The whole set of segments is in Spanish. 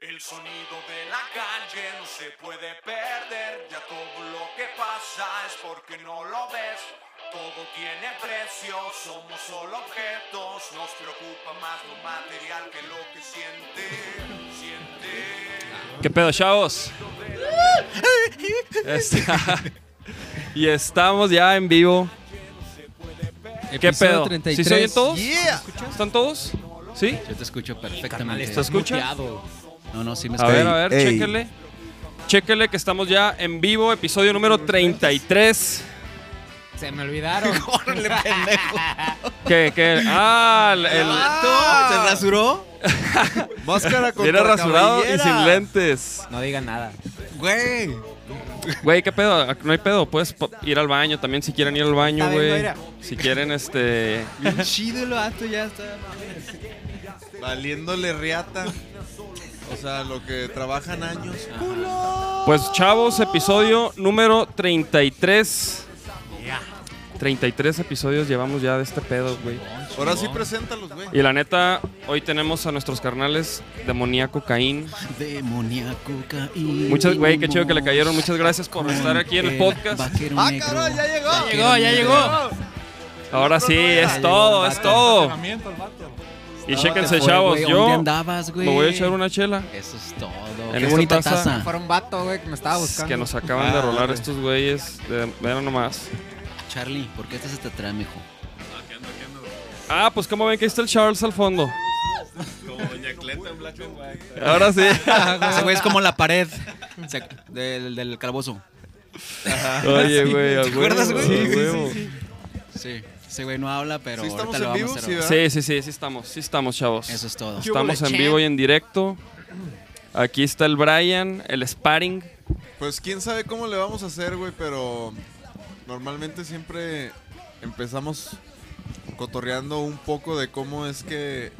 El sonido de la calle no se puede perder, ya todo lo que pasa es porque no lo ves. Todo tiene precio, somos solo objetos, nos preocupa más lo material que lo que siente, siente. ¿Qué pedo, chavos? Este- y estamos ya en vivo. ¿Qué Episodio pedo? 33. ¿Sí se oyen todos? Yeah. ¿Están todos? ¿Sí? Yo te escucho perfectamente. ¿Se escucha? No, no, sí me A escucho. ver, a ver, Ey. chéquele. Chéquele que estamos ya en vivo, episodio número 33. Se me olvidaron. ¿Qué, qué? Ah, el... el- Ah, ¿Se rasuró? Máscara con Viene rasurado y sin lentes. No digan nada. Güey. Güey, ¿qué pedo? No hay pedo. Puedes po- ir al baño también si quieren ir al baño, Está bien, güey. mira. Si quieren, este... Bien chido el vato ya está. Valiéndole riata. O sea, lo que trabajan años. Pues chavos, episodio número 33. 33 episodios llevamos ya de este pedo, güey. Ahora sí preséntalos, güey. Y la neta, hoy tenemos a nuestros carnales Demoníaco Caín. Demoníaco Muchas, güey, qué chido que le cayeron. Muchas gracias por estar aquí Eh, en el podcast. ¡Ah, cabrón! ¡Ya llegó! llegó, ya llegó. Ahora sí, es todo, es todo. Y chéquense, chavos, yo andabas, güey? me voy a echar una chela. Eso es todo. En este Qué esta bonita taza. taza. Fue un vato, güey, que me estaba buscando. Que nos acaban de Ah, rolar güey. estos güeyes. de- Vean nomás. Charlie, ¿por qué este estás hasta atrás, mijo? Ah, pues como ven que ahí está el Charles al fondo. Ahora sí. Ah, Ese güey es como la pared se- del, del calabozo. Oye, güey. a ¿Te acuerdas, huevo, güey? a Sí, sí, huevo. Sí, ese güey no habla, pero Sí, estamos ahorita lo en vivo, vamos a hacer. sí, ¿verdad? Sí, sí, sí, sí estamos, sí estamos, chavos. Eso es todo. Estamos en vivo y en directo. Aquí está el Brian, el Sparring. Pues quién sabe cómo le vamos a hacer, güey, pero normalmente siempre empezamos cotorreando un poco de cómo es que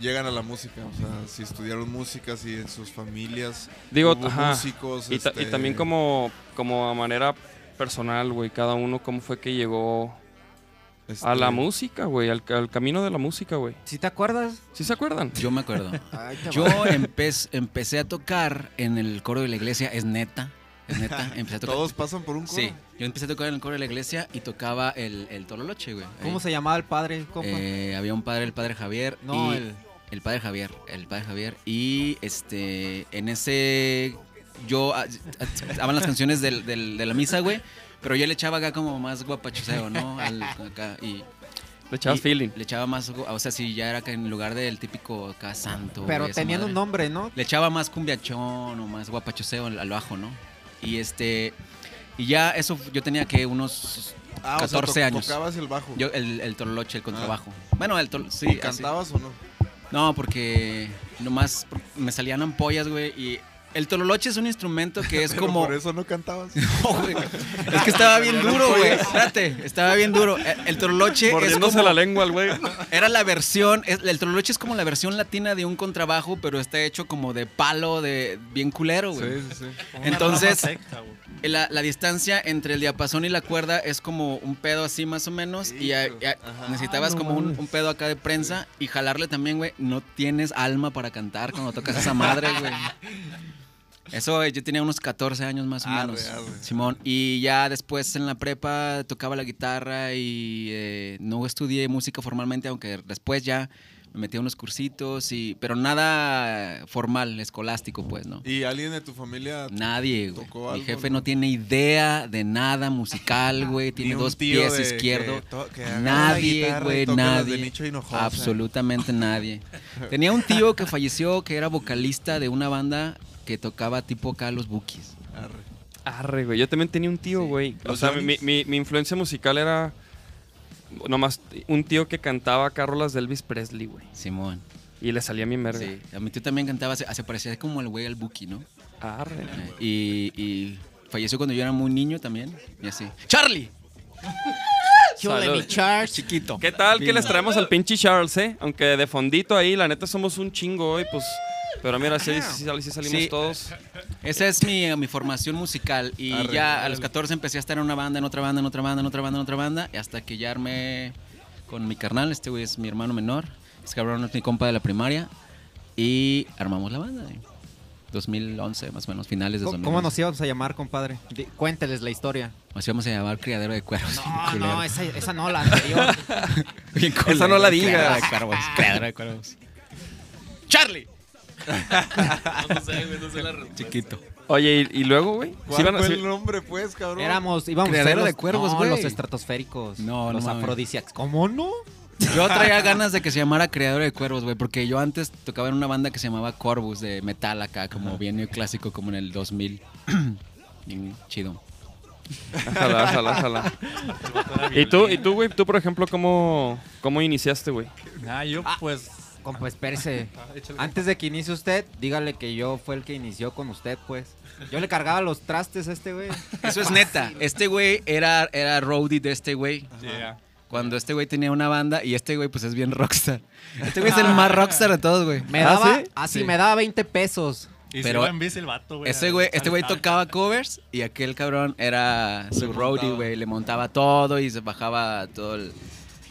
llegan a la música, o sea, si estudiaron música, si en sus familias Digo, hubo ajá. músicos, Pues, Y, ta- y este, también como, como a manera personal, güey, cada uno cómo fue que llegó este, a la música, güey, al, al camino de la música, güey. ¿Sí te acuerdas? ¿Sí se acuerdan? Yo me acuerdo. Ay, te Yo empe- empecé a tocar en el coro de la iglesia, es neta, es neta, empecé a tocar. Todos pasan por un coro. Sí, yo empecé a tocar en el coro de la iglesia y tocaba el, el tololoche, güey. ¿Cómo Ahí. se llamaba el padre, compa? Eh, había un padre, el padre Javier. no, y- el... el padre Javier, el padre Javier. Y este, en ese, yo, ah, ah, estaban las canciones del- del- de la misa, güey. Pero yo le echaba acá como más guapachuseo, ¿no? Al- acá, y, Le echabas y feeling. Le echaba más, gu- o sea, sí, ya era acá en lugar del típico acá santo. Pero güey, esa tenían madre. un nombre, ¿no? Le echaba más cumbiachón o más guapachoseo al, al bajo, ¿no? Y este. Y ya eso f- yo tenía que unos. Ah, o sea, 14 to- años. Tocabas el bajo. Yo, el, el tololoche, el contrabajo. Ah. Bueno, el tol, sí. ¿Y así. cantabas o no? No, porque nomás por- me salían ampollas, güey. Y el tololoche es un instrumento que es Pero como. por eso no cantabas. No, güey. es que estaba bien duro, güey. Espérate, estaba bien duro. E, El, el tololoche es Mordiéndose como. la lengua al güey. Era la versión, es- el troloche es como la versión latina de un contrabajo, pero está hecho como de palo, de bien culero, güey. sí, sí. Entonces, la, la distancia entre el diapasón y la cuerda es como un pedo así más o menos. Y a- y a- Ajá. necesitabas como un, un pedo acá de prensa y jalarle también, güey. No tienes alma para cantar cuando tocas esa madre, güey. Eso, güey, yo tenía unos 14 años más o Arre, menos, arre. Simón. Y ya después en la prepa tocaba la guitarra y eh, no estudié música formalmente, aunque después ya me metí a unos cursitos, y, pero nada formal, escolástico, pues, ¿no? ¿Y alguien de tu familia? Nadie, güey. tocó Mi algo, jefe no? no? tiene idea de nada musical, güey. Tiene un dos tío pies de izquierdos. que to- que agarra la Nadie, guitarra y güey, toca las de nadie. Nicho Hinojosa. absolutamente nadie. Tenía un tío que falleció que era vocalista de una banda que tocaba tipo acá los bookies. Arre. Arre, güey. Yo también tenía un tío, güey. O ¿Los sea, mi, Johnny's? mi- mi influencia musical era nomás un tío que cantaba Carolas de Elvis Presley, güey. Simón. Y le salía mi merda. Sí. A mi tío también cantaba, se, se parecía como el güey al bookie, ¿no? Arre. Eh, Y, y falleció cuando yo era muy niño también. Y así. ¡Charlie! Salud. Chiquito. ¿Qué tal que les traemos al pinche Charles, eh? Aunque de fondito ahí, la neta somos un chingo hoy, pues. Pero mira, sí, sí- sí- sí salimos Sí. todos. Esa es mi, mi formación musical y Arre, ya a los 14 empecé a estar en una banda, en otra banda, en otra banda, en otra banda, en otra banda, y hasta que ya armé con mi carnal, este güey es mi hermano menor, este cabrón es mi compa de la primaria, Y armamos la banda. güey. 2011, más o menos, finales de ¿Cómo, 2011. cómo nos íbamos a llamar, compadre? Di- cuénteles la historia. Nos íbamos a llamar Criadero de Cuervos. No, Culero. no, esa, esa no, la anterior. Bien Esa no la güey, Criadero digas. de Cuervos, Criadero de Cuervos. ¡Charlie! No sé, güey, no sé la respuesta. Chiquito. Oye, ¿y, y luego, güey? ¿Cuál ¿Sí van a- fue sí- el nombre, pues, cabrón? Éramos, íbamos a ser Criadero los, de cuervos, no, güey. los estratosféricos. No, no Los mames. afrodisíacos. ¿Cómo no? Yo traía ganas de que se llamara Creador de Cuervos, güey, porque yo antes tocaba en una banda que se llamaba Corvus de metal acá, como bien neoclásico, como en el 2000. Bien chido. Ojalá, ojalá, ojalá. ¿Y tú, y tú, güey? ¿Tú, por ejemplo, cómo, cómo iniciaste, güey? Ah, yo pues. Compa, espérese. Antes de que inicie usted, dígale que yo fue el que inició con usted, pues. Yo le cargaba los trastes a este güey. Eso es neta. Este güey era, era roadie de este güey. Yeah. Cuando este güey tenía una banda y este güey pues es bien rockstar. Este güey es el más rockstar de todos, güey. Me daba, sí? así ¿Ah, Sí. me daba 20 pesos. Y Pero- Pero, se iba en bici el vato, güey. Este güey, este güey Al- al- tocaba covers y aquel cabrón era su roadie, montaba. güey. Le montaba todo y se bajaba todo el-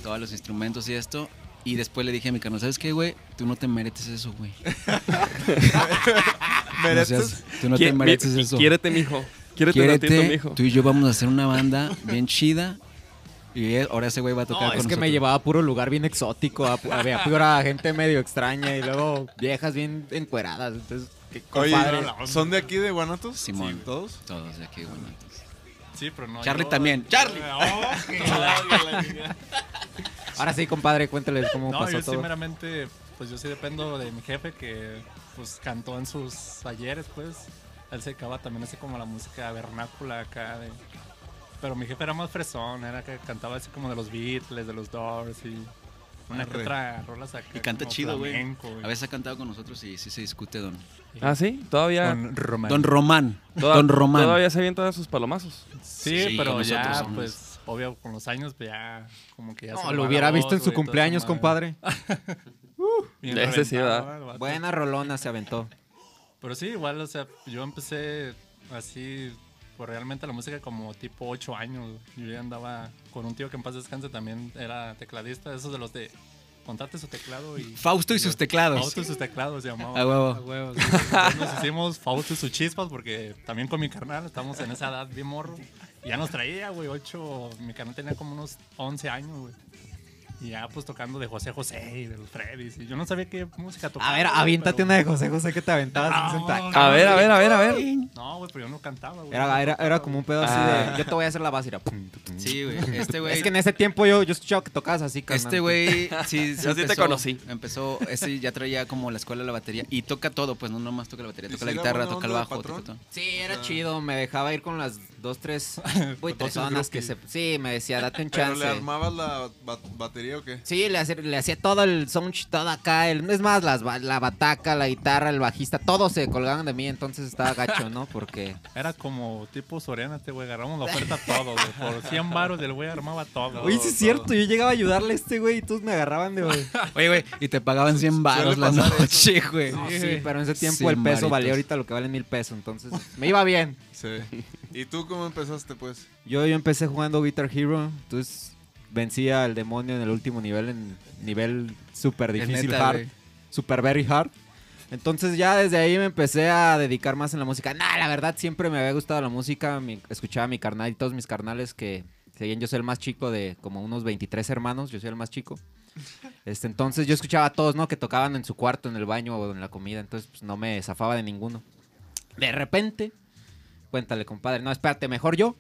todos los instrumentos y esto. Y después le dije a mi carnal, ¿sabes qué, güey? Tú no te mereces eso, güey. Ah, No ¿Mereces? seas- tú no Qui- te mi- mereces eso. Quiérete, mijo. Quiérete, Quiérete, tantito, mijo. tú y yo vamos a hacer una banda bien chida. Y él- ahora ese güey va a tocar No, con es Es que me nosotros. llevaba a puro lugar bien exótico, a, pu- había pura gente medio extraña y luego viejas bien encueradas. Entonces, qué Oye, compadre. no, no. ¿son de aquí, de Guanatos? Simón. Sí, ¿Todos? Todos de aquí, güey. Sí, pero no. Charlie yo- también. ¡Charlie! No, que la- que la chingada. Ahora sí, compadre, cuéntales cómo No, pasó yo sí todo. meramente, pues yo sí dependo de mi jefe que pues cantó en sus ayeres, pues. Él se acaba también así como la música vernácula acá de- Pero mi jefe era más fresón, era que cantaba así como de los Beatles, de los Doors y una que Arre. otra rolas acá. Y canta como chido, güey. flamenco, A veces ha cantado con nosotros y sí se discute, don. Ah, sí, todavía. Con Román. Don Román. toda- don Román. Todavía se avientan sus palomazos. Sí, Sí, pero con ya, nosotros. pues, obvio, con los años, pues ya, como que ya No, se le lo va hubiera la visto en voz, su güey, toda cumpleaños, madre. compadre. Bien De ese sí, reventado, ¿verdad? el vato. Buena rolona se aventó. Pero sí, igual, o sea, yo empecé así, pues realmente la música como tipo 8 años. Yo ya andaba con un tío que en paz descanse también era tecladista, esos de los de contrate su teclado y. Fausto y sus teclados. Fausto y sus teclados se llamaba. A huevo. sí. Entonces Nos hicimos Fausto y sus chispas porque también con mi carnal estamos en esa edad de morro. Y ya nos traía, güey, 8. Mi carnal tenía como unos 11 años, güey. Y ya pues tocando de José José y de los Freddy's. Y yo no sabía qué música tocaba. A ver, güey, aviéntate pero- una de José José que te aventabas No, en Santa no, A ver, a ver, a ver, a ver. No, güey, pero yo no cantaba, güey. Era, era, era como un pedo así Ah. de. Yo te voy a hacer la base. y era pum, pum, pum. Sí, güey. Este güey. Es que en ese tiempo yo, yo escuchaba que tocabas así, carnal. Este güey, sí, sí Yo sí te empezó- conocí. Empezó, ese ya traía como la escuela de la batería y toca todo, pues no nomás toca la batería, ¿Y toca si la era guitarra, buena toca el onda el bajo, toca patrón? todo. Sí, era chido, me dejaba ir con las dos, tres Con dos, tres personas que se... groupies. Sí, me decía, date un ¿Pero le chance. armabas la ba- batería o qué? Sí, le hacía, le hacía todo el sound, todo acá. El, es más, las, ba- la bataca, la guitarra, el bajista, todos se colgaban de mí, entonces estaba gacho, ¿no? Porque... Era como tipo Soriana, este güey. Agarramos la oferta todo, güey. Por 100 baros el güey armaba todo. Oye, sí es cierto, yo llegaba a ayudarle a este güey y todos me agarraban de... Oye, güey, y te pagaban 100 baros la pasar noche, güey. No, sí, pero en ese tiempo Sí, el peso maritos. valía ahorita lo que vale mil pesos, entonces me iba bien. Sí. ¿Y tú cómo empezaste, pues? Yo, yo empecé jugando Guitar Hero, entonces vencía al demonio en el último nivel, en nivel súper Es difícil, neta, hard, güey. super very hard. Entonces ya desde ahí me empecé a dedicar más en la música. Nah, la verdad siempre me había gustado la música, mi- escuchaba a mi carnal y todos mis carnales que, si bien yo soy el más chico de como unos 23 hermanos, yo soy el más chico. Este, entonces yo escuchaba a todos, ¿no? Que tocaban en su cuarto, en el baño o en la comida, entonces pues, no me zafaba de ninguno. De repente, cuéntale, compadre, no, espérate, mejor yo.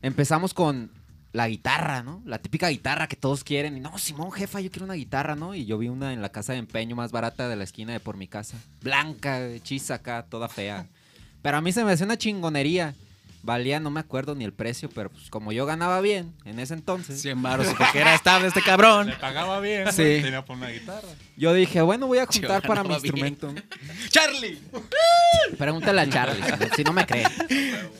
Empezamos con la guitarra, ¿no? La típica guitarra que todos quieren. Y no, Simón, jefa, yo quiero una guitarra, ¿no? Y yo vi una en la casa de empeño más barata de la esquina de por mi casa. Blanca, hechiza acá, toda fea. Pero a mí se me hacía una chingonería. Valía, no me acuerdo ni el precio, pero pues como yo ganaba bien en ese entonces, 100 baros, porque era estable este cabrón. Le pagaba bien, Sí. güey, Tenía por una guitarra. yo dije, bueno, voy a Yo juntar para mi ganaba bien. instrumento. ¿no? ¡Charlie! Pregúntale a Charlie, si no- si no me cree.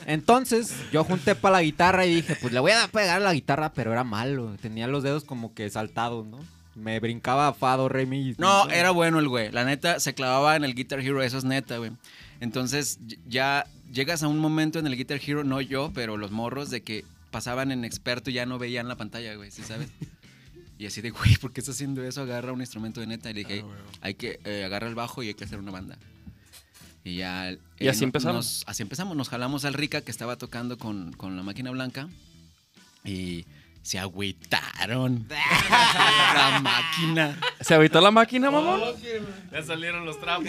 Entonces, yo junté para la guitarra y dije, pues le voy a pegar a la guitarra, pero era malo. Tenía los dedos como que saltados, ¿no? Me brincaba Fado, Remy. No, era bueno el güey. La neta, se clavaba en el Guitar Hero, eso es neta, güey. Entonces, y- ya llegas a un momento en el Guitar Hero, no yo, pero los morros, de que pasaban en experto y ya no veían la pantalla, güey, ¿sí sabes? Y así de, güey, ¿por qué estás haciendo eso? Agarra un instrumento de neta. Y le dije, Ah, güey. hay que eh, agarrar el bajo y hay que hacer una banda. Y ya. eh, Y así no- empezaron. nos- así empezamos. Nos jalamos al Rica que estaba tocando con, con la máquina blanca. Y se agüitaron. la máquina. ¿Se habitó la máquina, mamón? Ya salieron los trapos.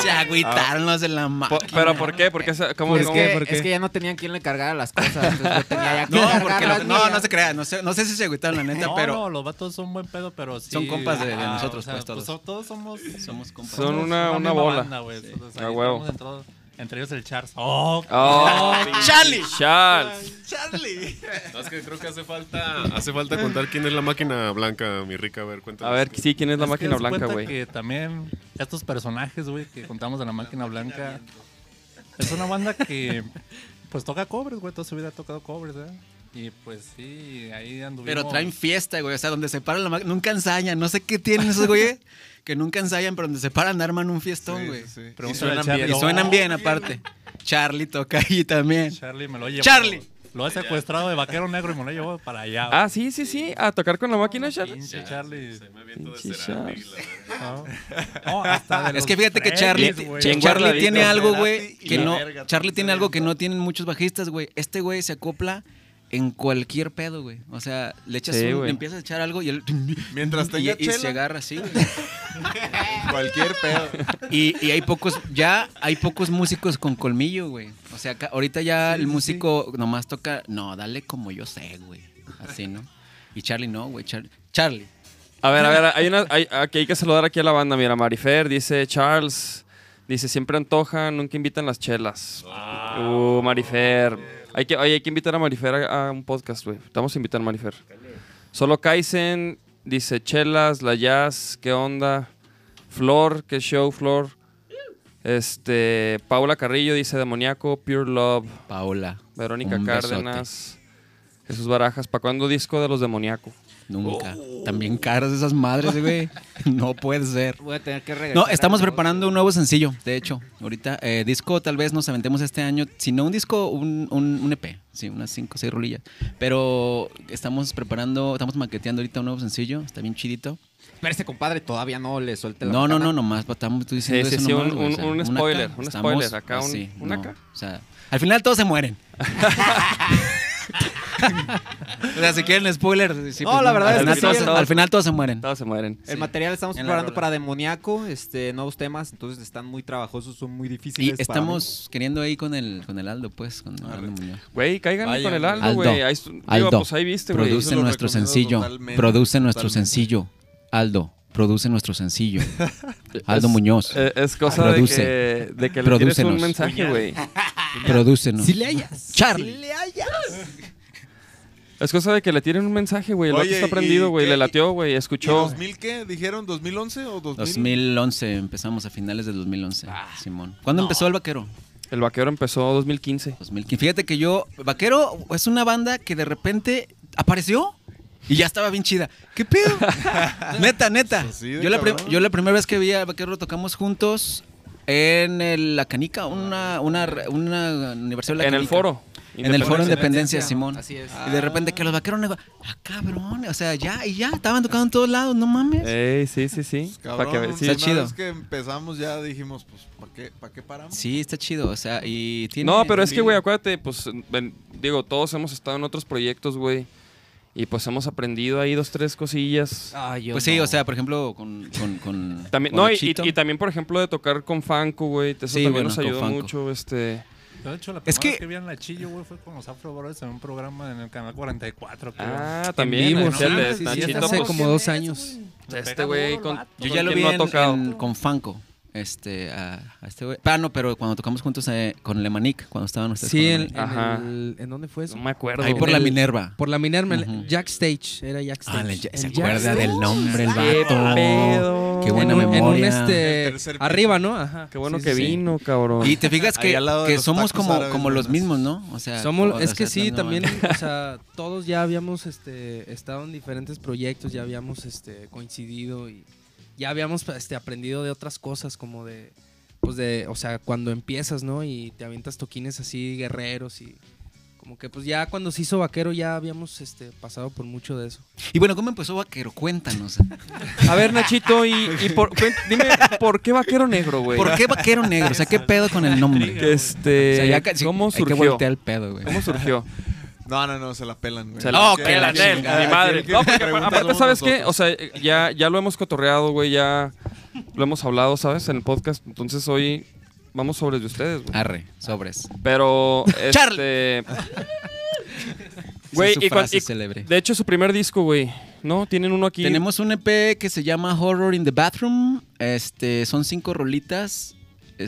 Se agüitaron los de la Po- máquina. ¿Pero por qué? ¿Por qué? se- ¿Cómo, es, cómo- que, por qué? es que ya no tenían quien le cargara las cosas. entonces yo tenía ya quien No, porque cargarlas lo- no, mías. no se crea. No sé, no sé si se agüitaron, la neta, No, pero. no, los vatos son buen pedo, pero sí. Son compas de- de nosotros, pues, todos. todos somos. Somos compas. Son somos una- la una misma bola. banda, güey, entonces, A ahí huevo. estamos en todo. Entre ellos el Charles. ¡Oh! ¡Oh! Charlie. Charles. Charlie. Es que creo que hace falta, hace falta contar quién es la máquina blanca, mi rica. A ver, cuéntanos. A ver, sí, ¿quién es la que máquina haz blanca, cuenta güey? Que también estos personajes, güey, que contamos de la máquina blanca. Es una banda que pues toca covers, güey. Toda su vida ha tocado covers, ¿eh? Y pues sí, ahí anduvimos. Pero traen fiesta, güey. O sea, donde se paran la máquina. Nunca ensayan. No sé qué tienen esos güeyes que nunca ensayan, pero donde se paran arman un fiestón, güey. sí. Pero Y un suenan Charlie. bien. Y suenan bien, aparte. Charlie toca ahí también. Charlie me lo llevó. Charlie. Lo he secuestrado de vaquero negro y me lo llevó para allá. güey. Ah, sí, sí, sí. A tocar con la máquina, Charles. Pinche Charlie. Me aviento de Pinche Cerati, Charles. la verdad. No. No, hasta de Ah, Es los que fíjate que Freddys, Charlie, güey. Charlie Bien guardadito. tiene algo, Cerati güey, y que la no. verga, Charlie tiene algo que no tienen muchos bajistas, güey. Este güey se acopla en cualquier pedo, güey. O sea, le echas Sí, un- güey. le empiezas a echar algo y él Mientras y, tenga y se chela, agarra así. güey. cualquier pedo. Y, y hay pocos, ya hay pocos músicos con colmillo, güey. O sea, ca- ahorita ya el músico nomás toca, no, dale como yo sé, güey. Así, ¿no? Y Charlie no, güey. Char- Charlie. A ver, a ver, hay una, hay, aquí hay que saludar aquí a la banda. Mira, Marifer dice, Charles, dice, siempre antojan, nunca invitan las chelas. uh, Marifer. Hay que, oye, hay que invitar a Marifer a, a un podcast, güey. Te Vamos a invitar a Marifer. Solo Kaizen dice, chelas, la jazz, qué onda. Flor, qué show, Flor. Este, Paula Carrillo dice, demoníaco, pure love. Paola. Verónica un besote. Cárdenas. Jesús Barajas, ¿para cuándo disco de los demoníaco? Nunca. También caras esas madres, güey. No puede ser. Voy a tener que regresar. No, estamos al negocio. preparando un nuevo sencillo, de hecho. Ahorita, eh, disco tal vez nos aventemos este año. Si no un disco, un, un, un EP. Sí, unas 5 o 6 rolillas. Pero estamos preparando, estamos maqueteando ahorita un nuevo sencillo. Está bien chidito. Pero este compadre todavía no le suelte la No, no, botana. no, nomás pa- estamos tú diciendo Sí, sí, eso sí, nomás, un- güey, un- un una pues spoiler, un spoiler, acá un- sí, un acá. O sea, al final todos se mueren. o sea, si quieren spoiler, sí, pues No, la verdad al es final que sí, todos, el- se- al final todos se mueren. Todos se mueren. El material estamos En la preparando rola. para Demoníaco, este, nuevos temas, entonces están muy trabajosos, son muy Y difíciles. para mí. estamos queriendo ahí con el con el Aldo, pues, con Aldo Muñoz. Güey, cáiganle Vaya, con el güey. Aldo, güey. Ahí, Aldo, estu- Aldo, digo, pues ahí viste, güey. Produce- produce Eso lo nuestro recomiendo sencillo, totalmente, produce nuestro totalmente. sencillo, Aldo, produce nuestro sencillo, Aldo Es- Muñoz, Eh, es cosa Produce. de que, de que le tires un Prodúcenos. mensaje, güey. prodúcenos. Si le hayas. Charlie. Si le hayas. Es cosa de que le tiren un mensaje, güey. El vato Oye, está ¿y prendido, güey. qué? Le latió, güey. ¿Y Escuchó. 2000 qué? ¿Dijeron 2011 o 2000? 2011, empezamos a finales de 2011, Ah, Simón. ¿Cuándo empezó El Vaquero? El vaquero empezó 2015. 2015. Fíjate que yo, Vaquero es una banda que de repente apareció y ya estaba bien chida. ¿Qué pedo? neta, neta. Pues sí, de yo, la prim- cabrón. yo la primera vez que vi a Vaquero lo tocamos juntos en el- la canica, una, una, una universidad de la En el Canica. foro. En el foro Independencia, Independencia, Simón. así es. Y de repente que los vaqueros negros, ah, cabrón, o sea, ya, y ya, estaban tocando en todos lados, no mames. Ey, sí, sí, sí. Pues, Cabrón, Para que ver, sí. una Está chido. vez que empezamos ya dijimos, pues, ¿para qué, pa' qué paramos? Sí, está chido, o sea, y tiene... No, pero es que, güey, acuérdate, pues, ven, digo, todos hemos estado en otros proyectos, güey. Y pues hemos aprendido ahí dos, tres cosillas. Ay, yo Pues sí, no. o sea, por ejemplo, con... con, con También, con no, y, y- Luchito. y también, por ejemplo, de tocar con Fanco, güey. Eso Sí, también bueno, nos con ayudó Fanco. mucho, este... De hecho, la primera Es vez que- que vi a la Chillo, güey, fue con los Afro Brothers en un programa en el canal 44. creo. Ah, también. vivo, ahí, sí, fíjate, sí, está sí, chido, hace pues. como dos años. Le Este pega güey duro el con- vato. Yo ¿Con ya lo quién vi no ha en- tocado? en- con Fanco. Este, a, a este güey. Ah, no, pero cuando tocamos juntos eh, con Lemanic, cuando estaban ustedes. con Sí, en, Lemanic. en Ajá. el- ¿en dónde fue eso? No me acuerdo. ahí por en la el- Minerva. Por la Minerva, en la- Ujú. Jack Stage. Era Jack Stage. Ah, le- ya- El se Jack acuerda Stage. del nombre, el Qué vato. pedo. Qué buena En un- en un memoria. este- El tercer piso. arriba, ¿no? Ajá. Qué bueno Sí, que sí, sí. vino, cabrón. Y te fijas Ahí que, al lado de que los somos tacos como, árabes, como los buenas. mismos, ¿no? O sea, Somos, todos, es o que sea, sí, no, también, no. o sea, todos ya habíamos este, estado en diferentes proyectos, ya habíamos este, coincidido y ya habíamos este, aprendido de otras cosas, como de, pues de, o sea, cuando empiezas, ¿no? Y te avientas toquines así, guerreros y Como que pues ya cuando se hizo vaquero ya habíamos este, pasado por mucho de eso. Y bueno, ¿cómo empezó Vaquero? Cuéntanos. A ver, Nachito, y, y por- cuen- dime, ¿por qué vaquero negro, güey? ¿Por qué Vaquero Negro? O sea, ¿qué pedo con el nombre? Pues Que O este, sea, ya casi- ¿Cómo Hay que surgió? voltear el pedo, güey. ¿Cómo surgió? No, no, no, se la pelan, güey. Se la- Oh, que la pelan él, chingada. mi madre. ¿Quién- No, porque quién pregunta aparte, somos ¿sabes qué? O nosotros? sea, ya, ya lo hemos cotorreado, güey, ya lo hemos hablado, ¿sabes? En el podcast. Entonces hoy vamos sobre de ustedes, güey. Arre, sobres. Pero, Charlie. este... Güey, Esa es su y, cuan- frase y- célebre. de hecho su primer disco, güey. ¿No? Tienen uno aquí. Tenemos un EP que se llama Horror in the Bathroom. Este, son cinco rolitas.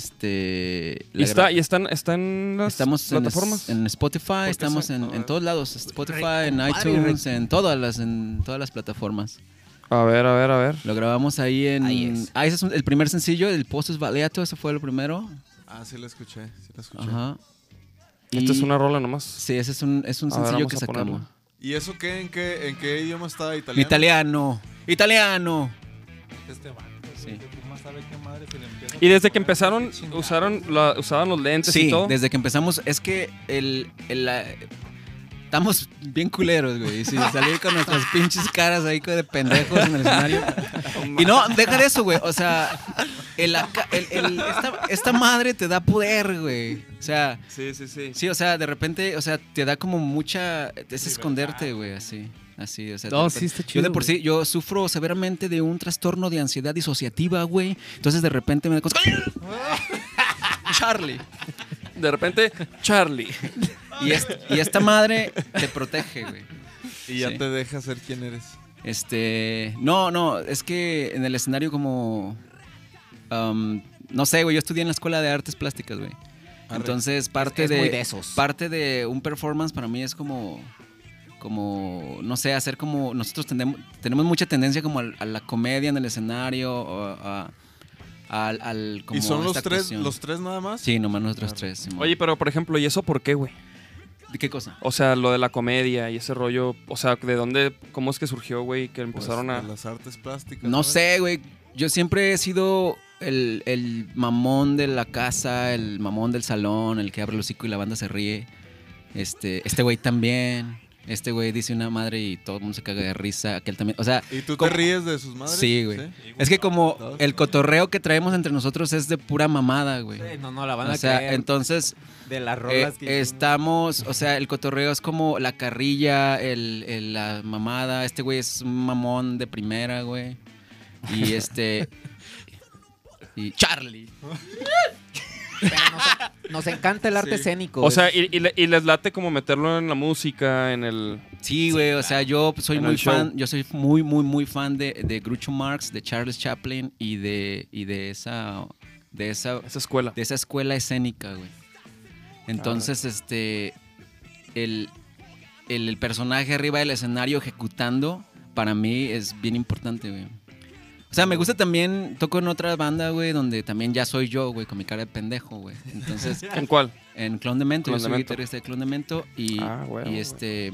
Este. Y, la está, gra- y están, están las estamos en, plataformas. en Spotify, estamos se- en, a en ver. todos lados. Spotify, en iTunes, en todas las, en todas las plataformas. A ver, a ver, a ver. Lo grabamos ahí en. Ahí es. Ah, ese es un- el primer sencillo, el Post es Baleato, ese fue el primero. Ah, sí la escuché, sí la escuché. Ajá. Esta Y- es una rola nomás. Sí, ese es un, es un A ver, sencillo vamos que a sacamos. ponerla. ¿Y eso qué? ¿En qué, en qué idioma está? ¿Italiano? Italiano. Italiano. Este vato, Sí. güey, que más sabe qué madre que le empieza a Y desde que correr, empezaron, qué chingada. usaron la- usaban los lentes Sí, y todo. desde que empezamos, es que el, el, la- estamos bien culeros, güey. Sí, salir con nuestras pinches caras ahí de pendejos en el escenario. Y no, deja de eso, güey. O sea, el acá- el- el- esta, esta madre te da poder, güey. O sea, Sí, sí, sí. sí, o sea, de repente, o sea, te da como mucha. Es esconderte, güey, así. Así, o sea, No, de sí está yo de chido, por sí, yo sufro severamente de un trastorno de ansiedad disociativa, güey. Entonces de repente me da cosas- Charlie. De repente, Charlie. Y, est- y esta madre te protege, güey. Y ya Sí. te deja ser quien eres. Este. No, no, es que en el escenario como. am, no sé, güey, yo estudié en la escuela de artes plásticas, güey. Entonces, parte es de. muy de esos. Parte de un performance para mí es como. Como, no sé, hacer como. Nosotros tenemos, tenemos mucha tendencia como al- a, la comedia en el escenario. o a, a- al, al- como ¿Y son los esta tres, actuación. los tres nada más? Sí, nomás nosotros tres. Simón. Oye, pero por ejemplo, ¿y eso por qué, güey? ¿de qué cosa? O sea, lo de la comedia y ese rollo. O sea, ¿de dónde, cómo es que surgió, güey? Que Pues, empezaron de a. Las artes plásticas. No sé, güey. Yo siempre he sido el, el mamón de la casa, el mamón del salón, el que abre el hocico y la banda se ríe. Este este güey también. Este güey dice una madre y todo el mundo se caga de risa. Aquel también. O sea, ¿Y tú ¿Cómo? te ríes de sus madres? Sí, güey. es que como No, el cotorreo que traemos entre nosotros es de pura mamada, güey. No, no, la van a O sea, creer entonces de las eh, rolas que estamos, o sea, el cotorreo es como la carrilla, el, el- la mamada. Este güey es un mamón de primera, güey. Y este. y Charlie. hicimos. Nos encanta el arte escénico. O güey. sea, y, y le- y les late como meterlo en la música, en el. Sí, güey, o sea, yo soy En muy el show. fan, yo soy muy, muy, muy fan de, de Groucho Marx, de Charles Chaplin y de, y de esa. De esa esa escuela. de esa escuela escénica, güey. Entonces, este, el, el, el personaje arriba del escenario ejecutando, para mí es bien importante, güey. O sea, me gusta también, toco en otra banda, güey, donde también ya soy yo, güey, con mi cara de pendejo, güey. Entonces, ¿En cuál? en Clon Demento, yo soy Clon Demento. guitarrista de Clon Demento y, Ah, güey, y güey. este,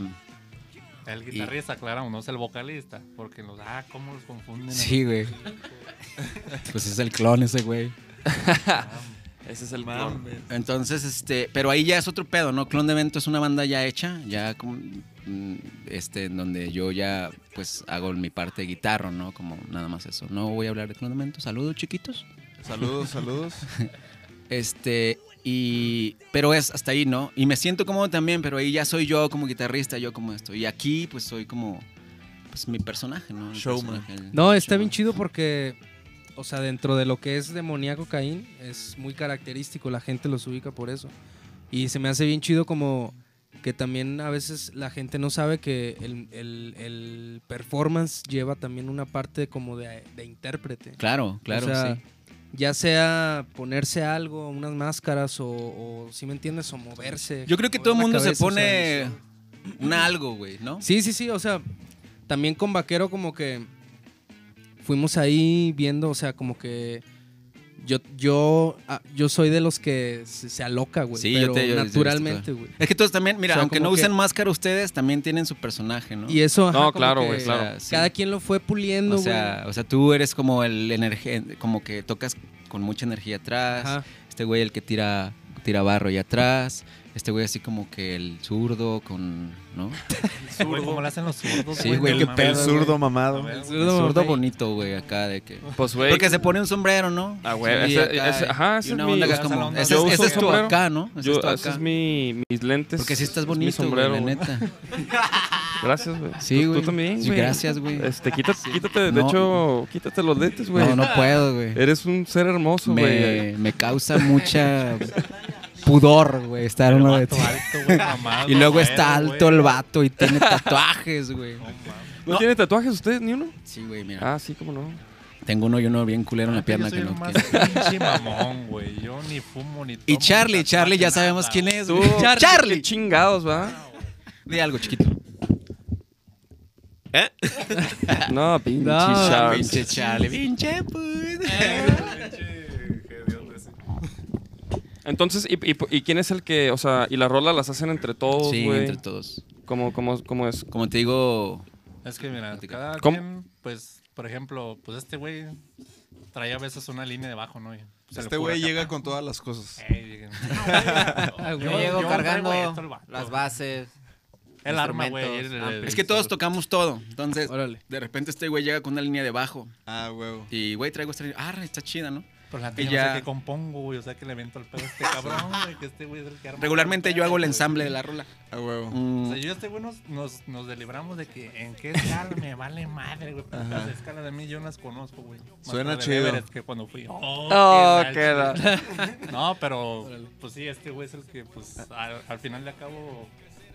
El guitarrista, aclaramos, no es el vocalista. Porque los. Ah, cómo los confunden. sí, güey. Pues es el clon ese, güey. Ese es el Entonces, este, pero ahí ya es otro pedo, ¿no? Clon de Evento es una banda ya hecha, ya como, mm, este, en donde yo ya, pues, hago mi parte de guitarra, ¿no? Como nada más eso. No voy a hablar de Clon de Evento. Saludos, chiquitos. Saludos, saludos. Este, y, pero es hasta ahí, ¿no? Y me siento cómodo también, pero ahí ya soy yo como guitarrista, yo como esto. Y aquí, pues, soy como, pues, mi personaje, ¿no? El Showman. personaje, el No, está bien showman. chido porque, o sea, dentro de lo que es demoníaco Caín, es muy característico, la gente los ubica por eso. Y se me hace bien chido como que también a veces la gente no sabe que el, el- el performance lleva también una parte como de, de intérprete. Claro, claro, O sea, sí. Ya sea ponerse algo, unas máscaras o, o si me entiendes, o moverse. Yo creo que mover todo el la mundo se cabeza, o sea, pone un algo, güey, ¿no? Sí, sí, sí, o sea, también con Vaquero como que fuimos ahí viendo, o sea, como que yo yo ah, yo soy de los que se, se aloca, güey, Sí, pero yo te- yo- yo- naturalmente, güey. Es que todos también, mira, O sea, aunque como no que- usen máscara ustedes, también tienen su personaje, ¿no? Y eso ajá, No, como claro, que güey, O sea, claro. sí. Cada quien lo fue puliendo, o güey. sea, o sea, tú eres como el energía, como que tocas con mucha energía atrás. Ajá. Este güey el que tira tira barro y atrás. Este güey así como que el zurdo con, ¿no? Güey, ¿Cómo le hacen los zurdos? Sí, güey, qué No pedo, El mames, zurdo güey. mamado. A ver, El El zurdo, zurdo güey. bonito, güey, acá de que... Pues, güey. Porque se pone un sombrero, ¿no? Ah, güey, Sí, ese- acá, ese- y- ajá, ese y una es mi- onda que es esa como, onda. ese, Yo es- uso ese es tu sombrero. acá, ¿no? Ese Yo, es tu ese acá. es mi, mis lentes. Porque sí estás es mi bonito, güey, sombrero, la güey. neta. Gracias, güey. Sí, Tú- güey. Tú también, Sí, güey. gracias, güey. Este, quítate, quítate, de No. hecho, quítate los lentes, güey. No, no puedo, güey. Eres un ser hermoso, güey. Me, me causa mucha pudor, güey, estar en uno de Vato alto, güey, mamado, Y luego está güey. alto el vato y tiene tatuajes, güey. No mames. ¿No, no. tiene tatuajes ustedes ni uno? Sí, güey, mira. Ah, sí, cómo no. Tengo uno y uno bien culero en la pierna Ah, Yo soy que no el más quiero. pinche mamón, güey. Yo ni fumo ni tomo. Y ni Charlie, tatuaje, Charlie ya nada, sabemos quién es, Tú, güey. Char- Charlie. qué chingados, va. Di algo, chiquito. No, pinche No, Charles. Pinche Charlie, pinche puto. Eh, Entonces, ¿y, y, y quién es el que, o sea, y las rolas las hacen entre todos, Sí, güey? entre todos. ¿Cómo, cómo, cómo es? Como te digo, Es que mira, cada ¿Cómo? quien, pues, por ejemplo, pues este güey traía a veces una línea de bajo, ¿no? Y se le Este ocurre güey acá, llega con todas las cosas. "Ey, lleguen". Ah, Yo güey. Yo- llego yo cargando traigo esto, el vato. las bases. El arma, güey. instrumentos, el- el- amplios. es que todos tocamos todo. Entonces, Órale. de repente este güey llega con una línea de bajo. Ah, huevo. Y, güey, traigo esta línea. Ah, está chida, ¿no? Pues la Y neta, ya. no sé qué compongo, güey. O sea, que le invento el pedo a este cabrón, güey. Que este güey es el que arma. Regularmente el yo hago el pedo, ensamble güey. de la rola. Ah, huevo. O Mm, sea, yo y este güey nos, nos, nos delibramos de que en qué escala me vale madre, güey. porque Las escalas de mí yo no las conozco, güey. Más Suena la de chido. Everett que cuando fui. Oh, Oh, qué qué gacho. No, pero pues sí, este güey es el que pues al, al final de acabo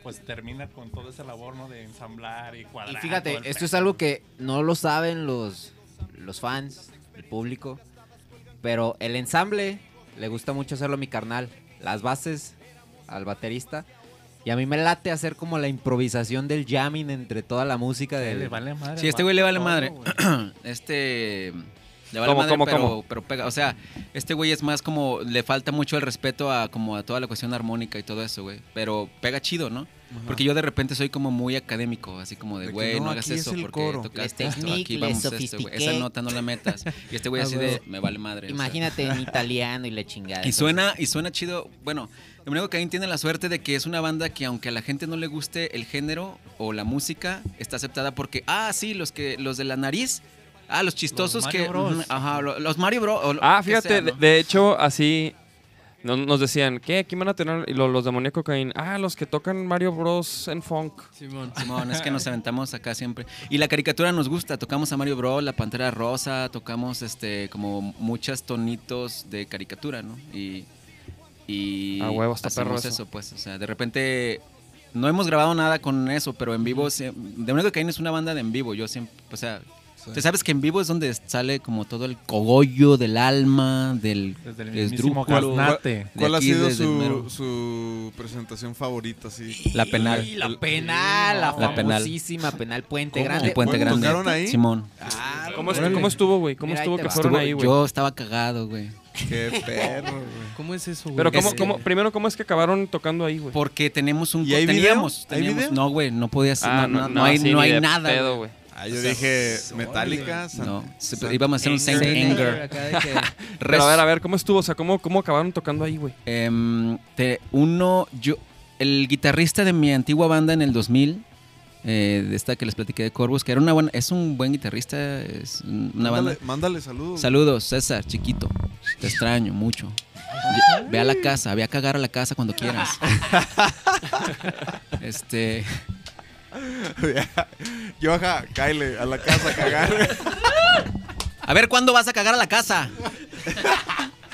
pues termina con todo ese labor, ¿no? De ensamblar y cuadrar. Y todo el fíjate, esto pedo. es algo que no lo saben los, los fans, el público. Pero el ensamble le gusta mucho hacerlo a mi carnal. Las bases al baterista. Y a mí me late hacer como la improvisación del jamming entre toda la música. Sí, Del... le vale madre. Sí, este al güey le vale todo, madre. güey. este. Le vale ¿Cómo, madre, cómo, pero, cómo? pero pega. O sea, este güey es más como. Le falta mucho el respeto a como a toda la cuestión armónica y todo eso, güey. Pero pega chido, ¿no? Porque yo de repente soy como muy académico, así como de, De que güey, no, no, hagas aquí es eso el porque coro. Este tocaste Les esto, technique, aquí les vamos a esto, güey. Esa sofistiqué. nota no la metas. Y este güey Ah, así de, huevo. me vale madre. o sea. Imagínate en italiano y la chingada. Y suena, y suena chido. Bueno, Domingo Caín tiene la suerte de que es una banda que aunque a la gente no le guste el género o la música, está aceptada porque, ah, sí, los que, los de la nariz, ah, los chistosos Mario que. Bros. ujú, Ajá, lo- los Mario Bros. o lo Ah, que fíjate, sea, de, ¿no? de hecho, así no- nos decían, ¿qué? ¿Quién van a tener? Y lo- los, de Demoníaco Caín. Ah, los que tocan Mario Bros. en funk. Simón. Simón, es que nos aventamos acá siempre. Y la caricatura nos gusta. Tocamos a Mario Bros, la Pantera Rosa, tocamos este como muchos tonitos de caricatura, ¿no? Y, y Ah, huevo, está perro hacemos eso. eso, pues. O sea, de repente no hemos grabado nada con eso, pero en vivo, sí- de único que hay es una banda de en vivo. Yo siempre, o sea, tú sabes que en vivo es donde sale como todo el cogollo del alma, del Desde el mismísimo esdrújulo. gaznate. de ¿Cuál ha aquí, sido desde el mero- su, su presentación favorita? Así? La penal. La penal, Ah, la, La penal. famosísima penal Puente ¿Cómo? Grande. En Puente ¿Cómo Grande. tocaron ahí? Simón. Ah, ¿Cómo, est- Órale. cómo estuvo, güey? ¿Cómo Mira, ahí estuvo te que va. fueron Estuvo- ahí, güey? yo estaba cagado, güey. Qué perro, güey. ¿Cómo es eso, güey? Pero Es ¿cómo, que- Pues, cómo- primero, ¿cómo es que acabaron tocando ahí, güey? Porque tenemos un ¿Y co- hay video? teníamos, ¿Hay teníamos- video? no güey, no podías Ah, no, no- no hay sí, no ni hay de nada. pedo, güey. güey. Ah, yo dije Metallica. San- No, se- íbamos a hacer un Saint Anger. Acá de que- Pero a Res- ver, a ver, ¿cómo estuvo? O sea, ¿cómo, cómo acabaron tocando ahí, güey? Em, te- uno yo el guitarrista de mi antigua banda en el 2000 eh, de esta que les platiqué de Corvus, que era una buena, es un buen guitarrista, es un- una banda. Mándale, mándale saludos. Saludos, César, chiquito. Te extraño mucho. Ve a la casa, ve a cagar a la casa cuando quieras. Este, Yo ajá, Kyle, a la casa a cagar. a ver cuándo vas a cagar a la casa.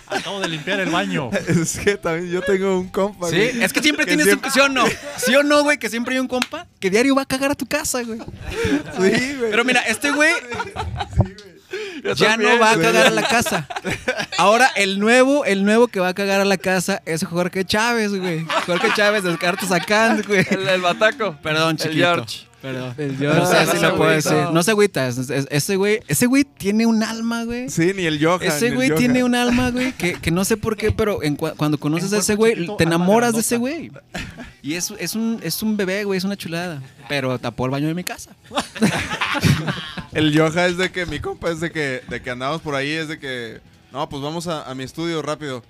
Acabo de limpiar el baño. es que también yo tengo un compa. Sí, güey, es que siempre que tienes siempre- un. ¿Sí o no? ¿Sí o no, güey? Que siempre hay un compa que diario va a cagar a tu casa, güey. Sí, güey. Pero mira, este güey ya también, no va a güey. cagar a la casa. Ahora, el nuevo, el nuevo que va a cagar a la casa es Jorge Chávez, güey. Jorge Chávez de Cartas Sacán, güey. bataco. Perdón, El chiquito. George. Perdón. George. No sé No, si lo puedo güey, decir. no. No se agüita. es- es- Ese güey, ese güey tiene un alma, güey. Sí, ni el Johan. Ese ni el güey Johan. tiene un alma, güey, que, que no sé por qué, pero en cua- cuando conoces a cuerpo ese güey, chiquito, te alma enamoras de grandota. ese güey. Y es, es, un, es un bebé, güey, es una chulada. Pero tapó el baño de mi casa. El Johan es de que mi compa es de que, de que andamos por ahí, es de que. No, pues vamos a, a mi estudio rápido.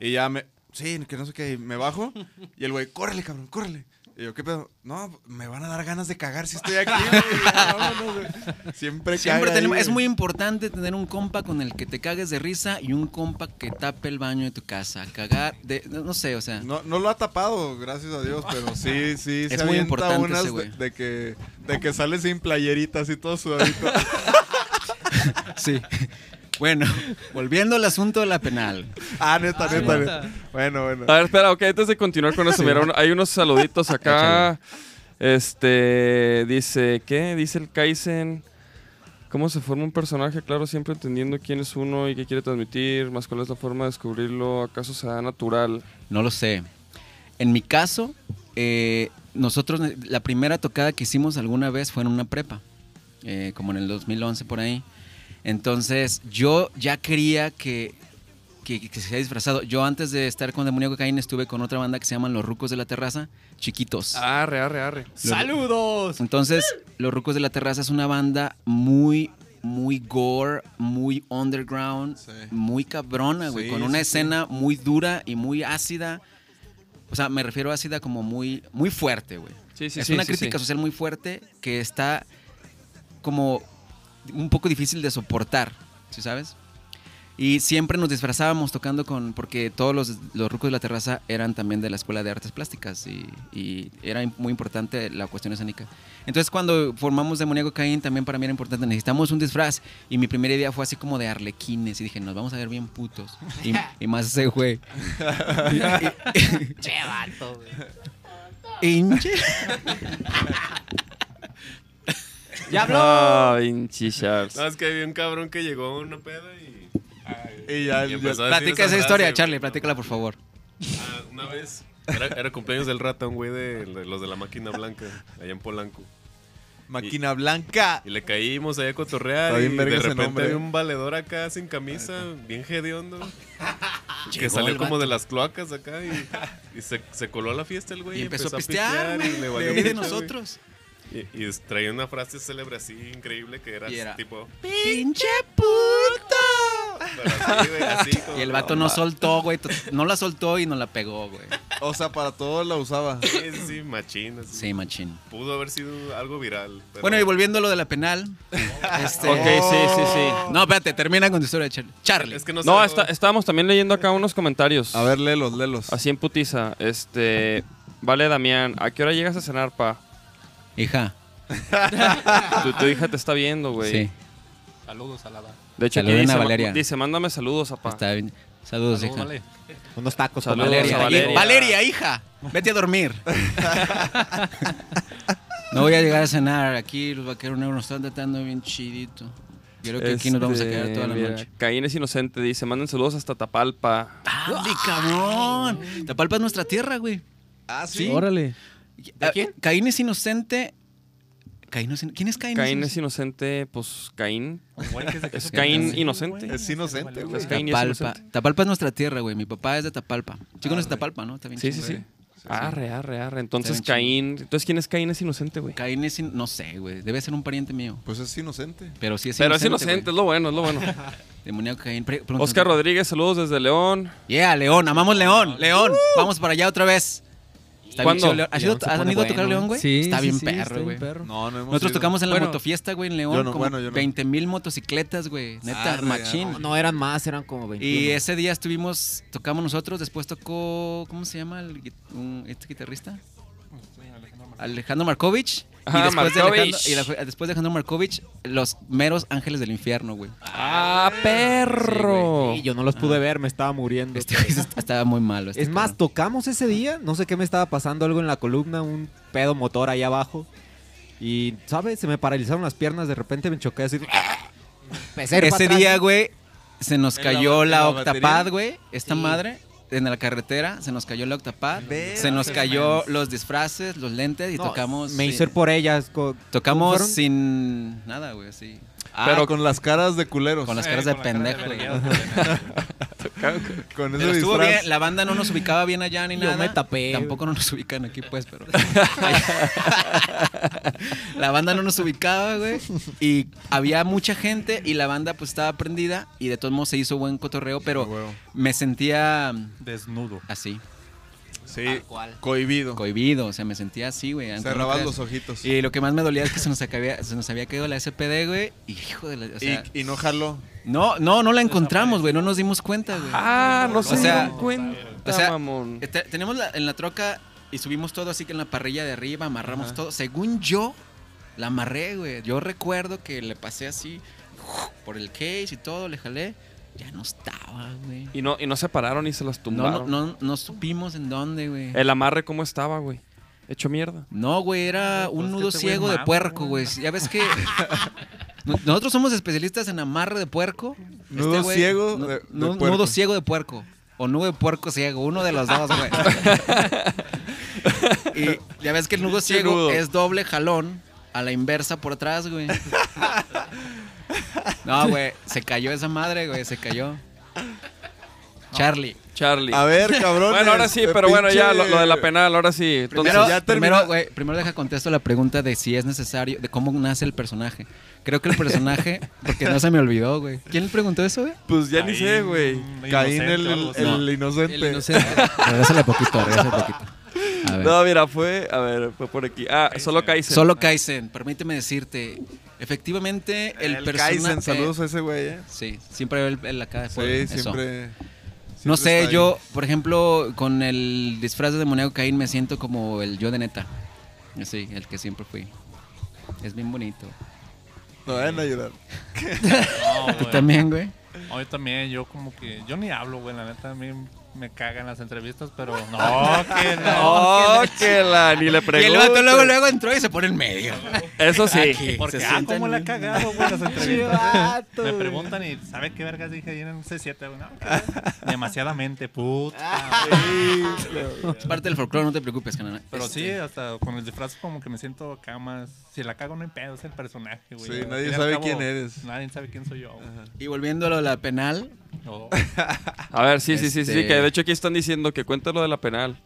Y ya me. sí, que no sé qué, y me bajo. Y el güey, córrele, cabrón, córrele. Y yo, ¿qué pedo? No, me van a dar ganas de cagar si estoy aquí. güey. Vámonos, güey. Siempre, Siempre caga ahí, tenemos- es güey. muy importante tener un compa con el que te cagues de risa y un compa que tape el baño de tu casa. Cagar, de, no, no sé, o sea. No, no lo ha tapado, gracias a Dios, pero sí, sí, Es se muy avienta importante unas ese de- güey. de, que, de que sale sin playerita, así todo sudadito. Sí. Bueno, volviendo al asunto de la penal. ah, neta, Ah, neta, neta. neta. Bueno, bueno. A ver, espera, ok, antes de continuar con eso, mira, un- hay unos saluditos acá. Este, dice, ¿qué? Dice el Kaizen. ¿Cómo se forma un personaje? Claro, siempre entendiendo quién es uno y qué quiere transmitir, más cuál es la forma de descubrirlo, acaso se da natural. No lo sé. En mi caso, eh, nosotros, la primera tocada que hicimos alguna vez fue en una prepa, eh, como en el 2011 por ahí. Entonces, yo ya quería que, que, que se haya disfrazado. Yo antes de estar con Demonio Cocaína estuve con otra banda que se llaman Los Rucos de la Terraza, Chiquitos. Arre, arre, arre. ¡Saludos! Entonces, Los Rucos de la Terraza es una banda muy, muy gore, muy underground, Sí. muy cabrona, güey, Sí, con una sí, sí. escena muy dura y muy ácida. O sea, me refiero a ácida como muy, muy fuerte, güey. Sí, sí, es sí, una sí, crítica sí. social muy fuerte que está como un poco difícil de soportar, ¿sí sabes? Y siempre nos disfrazábamos tocando con, porque todos los, los rucos de la terraza eran también de la Escuela de Artes Plásticas y, y era im- muy importante la cuestión escénica. Entonces cuando formamos Demoníaco Caín también para mí era importante, necesitamos un disfraz y mi primera idea fue así como de arlequines y dije, nos vamos a ver bien putos y, y más ese güey. Che, vato, güey. Hinche. ¡Ya habló! Ah, pinche Charles. Sabes que había un cabrón que llegó a una peda y. Y ya, y ya- empezó a decir Platica esa historia, frase. Charlie, platícala por favor. Ah, una vez. Era, era cumpleaños del rata, un güey de, de los de la máquina blanca, allá en Polanco. Máquina blanca. Y le caímos allá a cotorrear. Está bien y verga de ese repente nombre. había un valedor acá sin camisa, bien hediondo. que Llegó el salió como vato. de las cloacas acá y, y se, se coló a la fiesta el güey. Y empezó a pistear, güey. y le Le valió vi de mucho, güey. nosotros. Y, y traía una frase célebre así increíble que era, Y era, tipo. ¡Pinche puto! pero así, güey, así como- Y el vato no soltó, güey. to- No la soltó y no la pegó, güey. O sea, para todo la usaba. Sí, sí, machín. así. Sí, machín. Pudo haber sido algo viral. pero- Bueno, y volviendo a lo de la penal. este- Ok, sí, sí, sí. No, espérate, termina con tu historia de Charlie. Charlie. Es que no, No, sé, está- estábamos también leyendo acá unos comentarios. A ver, léelos, léelos. Así en putiza. Este, vale, Damián, ¿a qué hora llegas a cenar, pa? Hija. Tu, tu hija te está viendo, güey. Sí. Saludos a la da. De hecho, aquí Saluden a dice, ma- Valeria. dice, mándame saludos, apá. Está bien. Saludos, Saludos, hija. vale. Unos tacos con Saludos Valeria, a hi- Valeria. Valeria. hija. Vete a dormir. no voy a llegar a cenar. Aquí los vaqueros negros nos están tratando bien chidito. Yo creo que aquí nos vamos a quedar toda Este, la mira, noche. Caín es inocente, dice, manden saludos hasta Tapalpa. ¡Ay, cabrón! Tapalpa es nuestra tierra, güey. Ah, Órale. Ah, Caín es inocente. Caín es in- ¿Quién es Caín? Caín es inocente, pues Caín. Güey, que se- Es Caín inocente. Es inocente, güey. Es Caín y es Tapalpa. inocente. Ah, Tapalpa es nuestra tierra, güey. Mi papá es de Tapalpa. Chico no es de Tapalpa, ¿no? Está bien Sí, sí, chido. sí. Arre, arre, arre. Entonces Está bien Caín... Entonces, ¿quién es Caín es inocente, güey? Caín es. in- No sé, güey. Debe ser un pariente mío. Pues es inocente. Pero sí es Pero es inocente. inocente, es lo bueno, es lo bueno. güey. Demoníaco Caín. Pre- pregúntame. Oscar Rodríguez, saludos desde León. Yeah, León. Amamos León. León. Vamos para allá otra vez. Está bien ¿Cuándo? chido León. ¿Has, ido- León se has pone ido a tocar bueno. León, güey? Sí, Está sí, bien sí, está perro, bien güey. perro. No, no hemos Nosotros ido. tocamos en la Bueno. motofiesta, güey, en Yo León. no, como bueno, yo no. 20 mil motocicletas, güey. Neta, Arre, machín. No eran más, eran como 21. Y ese día estuvimos, tocamos nosotros, después tocó, ¿cómo se llama el, gui- un- este guitarrista? Alejandro Markovich. Ah, y después, de Alejandro, Markovich. y la- después de Alejandro Markovich, los meros ángeles del infierno, güey. ¡Ah, perro! Sí, yo no los pude ver, me estaba muriendo. Este güey est- estaba muy malo. este es más, cabrón. tocamos ese día, no sé qué me estaba pasando, algo en la columna, un pedo motor ahí abajo. Y, ¿sabes? Se me paralizaron las piernas, de repente me choqué así. Empecé a ir para ese atrás. día, güey, se nos En la cayó ba- en la, la octapad, batería. güey. Esta madre, en la carretera, se nos cayó la octapad. Ve- Se nos cayó los disfraces, los lentes y No, tocamos. Me sin- hice ir por ellas. co- Tocamos fueron? sin nada, güey, así. Ah, pero con las caras de culeros. Con las Eh, caras de con la cara de pendejo. vergueado güey. que tenía. Con Pero ese estuvo disfraz. bien, la banda no nos ubicaba bien allá ni Yo nada. me tapé, Tampoco no nos ubican aquí, pues, pero. la banda no nos ubicaba, güey. Y había mucha gente y la banda pues estaba prendida y de todos modos se hizo buen cotorreo, pero Huevo. me sentía mm, Desnudo. así, Sí, cual. cohibido. cohibido, o sea, me sentía así, güey. aunque no Cerrabas creas. los ojitos. Y, Y lo que más me dolía es que se nos, acabía- se nos había quedado la SPD, güey. Y hijo de la. o sea, y no jaló. no, no, no la encontramos, güey. No nos dimos cuenta, güey. Ah, no se sea, dieron cuenta, o sea, mamón. Este- tenemos la- en la troca y subimos todo así que en la parrilla de arriba amarramos todo. Según yo, la amarré, güey. Yo recuerdo que le pasé así por el case y todo, le jalé. Ya no estaba, güey. Y no, y no se pararon y se las No, no, tumbaron. no, no supimos en dónde, güey. El amarre, ¿cómo estaba, güey? Hecho mierda. No, güey, era Pues un que nudo este güey ciego es de mago, puerco, güey. güey. Ya ves que. No- Nosotros somos especialistas en amarre de puerco. Este Nudo güey- ciego nu- de- de nu- puerco. Nudo ciego de puerco. O nudo de puerco ciego. Uno de los dos, güey. y ya ves que el nudo ciego nudo. es doble jalón a la inversa por atrás, güey. No, güey. Se cayó esa madre, güey. Se cayó. Charlie. Charlie. A ver, cabrón. bueno, ahora sí, pero bueno, ya lo, lo de la penal, ahora sí. Entonces, Primero, ya terminó. primero, güey, primero deja contesto la pregunta de si es necesario, de cómo nace el personaje. Creo que el personaje, porque no se me olvidó, güey. ¿Quién le preguntó eso, güey? Pues ya ni sé, güey. Caín, Caín inocente, el, algo el, así. el inocente. El inocente. Regrésale poquito, regrésale poquito. A ver. no, mira, fue, a ver, fue por aquí. Ah, solo Kaiser. Solo Kaizen, permíteme decirte, efectivamente el, El personaje... Kaizen, saludos a ese güey, eh. Sí, siempre el, el acá de Sí, Puebla, eso. siempre. No siempre está sé, ahí. yo, por ejemplo, con el disfraz de demoníaco Caín me siento como el yo de neta. Sí, el que siempre fui. Es bien bonito. No vayan a llorar. No, ¿Tú güey. también, güey? No, yo también, yo como que. Yo ni hablo, güey, la neta. A mí me cagan las entrevistas, pero. No, que no. Oh, que la, ni le Y el pregunto. vato luego, luego entró y se pone en medio. Eso sí. Aquí. Porque, Se ah, sientan cómo le ha en- cagado, güey, las entrevistas. Chivato, Me güey. preguntan y, ¿sabe qué vergas dije ahí en el C7? güey? No, que- Demasiadamente, puta. Es parte del folclore, no te preocupes, canal. Pero Este, sí, hasta con el disfraz como que me siento acá más... Si la cago no hay pedo, es el personaje, güey. Sí, Al nadie fin y al sabe quién eres. Nadie sabe quién soy yo. güey. Y volviendo a lo de la penal, No. A ver, sí, sí, sí, sí, Este- que de hecho aquí están diciendo que cuente lo de la penal.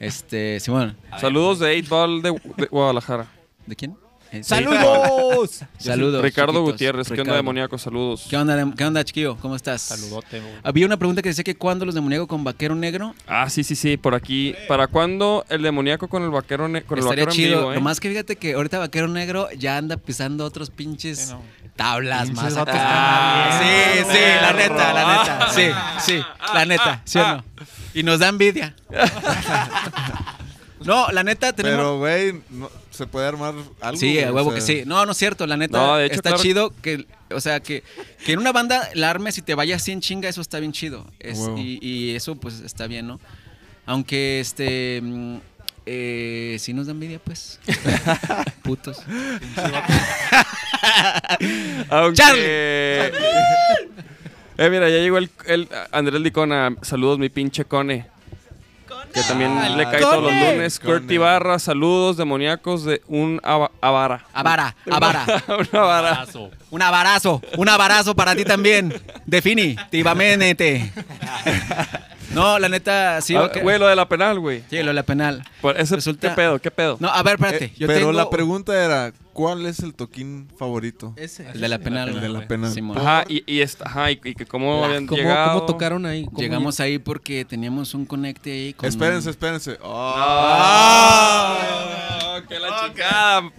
este, Simón, Saludos de 8 Ball de, de Guadalajara. ¿de quién? Eh, ¡Saludos! sí. Saludos. Ricardo chiquitos. Gutiérrez, ¿qué onda Ricardo. demoníaco? Saludos. ¿Qué onda, dem- qué onda, chiquillo? ¿Cómo estás? Saludote, güey. Había una pregunta que decía que cuándo los demoníacos con vaquero negro Ah, sí, sí, sí, por aquí. ¿Para cuándo el demoníaco con el vaquero, ne- con el estaría vaquero chido. en vivo, eh? Nomás que fíjate que ahorita vaquero negro ya anda pisando otros pinches Sí, no. tablas Pinches más vatos acá. están sí, bien, Ah. sí, la perro. neta, la neta. Sí, sí, la neta, ¿sí Ah. o no? Y nos da envidia. No, la neta tenemos Pero, güey, no- se puede armar algo. Sí, güey, a o huevo sea, que sí. No, no es cierto, la neta. No, de hecho, está claro. chido que, o sea, que, que en una banda la armes y te vayas sin chinga, eso está bien chido. Es- huevo. y, y eso, pues, está bien, ¿no? Aunque, este, mm, eh, sí nos da envidia, pues. Putos. Aunque- Charlie. Eh, mira, ya llegó el, el Andrés Licona. Saludos, mi pinche Cone. Que también Ah, le el cae todos los Cone. lunes. Cone. Curti Barra, saludos demoníacos de un ava- avara. Avara, avara. Una vara. Paso. Un avarazo, un avarazo para ti también. Definitivamente. No, la neta, sí. Ah, ok. Güey, lo de la penal, güey. Sí, lo de la penal. Por ese- Resulta- ¿Qué pedo? ¿Qué pedo? No, a ver, espérate. eh, yo pero tengo la pregunta era: ¿cuál es el toquín favorito? Ese. El de la penal. El de la güey. penal. Simón. Ajá, y, y, esta- ajá, y, y que cómo La- habían ¿Cómo, llegado. cómo tocaron ahí? ¿Cómo Llegamos ahí porque teníamos un conecte ahí con... Espérense, espérense. Oh. ¡Ah! ¡Qué la chingada!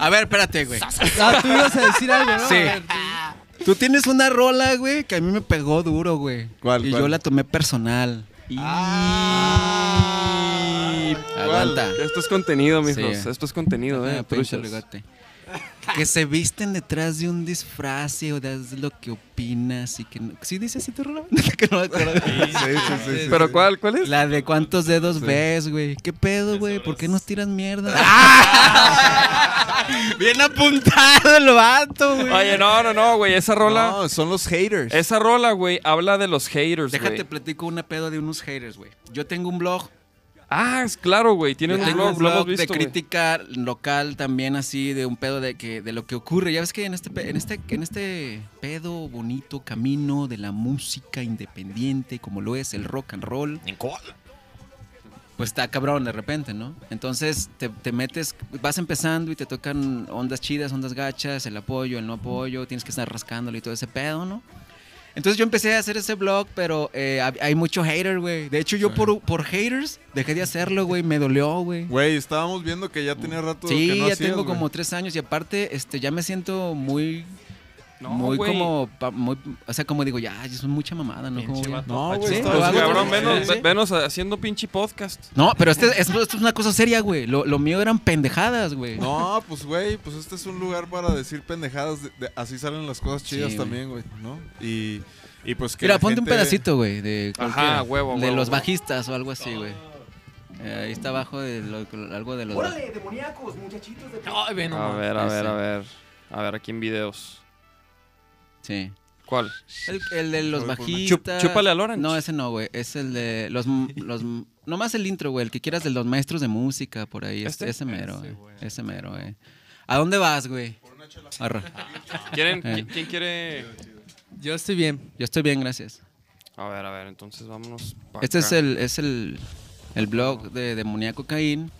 A ver, espérate, güey. Ah, tú ibas a decir algo, ¿no? Sí. A ver, Tú tienes una rola, güey, que a mí me pegó duro, güey. ¿Cuál, Y cuál? yo la tomé personal. Ah. Aguanta. Esto es contenido, Sí. mijos. Esto es contenido, eh. Ah, pinche truchas. bigote. Que se visten detrás de un disfraz y o das lo que opinas y que no... ¿Sí dice así tu rola? que no me acuerdo. Sí, sí, sí, sí, sí. ¿Pero cuál, cuál es? La de cuántos dedos ves, güey. ¿Qué pedo, güey? ¿Por qué nos tiras mierda? Bien apuntado el vato, güey. Oye, no, no, no, güey. Esa rola. No, son los haters. Esa rola, güey, habla de los haters, Déjate pues, güey. platico una pedo de unos haters, güey. Yo tengo un blog Ah, es claro, güey. Tienen un Hay blog, un lo hemos blog de visto, güey. crítica local también así de un pedo de que de lo que ocurre ya ves que en este pe- en este en este pedo bonito camino de la música independiente como lo es el rock and roll pues está cabrón de repente no entonces te, te metes vas empezando y te tocan ondas chidas ondas gachas el apoyo el no apoyo tienes que estar rascándolo y todo ese pedo no entonces yo empecé a hacer ese blog, pero eh, hab- hay mucho hater, güey. De hecho, yo por, por haters dejé de hacerlo, güey. Me dolió, güey. Güey, estábamos viendo que ya tenía rato Sí, que no ya hacías, tengo güey. como tres años y aparte, este, ya me siento muy, No, muy güey. como, pa- muy, o sea, como digo, ya, es mucha mamada, ¿no? Como Pinche voy a- vato. No, güey, Ah, Sí, estaba lo Pues, hago, cabrón, güey. venos, Sí, ve- venos haciendo pinche podcast. No, pero este, esto, esto es una cosa seria, güey. Lo, lo mío eran pendejadas, güey. No, pues güey, pues este es un lugar para decir pendejadas. de- de- así salen las cosas chidas Sí, güey. también, güey, ¿no? Y, y pues que. Mira, la ponte un gente- pedacito, güey, de, Ajá, huevo, de huevo, los huevo. bajistas o algo así, güey. Eh, ahí está abajo de lo- algo de los... Órale, demoníacos, muchachitos de... Ay, ve A nomás. ver, a ver, Ese. a ver. A ver, aquí en videos. Sí. ¿Cuál? El, el de los Chup- bajistas. chúpale al orange. No, ese no, güey. Es el de los. los nomás el intro, güey. El que quieras de los maestros de música por ahí. Este, ¿Este? ese mero, güey. Ese mero, güey. ¿A dónde vas, güey? Arre. ¿Quieren, Eh. qui- ¿Quién quiere...? Yo estoy bien. Yo estoy bien, gracias. A ver, a ver, entonces vámonos pa' Este es acá. el, es el, el blog de Demoníaco Caín.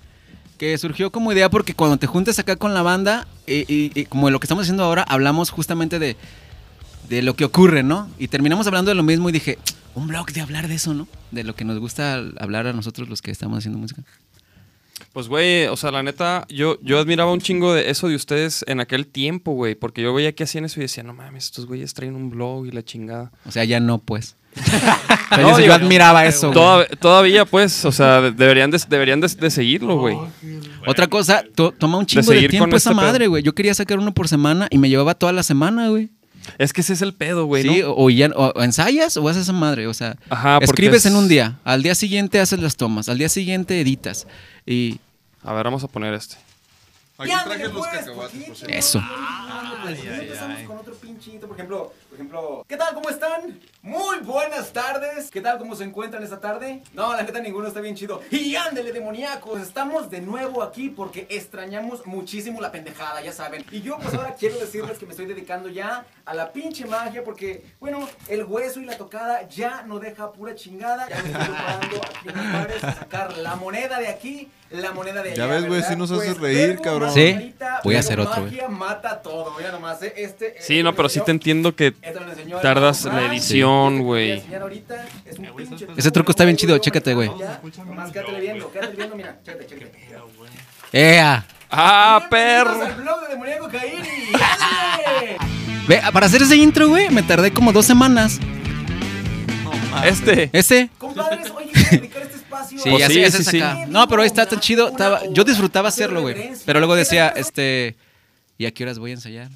Que surgió como idea porque cuando te juntas acá con la banda, y, y- y como lo que estamos haciendo ahora, hablamos justamente de, de lo que ocurre, ¿no? Y terminamos hablando de lo mismo y dije, un blog de hablar de eso, ¿no? De lo que nos gusta hablar a nosotros los que estamos haciendo música. Pues, güey, o sea, la neta, yo, yo admiraba un chingo de eso de ustedes en aquel tiempo, güey. Porque yo veía que hacían eso y decía, no mames, estos güeyes traen un blog y la chingada. O sea, ya no, pues. O sea, No, yo, sí- yo digo, eh, admiraba eso. güey. Todav- todavía, pues, o sea, de- deberían de, deberían de, de seguirlo, güey. Otra cosa, to- toma un chingo de, seguir tiempo con esa este pedo. madre, güey. Yo quería sacar uno por semana y me llevaba toda la semana, güey. Es que ese es el pedo, güey, sí, ¿no? o, o ya- o- o ensayas o haces esa madre, o sea, Ajá, porque escribes en es- un día, al día siguiente haces las tomas, al día siguiente editas y A ver, vamos a poner este. Aquí traje los cacahuates, por cierto. eso. Pues ya empezamos con otro pinchito, por ejemplo, por ejemplo, ¿qué tal? ¿Cómo están? Muy buenas tardes. ¿Qué tal? ¿Cómo se encuentran esta tarde? No, la neta ninguno está bien chido. Y ándele, demoníacos, estamos de nuevo aquí porque extrañamos muchísimo la pendejada, ya saben. Y yo pues ahora quiero decirles que me estoy dedicando ya a la pinche magia porque, bueno, el hueso y la tocada ya no deja pura chingada. Ya me estoy preparando aquí en los bares a sacar la moneda de aquí, la moneda de allá. Ya ves, güey, ¿verdad? sí nos hace Pues, reír, verbo, cabrón. Sí, margarita, voy a pero hacer otro, güey. magia mata todo, mira nomás, ¿eh? Este, Sí, no, pero sí te entiendo que tardas Tardas en la Ah, edición, güey. Ese truco está bien chido, chécate, güey. Más quédatele viendo, quédatele viendo, mira, chécate, chécate. ¡Ea! ¡Ah, Bienvenidos perro! al blog de Demoníaco Caín y ándale. Ve, para hacer ese intro, güey, me tardé como dos semanas. Ah, Este. Ese. Compadres, oye, quiero dedicar este espacio Sí, a- Pues ya sí, sé, sí, ese es sí. acá. No, pero ahí está tan chido. estaba- yo disfrutaba hacerlo, güey. Pero luego decía, este, ¿y a qué horas voy a ensayar?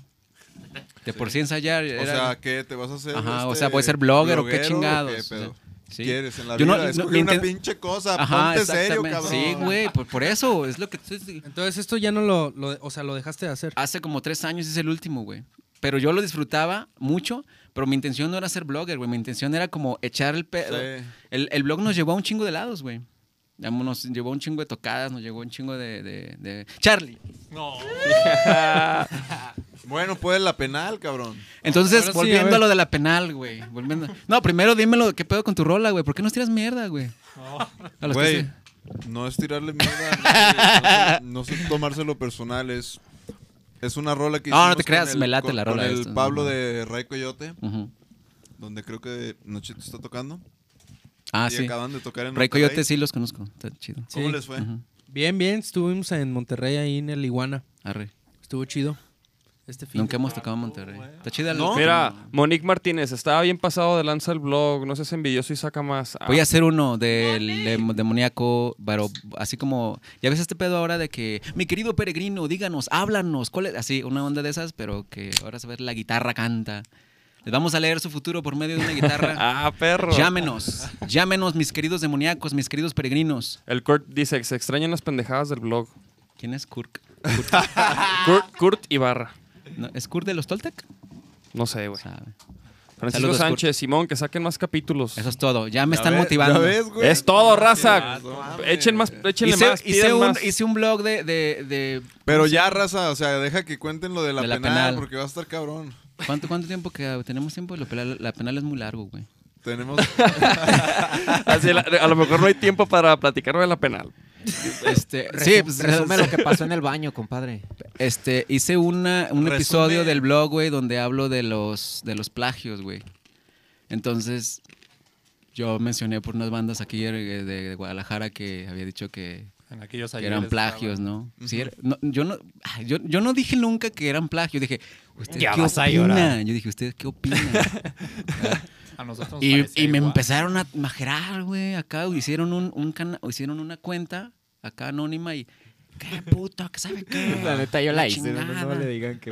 De por sí ensayar. O era- sea, ¿qué te vas a hacer? Ajá, o este, sea, ¿voy a ser blogger o qué bloguero chingados? qué O sea, pedo? sí. ¿Quieres en la Yo no- vida? no, Escoge mi una inten- pinche cosa, Ajá, ponte serio, exactamente. cabrón. Sí, güey, por, por eso. Es lo que estoy- Entonces esto ya no lo, lo- o sea, lo dejaste de hacer. Hace como tres años es el último, güey. Pero yo lo disfrutaba mucho, pero mi intención no era ser blogger, güey. Mi intención era como echar el pedo. Sí. El, el blog nos llevó a un chingo de lados, güey. Ya Nos llevó a un chingo de tocadas, nos llevó a un chingo de... de- de- Charlie. No. Bueno, pues la penal, cabrón. Entonces, Ahora sí, volviendo a ver. a, lo de la penal, güey. Volviendo... No, primero dímelo, ¿qué pedo con tu rola, güey? ¿Por qué nos tiras mierda, güey? A los que Güey, se- no es tirarle mierda a nadie, no, es tomárselo personal, es, es una rola que No, no hicimos te creas, con el- me late con- la rola Con el esta, no, Pablo no. de Ray Coyote, Ujú. donde creo que Nochito está tocando. Ah, y sí. acaban de tocar en Ray Monterrey. Coyote sí los conozco. Está chido. ¿Cómo Sí. les fue? Ujú. Bien, bien. Estuvimos en Monterrey ahí en el Iguana. Arre. Estuvo chido. Este fin. Nunca hemos tocado en Monterrey. Está chida la... Mira, Monique Martínez, estaba bien pasado de lanza el blog. No seas envidioso y saca más. Ah, Voy a hacer uno del dem- demoníaco, pero así como, ya ves este pedo ahora de que, mi querido peregrino, díganos, háblanos, ¿cuál es? Así, una onda de esas, pero que ahora se ve la guitarra canta. Les vamos a leer su futuro por medio de una guitarra. Ah, perro. llámenos, llámenos, mis queridos demoníacos, mis queridos peregrinos. El Kurt dice, se extrañan las pendejadas del blog. ¿Quién es Kurk? Kurt, Kurt Ibarra. No, ¿Es Kurk de los Toltec? No sé, güey. Sabe. Francisco Saludos, Kurt. Sánchez, Simón, que saquen más capítulos. Eso es todo. Ya me están ve- motivando. ya ves, güey. Es todo, raza. No mames. Echen más, échenle Hice, más, hice pidan un, más. hice un blog de, de- de- Pero ya, raza, o sea, deja que cuenten lo de la, De la penal, penal. porque va a estar cabrón. ¿Cuánto, cuánto tiempo queda? Tenemos tiempo. La penal, la penal es muy largo, güey. Tenemos. Así, la- a lo mejor no hay tiempo para platicarme de la penal. Este, sí, Resu- pues, resume lo que pasó en el baño, compadre. Este, hice una, un Resume. episodio del blog, güey, donde hablo de los, de los plagios, güey. Entonces, yo mencioné por unas bandas aquí eh, de, de Guadalajara que había dicho que, En aquellos que ayeres eran plagios, ¿no? Sí, era- no, yo, no ay, yo, yo no dije nunca que eran plagios. Dije, ¿ustedes Ya qué vas a llorar. opinan? Yo dije, ¿ustedes qué opinan? estaban. A nosotros nos Y, parecía y me igual. empezaron a majerar, güey. Acá hicieron, un, un cana- hicieron una cuenta acá anónima y. ¿Qué puto? ¿Qué sabe qué? La neta, yo la hice, chingada. digan que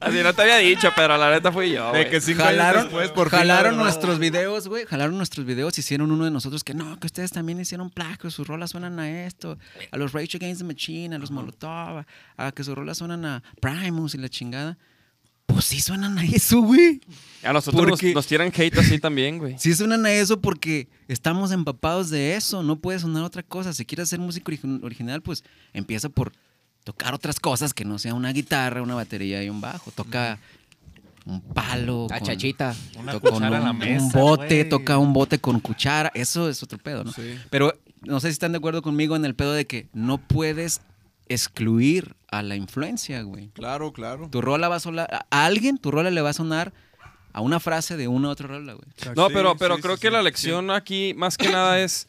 Así no te había dicho, pero la neta fui yo. de güey. que cinco años Jalaron, después, por fin, jalaron cabrón. nuestros videos, güey. Jalaron nuestros videos. Hicieron uno de nosotros que no, que ustedes también hicieron plagios. Sus rolas suenan a esto. A los Rage Against the Machine, a los Molotov. A que sus rolas suenan a Primus y la chingada. Pues sí suenan a eso, güey. A nosotros nos, Porque- nos tiran hate así también, güey. Si suenan a eso porque estamos empapados de eso, no puede sonar otra cosa. Si quieres hacer música origi- original, pues empieza por tocar otras cosas que no sea una guitarra, una batería y un bajo. Toca un palo, La con- chachita. Una to- con cuchara en un, la un mesa, bote, güey. toca un bote con cuchara. Eso es otro pedo, ¿no? Sí. Pero no sé si están de acuerdo conmigo en el pedo de que no puedes excluir a la influencia, güey. Claro, claro. Tu rola va a sonar, a alguien tu rola le va a sonar a una frase de una u otra rola, güey. No, Sí, pero, pero sí, creo sí, que sí, la sí. lección aquí, más que nada, es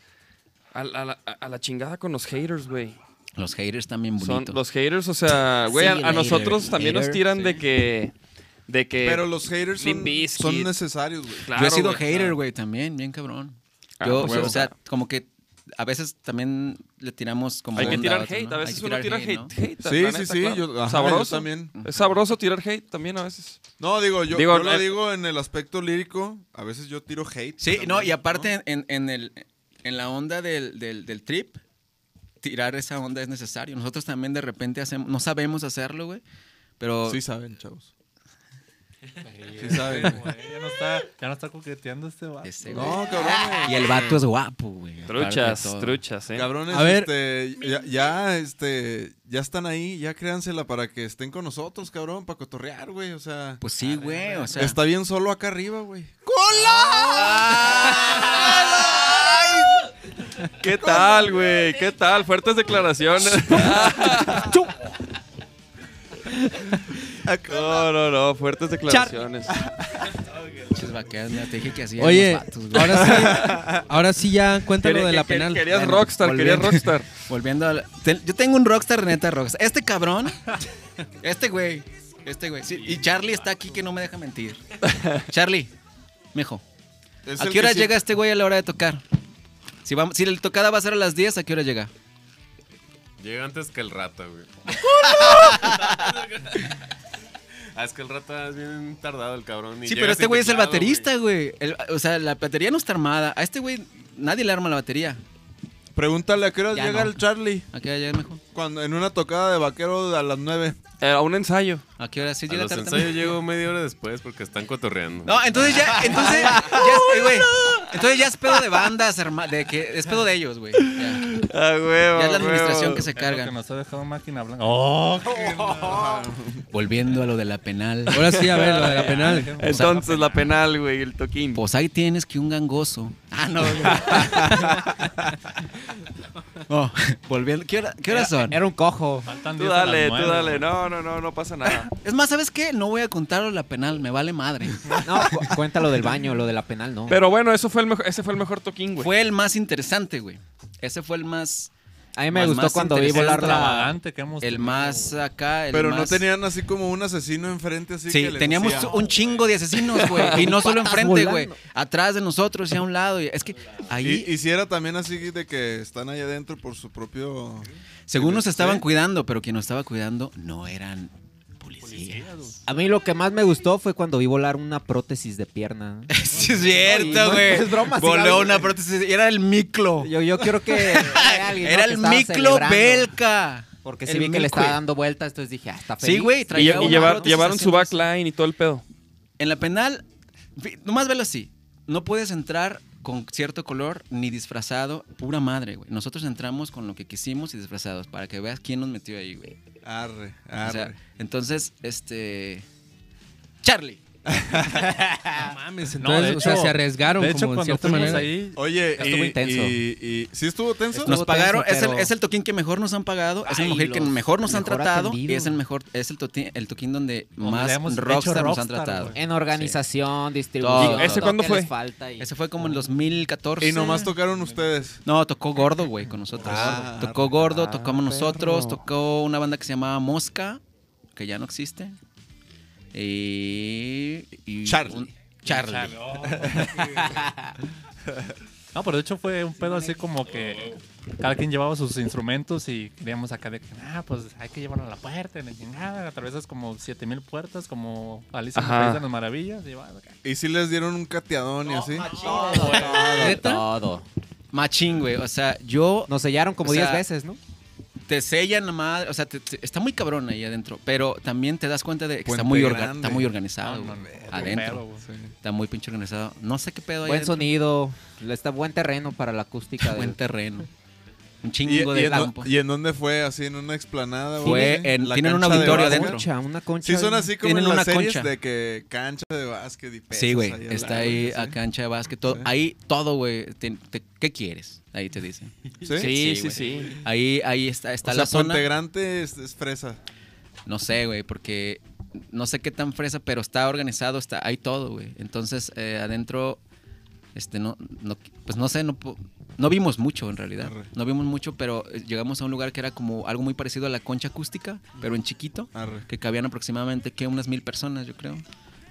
a, la- a la- a la chingada con los haters, güey. Los haters también Son bonitos. los haters, o sea, güey, a, See you a later, nosotros también nos hater. tiran de que. De que Pero los haters son, Limp Bizkit. son necesarios, güey. Claro, Yo he sido güey, hater, claro. güey, también, bien cabrón. Ah, Yo, pues, o sea, huevo. o sea, como que a veces también le tiramos como Hay que onda tirar otro, hate, ¿no? a Hay veces que uno tirar tira hate. ¿no? hate, Sí, la sí, neta, sí, claro. yo- ajá, sabroso. yo también. Es sabroso tirar hate también a veces. No, digo, yo, Digo, yo lo eh, digo en el aspecto lírico. A veces yo tiro hate. Sí, también, no, y aparte En, en el, en la onda del, del- del trip, tirar esa onda es necesario. Nosotros también de repente hacemos, no sabemos hacerlo, güey, pero... Sí saben, chavos. Sí, saben. Ya no está, ya no está coqueteando este vato. este, güey. No, cabrones. Y el vato es guapo, güey. aparte de Truchas, todo. truchas, eh. Cabrones, A ver. este, ya, ya, este, ya están ahí, ya créansela para que estén con nosotros, cabrón, para cotorrear, güey, o sea, Pues sí, güey, o sea... está bien solo acá arriba, güey. ¿Qué tal, güey? ¿Qué tal? Fuertes declaraciones. No, no, no, fuertes declaraciones. pinches vaqueros, mira, te dije que hacía Oye, los vatos, güey. ahora sí, ahora sí ya cuéntalo Quería- de la que- penal. Querías Bueno, rockstar, querías volviendo. rockstar. Volviendo a la- te- Yo tengo un rockstar, neta, rockstar. Este cabrón. Este güey. Este güey. sí, y Charlie está aquí que no me deja mentir. Charlie, mijo. Es ¿A el qué hora que llega siempre- este güey a la hora de tocar? Si, vamos, si la tocada va a ser a las 10, ¿a qué hora llega? Llega antes que el rata, güey. ah, es que el rata es bien tardado el cabrón. y Sí, llega pero este sin güey es el teclado, baterista, güey. El- o sea, la batería no está armada. A este güey nadie le arma la batería. Pregúntale a qué hora Ya llega no. el Charlie ¿A qué hora llega, mijo? cuando en una tocada de vaquero a las nueve. Era Eh, un ensayo. ¿A qué hora sí A llega los tarde ensayos también? llego media hora después porque están cotorreando. No, entonces ya, entonces, ya es, eh, güey, entonces ya es pedo de bandas, herma- de que es pedo de ellos, güey. ya. Ah, huevo. Ya es la administración que se Es lo que carga. nos ha dejado máquina blanca. ¡Oh! qué- Volviendo a lo de la penal. Ahora sí, a ver, lo de la penal. Entonces la penal, güey, el toquín. Pues ahí tienes que un gangoso. Ah, no. No, volviendo. ¿Qué, hora- qué horas son? Era un cojo. Faltan Tú 10 a las dale, tú nueve, dale. güey. No, no, no, no pasa nada. Es más, ¿sabes qué? No voy a contar lo de la penal, me vale madre. No, cu- cuenta lo del baño, lo de la penal, no. Pero bueno, eso fue el mejor, ese fue el mejor toquín, güey. Fue el más interesante, güey. Ese fue el más. a mí me más- gustó más cuando vi Es volar la... extravagante que hemos El tenido, más güey. acá. El Pero no más- tenían así como un asesino enfrente así Sí, que le teníamos decía, un chingo de asesinos, güey. Y no solo Patas enfrente, güey. volando. Atrás de nosotros y a un lado. y es que ahí. Y, hiciera también así de que están allá adentro por su propio Según nos estaban Sí. cuidando, pero quien nos estaba cuidando no eran policías. A mí lo que más me gustó fue cuando vi volar una prótesis de pierna. Sí, es No, cierto, no, güey. es broma, sí, Voló la- una prótesis. Era el miclo. Yo, yo quiero que... Era, alguien, ¿no? Era que el estaba miclo celebrando. belca. Porque sí El vi que miclo. le estaba dando vueltas, entonces dije, ah, está feliz. Sí, güey. Y, traía lle- y una llevar- prótesis llevaron su haciendo eso. backline y todo el pedo. En la penal, fi- nomás velo así. No puedes entrar con cierto color ni disfrazado. Pura madre, güey. Nosotros entramos con lo que quisimos y disfrazados para que veas quién nos metió ahí, güey. Arre, arre. O sea, entonces, este. Charlie. No mames, entonces, o sea, se arriesgaron de hecho, como de cuando cierta fuimos manera. ahí, Oye, Estuvo y- intenso. y- y- ¿sí estuvo tenso? Estuvo- Nos tenso, pagaron, es, el, pero- es el toquín que mejor nos han pagado, es el Ay, mujer que los- mejor nos han mejor tratado atendido. y es el mejor, es el toquín, el toquín donde Donde más le hemos hecho rockstar nos han rockstar, tratado. güey. En organización, Todo, distribución. ¿Y ese todo cuándo que les fue? falta y- Ese fue como en 2014. Y nomás tocaron ustedes. No, tocó Gordo, güey, con nosotros. Ah, tocó Gordo, ah, tocamos nosotros, perro. tocó una banda que se llamaba Mosca, que ya no existe. Y. y- Charlie. un- Charlie. No, pero de hecho fue un pedo así como que cada quien llevaba sus instrumentos y queríamos acá de que, ah, pues hay que llevarlo a la puerta, en la chingada, atravesas como 7000 puertas, como Alicia en el Ajá. País de las Maravillas, y vas acá. ¿Y sí les dieron un cateadón y así? Todo, ¿Neta? todo, todo. Machín, güey. O sea, yo. Nos sellaron como O 10 sea, veces, ¿no? Te sellan la madre. O sea, te- te- está muy cabrón ahí adentro. Pero también te das cuenta de que está Puente muy, orga- Grande. está muy No, organizado, no, no, güey, otro pedo, Adentro. güey. Está muy pinche organizado. No sé qué pedo hay. Buen adentro. sonido, está buen terreno para la acústica. Buen del- terreno. Un ¿Y, chingo y de en do- campo. y en dónde fue? ¿Así en una explanada? o Fue así? en- La tienen un cancha de auditorio básquet. Una adentro. concha, una concha. Sí son así como Tienen en las una series concha. de que cancha de básquet y pesas Sí, güey. ahí al Está lado, ahí ¿sí? a cancha de básquet. todo- Sí. Ahí todo, güey. te- te- ¿Qué quieres? Ahí te dicen. ¿Sí? Sí, Sí, sí, sí. Ahí, ahí está, O está sea, la zona. Puente Grande es, es fresa. No sé, güey, porque no sé qué tan fresa, pero está organizado, está, hay todo, güey. Entonces, eh, adentro, este, no, no, pues no sé, no, pu- no vimos mucho en realidad. Arre. No vimos mucho, pero eh, llegamos a un lugar que era como algo muy parecido a la concha acústica, pero en chiquito, Arre. que cabían aproximadamente, que unas mil personas, yo creo.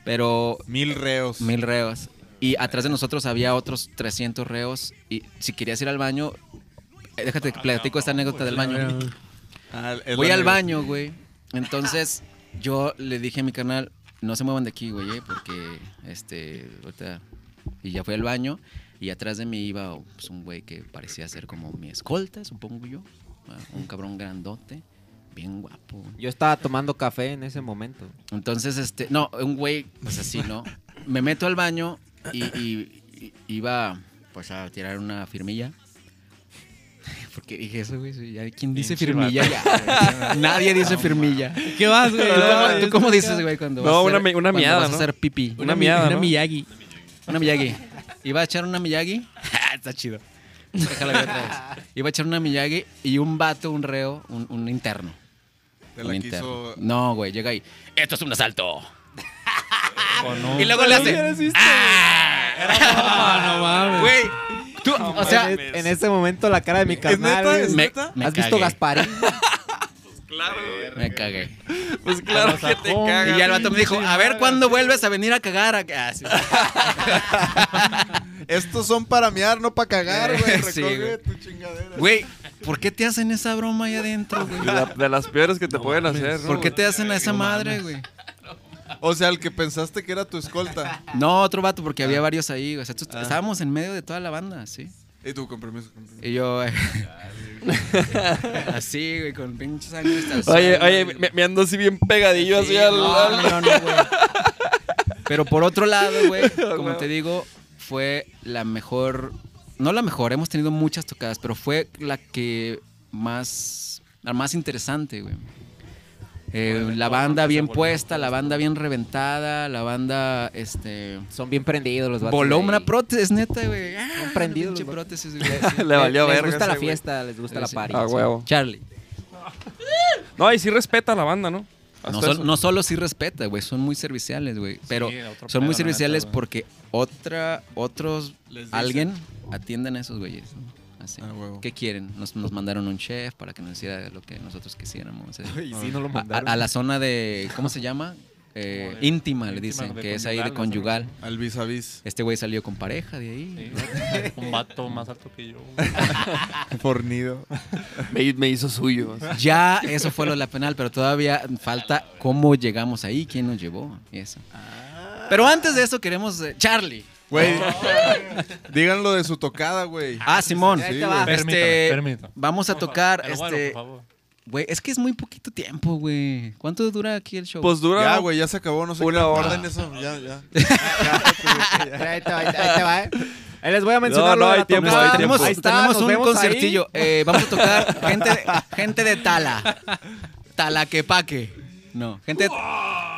Pero Mil reos. Mil reos. Y atrás de nosotros había otros 300 reos. Y si querías ir al baño, eh, déjate que platico esta anécdota del baño. Ah, es la Voy al negra. baño, güey. Entonces yo le dije a mi canal, no se muevan de aquí, güey, eh, porque este, ahorita. Y ya fui al baño. Y atrás de mí iba pues, un güey que parecía ser como mi escolta, supongo yo. ah, Un cabrón grandote, bien guapo. güey. Yo estaba tomando café en ese momento. Entonces, este, no, un güey, pues así, ¿no? Me meto al baño y, y- y- iba, pues, a tirar una firmilla. Porque dije eso, güey, sí, ya, ¿quién dice Pinche firmilla? vato. Ya, güey. Nadie dice firmilla. ¿Qué vas, güey? ¿Tú cómo, tú cómo dices, güey, cuando No, vas a una hacer- mi- una cuando miada, vas a ¿no? hacer pipí? Una miada, Una ¿no? Miyagi. Una Miyagi. Iba a echar una Miyagi. Está chido. Déjala ver otra vez. Iba a echar una Miyagi y un vato, un reo, un, un interno. Te un la interno. quiso... No, güey, llega ahí. Esto es un asalto. Con un- Y luego le hace. ¡Ah! Ah, no mames. Güey, tú, o sea, en, en ese momento la cara de mi carnal. neta? güey. ¿Es me- neta? me ¿Has visto cagué, Gasparín? Me cagué. Pues claro Nos que te sacó. cagas. Y ya el vato me dijo, a ver cuándo vuelves a venir a cagar acá. Ah, sí. Estos son para mear, no para cagar, güey. Recoge Sí, güey. tu chingadera. Güey, ¿por qué te hacen esa broma ahí adentro, güey? De, la- de las peores que te pueden hacer, ¿no? ¿Por qué te hacen a esa madre, güey? O sea, el que pensaste que era tu escolta. No, otro vato, porque había varios ahí. O sea, tú- estábamos en medio de toda la banda, sí. Y Eh, tu compromiso. compromiso. Y yo. eh, así, güey, con pinche sangre. hasta el Oye, suelo, oye, güey. me, me ando así bien pegadillo así Sí, al... no, al- no, no, güey. Pero por otro lado, güey, como te digo, fue la mejor. No la mejor, hemos tenido muchas tocadas, pero fue la que más. La más interesante, güey. Eh, la banda bien puesta, la banda bien reventada, la banda, este. Son bien prendidos los vatos. Voló de ahí. una prótesis, neta, güey. Ah, Son prendidos pinche los vatos. prótesis, güey. Le valió les verga gusta ese la Ah, güey. fiesta, les gusta la Sí. party. A sí. huevo. Charlie. No, y sí respeta a la banda, ¿no? Hasta No, sol- eso. no solo sí respeta, güey, son muy serviciales, güey. Pero otro son muy pedo, la serviciales neta, güey. porque otra, otros, Les dicen. alguien atienden a esos güeyes. ¿no? Así. Ah, huevo. ¿Qué quieren? Nos, nos mandaron un chef para que nos hiciera lo que nosotros quisiéramos. eh. Y sí, no lo A, mandaron. a- a la zona de, ¿cómo se llama? Eh, Como de- íntima, le íntima, dicen, de que es ahí de conyugal, conyugal. Al vis a vis. Este güey salió con pareja de ahí. Sí, un vato más alto que yo. güey. Fornido. Me, me hizo suyo. así. Ya, eso fue lo de la penal, pero todavía falta cómo llegamos ahí, quién nos llevó y eso. Ah. Pero antes de eso queremos... eh, Charlie. Güey, díganlo de su tocada, güey. Ah, Simón. Sí, Ahí te va. güey. Permítame, Este, permítame. Vamos a tocar Pero bueno, este por favor. Güey, es que es muy poquito tiempo, güey. ¿Cuánto dura aquí el show? Pues dura Ya, güey, ya se acabó, no sé Una qué. hora. Orden eso, ya, ya. Ahí te va, ahí te- ahí te va, ¿eh? Ahí les voy a no, mencionar. lo de hay la tiempo, tocada. hay tiempo. tenemos Ahí está, tenemos nos un vemos ahí. conciertillo. Eh, vamos a tocar gente, gente de Tala. Talaquepaque. No, gente.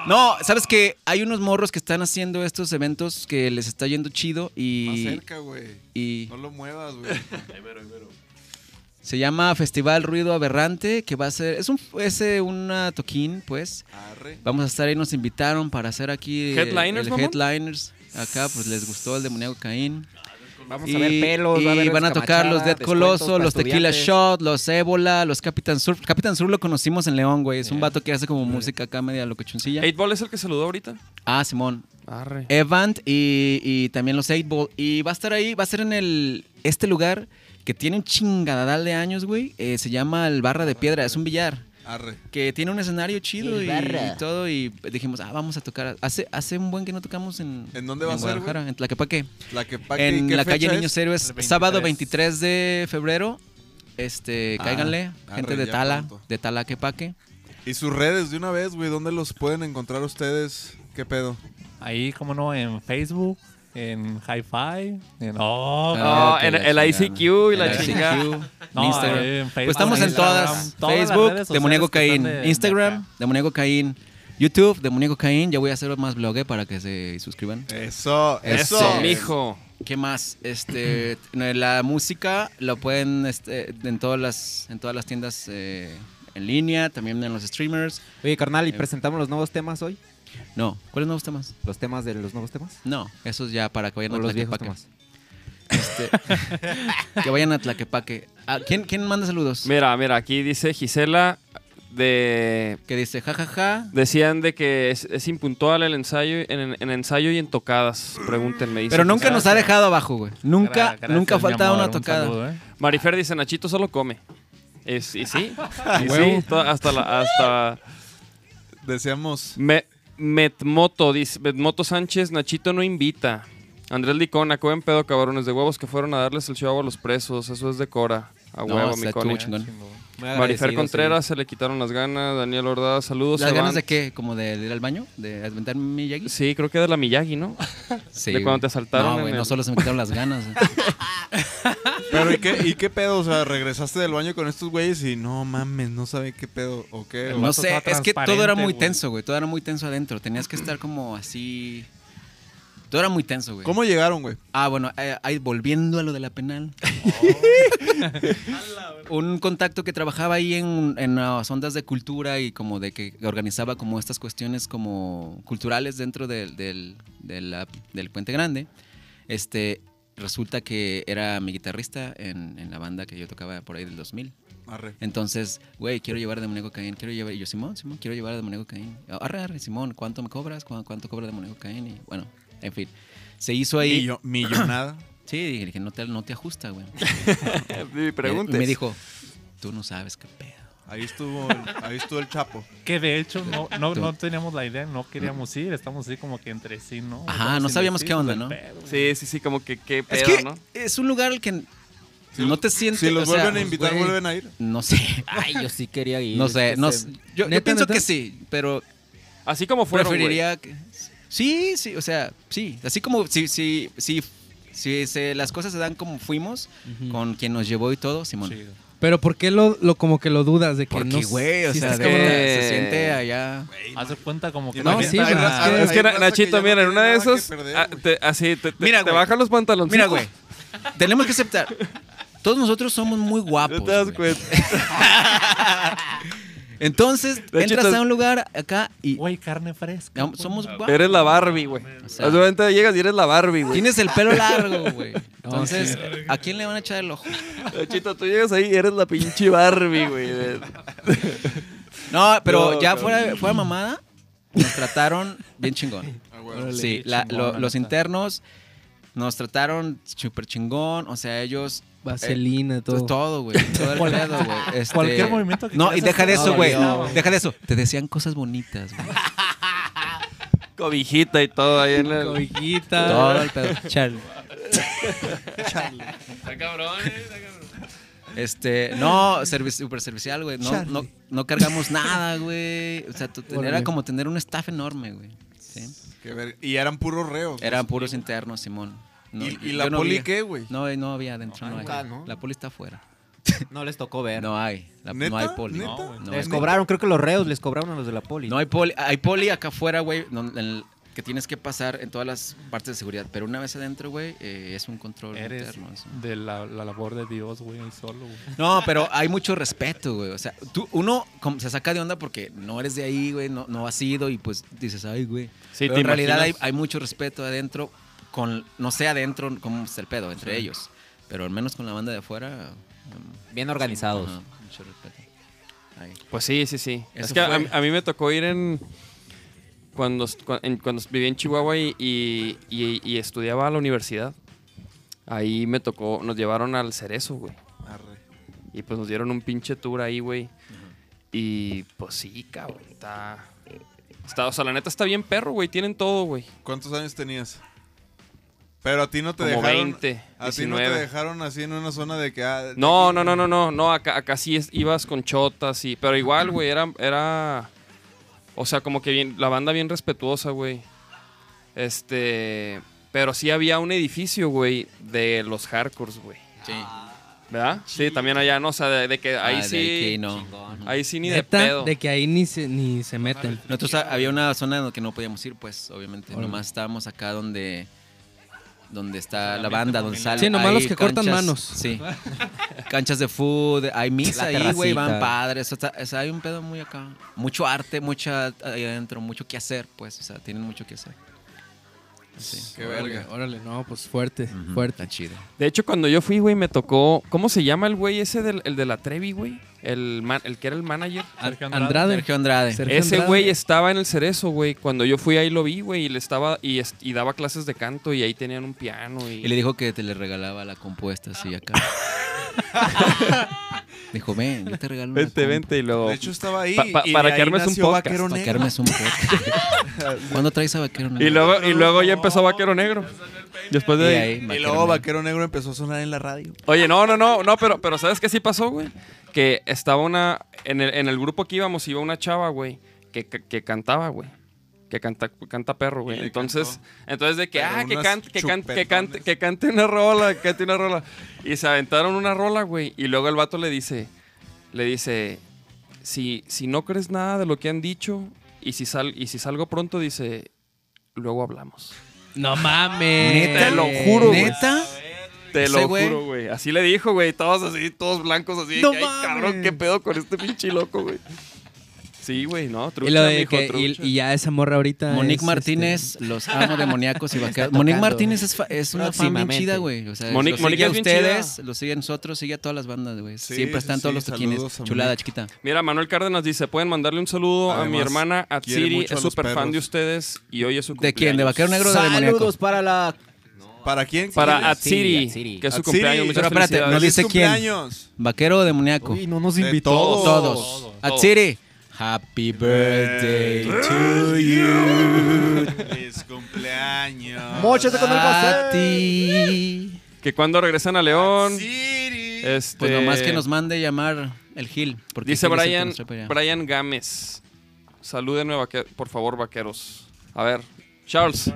No, sabes que hay unos morros que están haciendo estos eventos que les está yendo chido Más y, cerca, güey. y No lo muevas, güey. se llama Festival Ruido Aberrante, que va a ser. Es un es eh, una toquín, pues. Arre. Vamos a estar ahí, nos invitaron para hacer aquí. eh, ¿Headliners, el mamón? Headliners. Acá, pues les gustó el demoníaco Caín. Vamos a ver pelos. y va a haber van a tocar los Dead descamachadas, Coloso, los descuentos para Tequila estudiantes. Shot, los Ébola, los Capitán Sur. Capitán Sur lo conocimos en León, güey. Es un vato que hace como música acá media locochoncilla. Eight Ball es el que saludó ahorita. Ah, Simón. Arre. Evant y, y también los 8 Ball. Y va a estar ahí, va a ser en el este lugar que tiene un chingadadal de años, güey. Eh, se llama el Barra de Piedra, es un billar. Arre. Que tiene un escenario chido El y, Barra. y todo. Y dijimos, ah, vamos a tocar. Hace, hace un buen que no tocamos en. ¿En dónde va a ser, güey? Guadalajara, En Tlaquepaque La que paque ¿y en qué la calle fecha Niños es? Héroes, El 23. sábado 23 de febrero. Este, Ah, cáiganle, arre, gente de ya Tala, pronto. de Tala que paque. Y sus redes, de una vez, güey. ¿Dónde los pueden encontrar ustedes? ¿Qué pedo? Ahí, como no, en Facebook, en Hi-Fi, en... ¡Oh! No, Ah, que el, la el chingada. ICQ y la El ICQ, chingada. No, Instagram. eh, en Pues Facebook, estamos en Instagram, todas. todas las Facebook, redes sociales Demoníaco que Caín. están de- de Instagram, acá. Demoníaco Caín. YouTube, Demoníaco Caín. Ya voy a hacer más blog eh, para que se suscriban. Eso, Eso, mijo. ¿Qué más? Este, no, la música la pueden este, en todas las en todas las tiendas eh, en línea, también en los streamers. Oye, carnal, Eh. ¿y presentamos los nuevos temas hoy? No, ¿cuáles nuevos temas? ¿Los temas de los nuevos temas? No, esos ya para que vayan ¿O a los viejos Tlaquepaque. temas? Este, que vayan a Tlaquepaque. Ah, ¿quién, ¿Quién manda saludos? Mira, mira, aquí dice Gisela de Que dice, jajaja. decían de que es, es impuntual el ensayo en, en ensayo y en tocadas. Pregúntenme. dice Pero nunca Gisela. nos ha dejado abajo, güey. Nunca, nunca Gra- ha gracias, mi faltado amor, una un tocada. saludo, ¿eh? Marifer dice, Nachito solo come. Es, y sí, y huevo. sí, to- hasta la, hasta Deseamos. Me- Metmoto, dice, Metmoto Sánchez, Nachito no invita. Andrés Licona, comen pedo cabrones de huevos que fueron a darles el show a los presos. Eso es de Cora. A No, huevo, o sea, mi Cone. estuvo chingón. Marifer Contreras, se le quitaron las ganas. Daniel Ordaz, saludos. ¿Las ganas Evans. de qué? ¿Como de ir al baño? ¿De aventar mi yagi? Sí, creo que de la Miyagi, ¿no? Sí, de cuando güey. te asaltaron No, en güey, el- no solo se me quitaron las ganas. Pero, ¿y qué, ¿y qué pedo? O sea, regresaste del baño con estos güeyes y no mames, no sabe qué pedo o qué. no sé, estaba es que todo era transparente, muy güey. tenso, güey. Todo era muy tenso adentro. Tenías que estar como así... Todo era muy tenso, güey. ¿Cómo llegaron, güey? Ah, bueno, eh, ahí volviendo a lo de la penal. un contacto que trabajaba ahí en, en las ondas de cultura y como de que organizaba como estas cuestiones como culturales dentro del, del, de la- del Puente Grande. Este, resulta que era mi guitarrista en, en la banda que yo tocaba por ahí del 2000. Arre. Entonces, güey, quiero llevar a Demoníaco Caín, quiero llevar... Y yo, Simón, Simón, quiero llevar a Demoníaco Caín. Arre, arre, Simón, ¿cuánto me cobras? ¿Cu- ¿Cuánto cobra Demoníaco Caín? Y bueno, en fin. Se hizo ahí... Millo- millonada. Sí, dije que no te, no te ajusta, güey. Y preguntes. Y me dijo, tú no sabes qué pedo. Ahí estuvo, el- ahí estuvo el chapo. Que de hecho no, no, Tú. no teníamos la idea, no queríamos ir, estamos así como que entre sí, ¿no? Ajá, Estamos no sabíamos indecisos qué onda, del ¿no? pedo, Sí, güey. sí, sí, como que qué pedo, es que ¿no? es un lugar al que no te sientes... Si los o sea, pues, vuelven a invitar, güey, ¿vuelven a ir? No sé, Ay, yo sí quería ir. no es sé, que no se- sé. Yo, yo ¿Neta, pienso neta? que sí, pero Así como fueron, güey. preferiría... que- Sí, sí, o sea, sí. Así como si, si, si, si se- las cosas se dan como fuimos, con quien nos llevó y todo, Simón. Sí. Pero ¿por qué lo, lo como que lo dudas de que no? Porque, güey, o sí sea, estás de- cabrón? se siente allá... Hace cuenta como que... No, la sí, neta- güey. ra- es que- Es que, hay raza Nachito, ya no mira, en tiene una de nada Ah, que esas, perder, ah, güey. te- así, te, te- Mira, te güey. bajan los pantalones. Mira, güey. Tenemos que aceptar. Todos nosotros somos muy guapos. No te das Pues, güey. cuenta. Entonces, De hecho, entras estás- a un lugar acá y Güey, carne fresca. am- somos guapos. Eres la Barbie, güey. sea- Haz de cuenta, llegas y eres la Barbie, güey. Tienes el pelo largo, güey. Entonces, ¿a quién le van a echar el ojo? Nachito, tú llegas ahí y eres la pinche Barbie, güey. de- No, pero No, ya cabrón. fuera, fuera mamada, nos trataron bien chingón. Sí, la- chingón, lo- la los neta. internos nos trataron súper chingón. O sea, ellos Vaselina, todo. Todo, todo, güey. Todo el Cual- pedo, güey. Este- cualquier movimiento que No, quieras y deja hacer, de eso, güey. valió, güey. Deja de eso. Te decían cosas bonitas, güey. Cobijita y todo ahí en el... Cobijita. Ah. Todo el pedo. eh, Chale. Este, no, servi- súper servicial, güey. No, Charlie. no, no cargamos nada, güey. O sea, tú- era Órale. como tener un staff enorme, güey. Sí. Qué verga. Y eran puros reos. Eran puros internos, Simón. No, ¿Y- y yo la no poli vi- qué, güey? No, eh, no había adentro. No, Nunca, hay. ¿no? La poli está afuera. No les tocó ver. No hay. La- ¿Neta? no hay poli. ¿Neta? No, güey, no les hay. cobraron, creo que los reos les cobraron a los de la poli. No hay poli. Hay poli acá afuera, güey, no- en el- que tienes que pasar en todas las partes de seguridad. Pero una vez adentro, güey, eh, es un control Eres interno. eso. de la, la labor de Dios, güey, ahí solo, güey. No, pero hay mucho respeto, güey. O sea, tú, uno como se saca de onda porque no eres de ahí, güey, no, no has ido y pues dices, ay, güey. Sí, Pero ¿te en realidad hay, imaginas? hay mucho respeto adentro, con, no sé adentro cómo está el pedo, entre ellos. Pero al menos con la banda de afuera. mm, Bien organizados. ajá, mucho respeto. Ahí. Pues sí, sí, sí. Eso es que a, fue. a mí me tocó ir en. Cuando, est- cua- en- cuando viví en Chihuahua y, y- y- y estudiaba a la universidad, ahí me tocó. Nos llevaron al Cerezo, güey. Y pues nos dieron un pinche tour ahí, güey. Y pues sí, cabrón. Está, eh, está- O sea, la neta está bien perro, güey. Tienen todo, güey. ¿Cuántos años tenías? Pero a ti no te Como dejaron. 20, a ti no te 19. dejaron así en una zona de que. ah, No, no, no, no, no, no, acá, acá sí es- ibas con chotas y... Pero igual, güey, era, era... O sea, como que bien, la banda bien respetuosa, güey. Este... Pero sí había un edificio, güey, de los hardcores, güey. Sí. ¿Verdad? Sí, también allá, ¿no? O sea, de, de que ahí Ah, de sí... aquí no. Ahí sí ni Neta, de pedo. de que ahí ni se, ni se meten. Nosotros a- había una zona en la que no podíamos ir, pues, obviamente. Nomás estábamos acá donde donde está la banda, donde sale. Sí, nomás hay los que cortan canchas- manos. Sí. Canchas de fútbol, hay misa La ahí, güey, terracita. van padres. O sea, o sea, hay un pedo muy acá. Mucho arte, mucha ahí adentro, mucho que hacer, pues. O sea, tienen mucho que hacer. Sí. Qué verga. Órale, no, pues fuerte, Ujú, fuerte. Está chido. De hecho, cuando yo fui, güey, me tocó... ¿Cómo se llama el güey ese del el de la Trevi, güey? El, man- el que era el manager. Sergio Andrade. Andrade. Sergio Andrade. Sergio Ese Andrade. güey estaba en el cerezo, güey. Cuando yo fui ahí lo vi, güey, y le estaba y, es- y daba clases de canto y ahí tenían un piano y, Y le dijo que te le regalaba la compuesta así acá. dijo, ven, yo te regalo una vente, compu". vente y luego De hecho, estaba ahí. Pa- pa- y para de que ahí armes un nació podcast, Vaquero Para que Negro. armes un podcast. ¿Cuándo traes a Vaquero Negro? y luego y luego ya empezó Vaquero Negro. Después Y de ahí, ahí. Y Vaquero luego Negro. Vaquero Negro empezó a sonar en la radio. Oye, no, no, no, no, pero pero ¿sabes qué sí pasó, güey? Que estaba una en el, en el grupo que íbamos iba una chava, güey, que, que, que cantaba, güey. Que canta, canta perro, güey. le Entonces, entonces de que, Pero ah, que unas cante, que cante, que cante, chupetones. que cante una rola, que cante una rola. Y se aventaron una rola, güey. Y luego el vato le dice, le dice, si, si no crees nada de lo que han dicho y si, sal, y si salgo pronto, dice, luego hablamos. No mames. Te lo juro, güey. ¿Neta? Te Ese lo güey. juro, güey. Así le dijo, güey. Todos así, todos blancos así. de No que, Ay, cabrón, mames. qué pedo con este pinche loco, güey. Sí, güey, no, Y, trucha, lo de mijo, que- y- trucha. y ya esa morra ahorita. Monique es, Martínez, este, los amo demoníacos y vaqueros. tocando. Monique Martínez es, fa- es una fan bien Próximamente. chida, güey. O sea, Monique- lo sigue Monique a es bien ustedes, chida. lo sigue a nosotros, sigue a todas las bandas, güey. Sí, Siempre están sí, todos sí, los toquines. saludos a Chulada, Monique. chiquita. Mira, Manuel Cárdenas dice, pueden mandarle un saludo a mi Además, hermana quiere Atsiri, mucho es a los súper fan de perros. ustedes y hoy es su ¿De quién? ¿De cumpleaños. Vaquero Negro o de Demoníaco? Saludos para la ¿Para quién? Para ¿Quieres? Atsiri, Atsiri. que es su Atsiri. cumpleaños. Muchas Pero espérate, felicidades. no ¡Feliz dice quién. cumpleaños! ¿Vaquero o demoníaco? Uy, no nos De invitó. todos. Todos. Atsiri. Happy Eh. birthday to you. ¡Feliz cumpleaños! Móchate con el A pastel. ti. Que cuando regresan a León, Atsiri. este... Pues nomás que nos mande llamar el Gil. Porque Dice Gil es el que Brian, nos trae para allá. Brian Gámez. Salúdenme, vaque- por favor, vaqueros. A ver, Charles.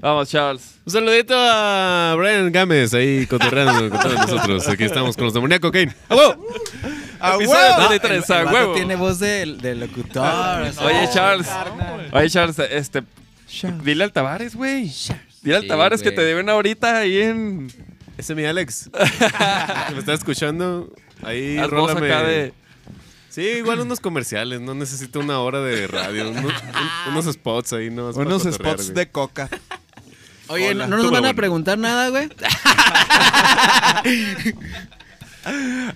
Vamos, Charles. Un saludito a Brian Gámez ahí cotorreando con todos nosotros. Aquí estamos con los demoníacos, Kane. ¡A huevo! ¡A Episodio huevo! No, 33, el- a el vato huevo. Ah, Tiene voz de, de locutor. o sea. Oye, Charles. Oye, Charles, este. Dile al Tavares, güey. Dile al Sí, Tavares que güey. te deben ahorita ahí en. Ese es mi Alex. que me está escuchando. Ahí, Haz voz rólame. acá de- Sí, igual unos comerciales. No necesito una hora de radio. uno- un- unos spots ahí, ¿no? Es para Unos cotorrear, spots güey. de coca. Oye, Hola. ¿no nos van Bueno. a preguntar nada, güey?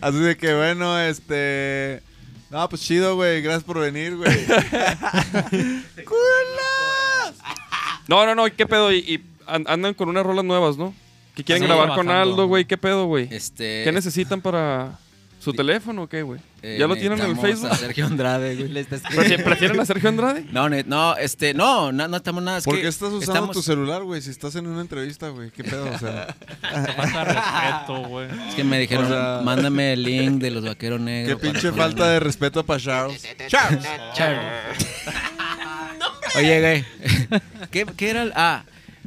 Así de que bueno, este. No, pues chido, güey. Gracias por venir, güey. No, no, no, ¿qué pedo? Y, y an- andan con unas rolas nuevas, ¿no? Que quieren Sí, grabar con trabajando. Aldo, güey. ¿Qué pedo, güey? Este, ¿Qué necesitan para.? ¿Su teléfono o qué, güey? ¿Ya lo tienen en el Eh, necesitamos Facebook? a Sergio Andrade, güey. Le está ¿Prefi- ¿Prefieren a Sergio Andrade? No, ne- no, este, no, no, no estamos nada. es ¿Por que qué estás usando estamos- tu celular, güey? Si estás en una entrevista, güey. ¿Qué pedo? O sea, Falta de respeto, güey. Es que me dijeron, O sea- mándame el link de los vaqueros qué negros. pinche para- falta de respeto para Charles. ¡Charles! Oye, güey. ¿Qué, qué era? el- Ah,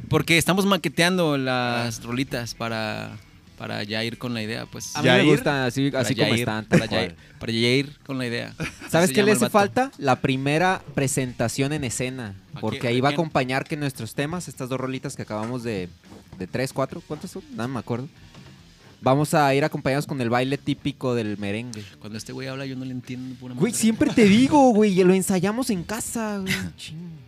porque estamos maqueteando las rolitas para, para ya ir con la idea, pues. A mí me Yair, gusta así, Para Ah, así ya como ir, están. tal Para ya, cual. ir- para ya ir con la idea. ¿Sabes Se qué llama le el hace vato. falta? La primera presentación en escena. Porque ahí va a quién? acompañar que nuestros temas, estas dos rolitas que acabamos de. de tres, cuatro, ¿cuántos son? No me acuerdo. Vamos a ir acompañados con el baile típico del merengue. Cuando este güey habla, yo no le entiendo. Pura Güey, madre. siempre te digo, güey, y lo ensayamos en casa, güey. Ching.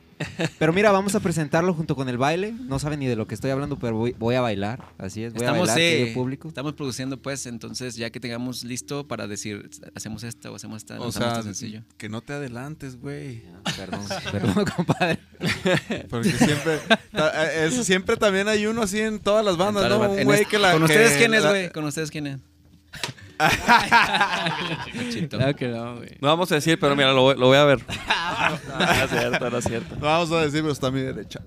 Pero mira, vamos a presentarlo junto con el baile. No saben ni de lo que estoy hablando, pero voy, voy a bailar. Así es, voy Estamos, a bailar, eh, querido público. estamos produciendo, pues, entonces ya que tengamos listo para decir, hacemos esta o hacemos esta, O lanzamos sea, este sencillo. que no te adelantes, güey. Perdón, perdón, compadre. Porque siempre, ta- eh, es- siempre también hay uno así en todas las bandas, ¿no? Un En güey este- que la. ¿Con que ustedes quién es, la- güey? ¿Con ustedes quién es? Chito. Claro que no, güey. No vamos a decir, pero mira, lo voy, lo voy a ver. no es cierto, no es cierto. No vamos a decir, pero está a mi derecha.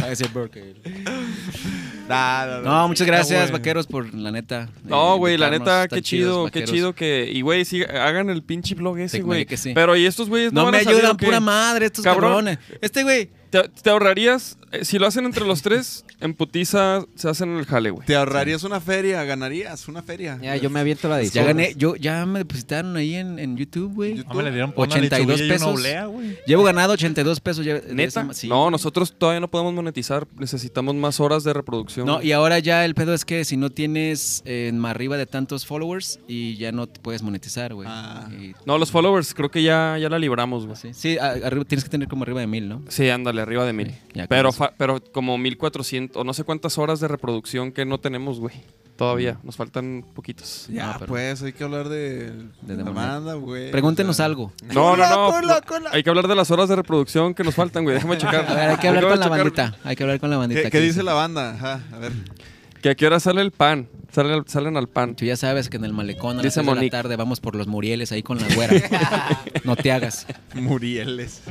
Ah, No, muchas gracias, vaqueros, por la neta. No, eh, güey, la invitarnos. neta, Están qué chidos, chido, qué vaqueros. chido que... Y, güey, sí, hagan el pinche blog ese, Sí, güey. que sí. Pero, ¿y estos güeyes no, No van me a salir, ayudan, o qué? pura madre, estos Cabrón. cabrones. Este güey. Te, te ahorrarías... eh, si lo hacen entre los tres, en putiza se hacen el jale, güey. Te ahorrarías una feria, ganarías una feria. Ya, yo me aviento la Ya edición. gané, yo, ya me depositaron ahí en, en YouTube, güey. No me le dieron por 82 82 pesos. pesos. Una oblea, güey. Llevo ganado 82 pesos. ya- de esa ¿Neta? ma- sí. No, nosotros todavía no podemos monetizar. Necesitamos más horas de reproducción. No, y ahora ya el pedo es que si no tienes eh, más arriba de tantos followers y ya no te puedes monetizar, güey. Ah. Y- No, los followers creo que ya, ya la libramos, güey. Sí, sí, a- arriba, tienes que tener como arriba de mil, ¿no? Sí, ándale, arriba de mil. Sí, ya con pero, eso. fa- pero como 1400 o no sé cuántas horas de reproducción que no tenemos, güey. Mm. Todavía, nos faltan poquitos. Ya, Ah, pero- pues, hay que hablar De de, la demonio. banda, güey. Pregúntenos O sea, algo. No, no, no. Hay que hablar de las horas de reproducción que nos faltan, güey. Déjame checar. A ver, hay que hablar Déjame con la checar bandita. Hay que hablar con la bandita. ¿Qué, qué dice la banda? Ajá, a ver. Que a qué hora sale el pan. Sale al- salen al pan. Tú ya sabes que en el malecón a las Dice seis de la Monique. tarde vamos por los murieles ahí con la güera. no te hagas. Murieles.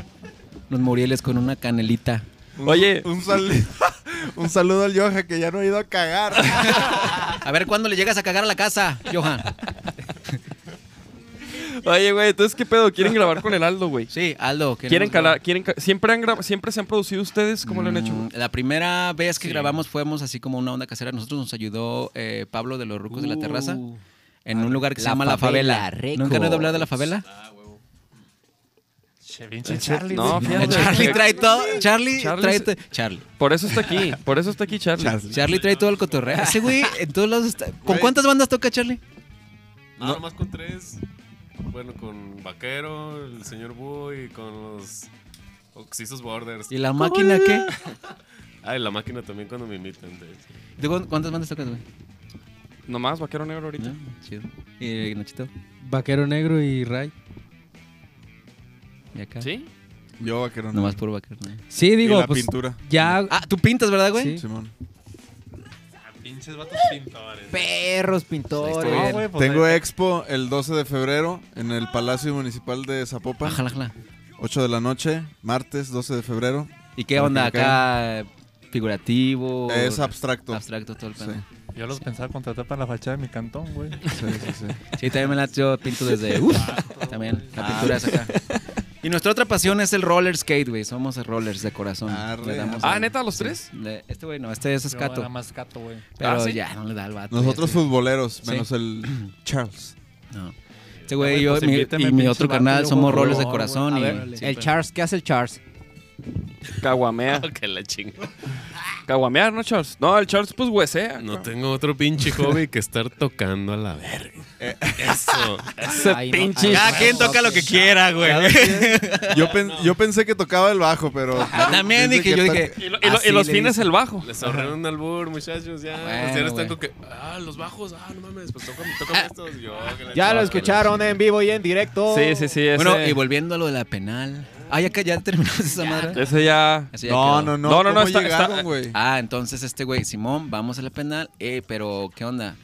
Los murieles con una canelita. Un- Oye. Un, sal- un saludo al Yoja que ya no ha ido a cagar. A ver cuándo le llegas a cagar a la casa, Johan. Oye, güey, entonces, ¿qué pedo? ¿Quieren grabar con el Aldo, güey? Sí, Aldo. queremos ¿Quieren grabar. calar? ¿Quieren ca- ¿Siempre, han gra- ¿Siempre se han producido ustedes? ¿Cómo lo han hecho? Mm, La primera vez que grabamos fuimos así como una onda casera. Nosotros nos ayudó eh, Pablo de los Rucos de la Terraza en un lugar que se La llama La Favela Favela. Records. ¿Nunca han oído hablar de La Favela? Che, pinche Charlie. No, güey. fíjate. Eh, Charlie que- trae todo. Charlie, Charlie trae se- todo. Charlie. Por eso está aquí. Por eso está aquí Charlie. Charlie trae todo el cotorreo. Ese güey en todos lados está. ¿Con cuántas bandas toca Charlie? Nada más Ah, con tres. Bueno, con Vaquero, el señor Búho y con los Oxisos Borders. ¿Y la máquina qué? Ah, y la máquina también cuando me invitan. de hecho. ¿Tú cu- cuántas bandas tocas, güey? Nomás, vaquero negro ahorita. No, Chido. ¿Y eh, Nachito? este, Vaquero Negro y Ray. ¿Y acá? ¿Sí? Yo, vaquero. Nomás puro vaquero. ¿no? Sí, digo, Y la pues pintura. ya Ah, tú pintas, ¿verdad, güey? Sí. Simón. Ah, Pinches vatos pintores. Perros, pintores. No, güey, pues, Tengo ahí- expo el 12 de febrero en el Palacio Municipal de Zapopan. Ajala, ajala. 8 de la noche, martes 12 de febrero. ¿Y qué Para onda que me acá? ¿Figurativo? Es abstracto. Abstracto todo el Sí. pedo. Yo los pensaba contratar para la fachada de mi cantón, güey. Sí, sí, sí. Sí, también me la yo pinto desde. Uf, también, Ah. la pintura es acá. Y nuestra otra pasión es el roller skate, güey. Somos rollers de corazón. Arre. Le damos Ah, al- neta, los tres. le- este güey no, este es Yo era escato. más cato, güey. Pero Ah, ¿sí? ya, no le da al vato. Nosotros ya, sí. futboleros, Sí. menos el Charles. No. Este güey Güey, y yo pues mi- invítame, y mi pinche otro vato, canal yo somos voy, rollers de voy, corazón. güey. y, A ver, sí, El pero- Charles, ¿qué hace el Charles? Caguamea. Que la chinga. Caguamear, ¿no, Charles? No, el Charles, pues, huesea. No tengo otro pinche hobby que estar tocando a la verga. Eh, Eso. Ese Ay, no, pinche... ay, no. Cada quien toca lo que quiera, güey. Yo, pen- yo pensé que tocaba el bajo, pero. Ah, también dice dije, que yo está- dije. Y, lo- y lo- y los fines el bajo. Les ahorré un albur, muchachos, ya. Bueno, Si ahora están güey. con que, ah, los bajos, ah, no mames, pues tócame, tócame estos. Yo, que la Ya lo chingada. escucharon en vivo y en directo. Sí, sí, sí. Ese, Bueno, y volviendo a lo de la penal. Ah, ya, que- ya terminamos esa madre. ese ya... Eso ya No, quedó. no, no. No, no, no, ¿cómo está- llegaron, está- güey? Ah, entonces este güey, Simón, vamos a la penal. Eh, pero, ¿qué onda?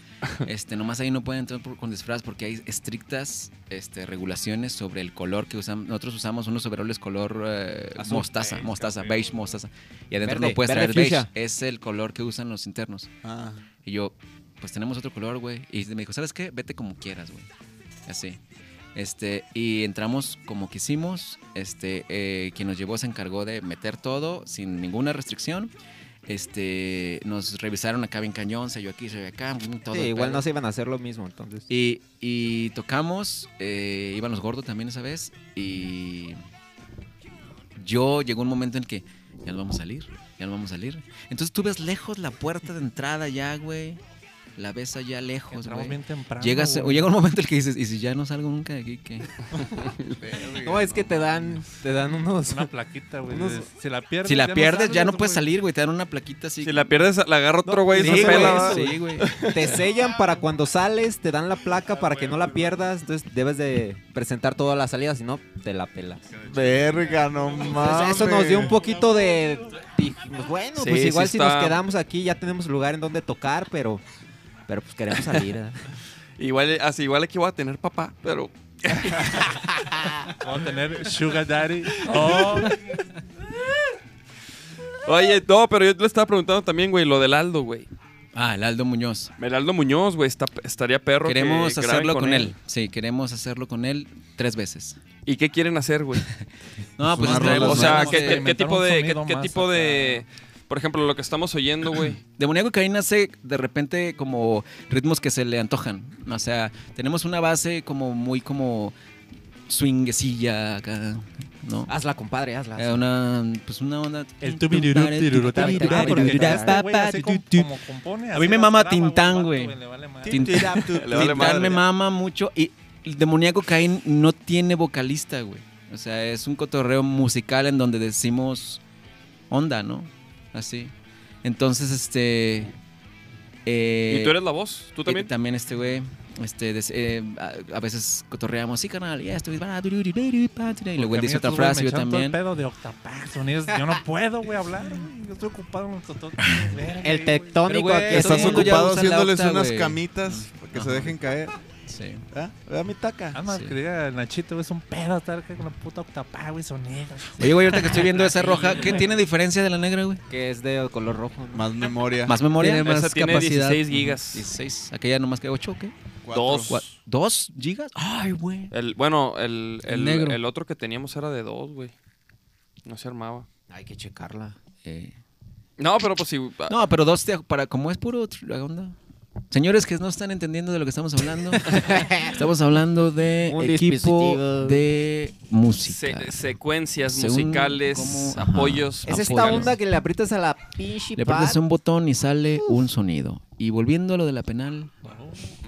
Este, nomás ahí no pueden entrar por- con disfraz porque hay estrictas este, regulaciones sobre el color que usamos. Nosotros usamos unos overoles color eh, Azul. mostaza, Beige, mostaza, café. beige mostaza. Y adentro Verde, no puedes verde traer beige. fucsia. Es el color que usan los internos. Ah, Y yo, pues tenemos otro color, güey. Y me dijo, ¿sabes qué? Vete como quieras, güey. Así. Este, y entramos como quisimos. Este, eh, quien nos llevó se encargó de meter todo sin ninguna restricción. Este, nos revisaron acá bien cañón, selló aquí, selló acá, mm, todo. Sí, el igual pedo. no se iban a hacer lo mismo, entonces. Y, y tocamos, eh, iban los gordos también esa vez. Y yo llegó un momento en que ya nos vamos a salir, ya nos vamos a salir. Entonces tú ves lejos la puerta de entrada ya, güey. La ves allá lejos, Entramos Pues, güey. bien temprano. Llegas, o güey. llega un momento en el que dices, ¿y si ya no salgo nunca de aquí? ¿qué? No, es que te dan, te dan unos. Una plaquita, güey. Unos- de- Si la pierdes, Si la pierdes, ya no sales, puedes güey. salir, güey. Te dan una plaquita así. "Ah, Si la pierdes, la agarra otro güey. sí, no se güey, pela, sí. ¿verdad? Sí, güey. Te sellan para cuando sales, te dan la placa para que no la pierdas. Entonces debes de presentar toda la salida, si no, te la pelas. verga, no Pues mames. eso nos dio un poquito de. di- pues Bueno, Sí, pues sí igual si está- nos quedamos aquí ya tenemos lugar en donde tocar, pero. Pero pues queremos salir. ¿eh? Igual, así, igual aquí voy a tener papá, pero Vamos a tener Sugar Daddy. Oh, Oye, no, pero yo le estaba preguntando también, güey, lo del Aldo, güey. Ah, el Aldo Muñoz. El Aldo Muñoz, güey, está- estaría perro. que Queremos graben hacerlo con él. Sí, queremos hacerlo con él tres veces. ¿Y qué quieren hacer, güey? No, pues una nos traemos o sea, unos ¿qué, de- qué- qué tipo de. Qué, Inventar un qué sonido tipo más de. Por ejemplo, lo que estamos oyendo, güey. Demoníaco Caín hace de repente como ritmos que se le antojan. O sea, tenemos una base como muy como swinguecilla acá, ¿no? hazla, compadre, hazla. Eh, una, pues una onda. el tubirurú, tirurú, tirurú, tirurú, Ah, porque tirurú, este güey, así como- como compone, A así mí me las mama graba, güey, Tintán, vato, güey. le vale madre. Tin- Le vale Tintán madre. me mama mucho. Y el Demoníaco Caín no tiene vocalista, güey. O sea, es un cotorreo musical en donde decimos onda, ¿no? Así. Entonces, este. eh, ¿Y tú eres la voz? ¿Tú Eh, también? este güey. Este, des- eh, a, a veces cotorreamos, sí, carnal, y esto, y va, du- du- du- du- du- pa, tu- y luego él Porque a mí dice otra estos, güey, frase, me yo echan todo el también. pedo de Octapack, sonidos, yo no puedo, güey, hablar. güey, Yo estoy ocupado en otro- otro- verga, El güey. Pero, tectónico güey, aquí. eso- todo Estás el mundo ya ocupado usa la haciéndoles octa, unas güey. camitas para que se Ajá. dejen caer. Sí. ¿Ah? Vea mi taca. Ah, más Sí. que diga Nachito, güey, es un pedo estar acá con la puta Octapack, güey, sonidos. Oye, güey, ahorita que estoy viendo esa roja, ¿qué tiene diferencia de la negra, güey? Que es de color rojo. ¿no? Más memoria. ¿Más memoria? Tiene más Esa tiene capacidad. 16 gigas. 16. Aquella nomás que 8, ¿qué? Cuatro. Dos. Cua- ¿Dos gigas? Ay, güey. El, bueno, el, el, El negro. el otro que teníamos era de dos, güey. No se armaba. Hay que checarla. Eh, No, pero pues si. No, pero dos, te- para como es puro, tr- la onda. Señores que no están entendiendo de lo que estamos hablando, estamos hablando de Un equipo dispositivo. de música. se- secuencias Según musicales, cómo- ajá. apoyos. Es esta vocales. onda que le aprietas a la pinche Le pad. apretas un botón y sale un sonido. Y volviendo a lo de la penal.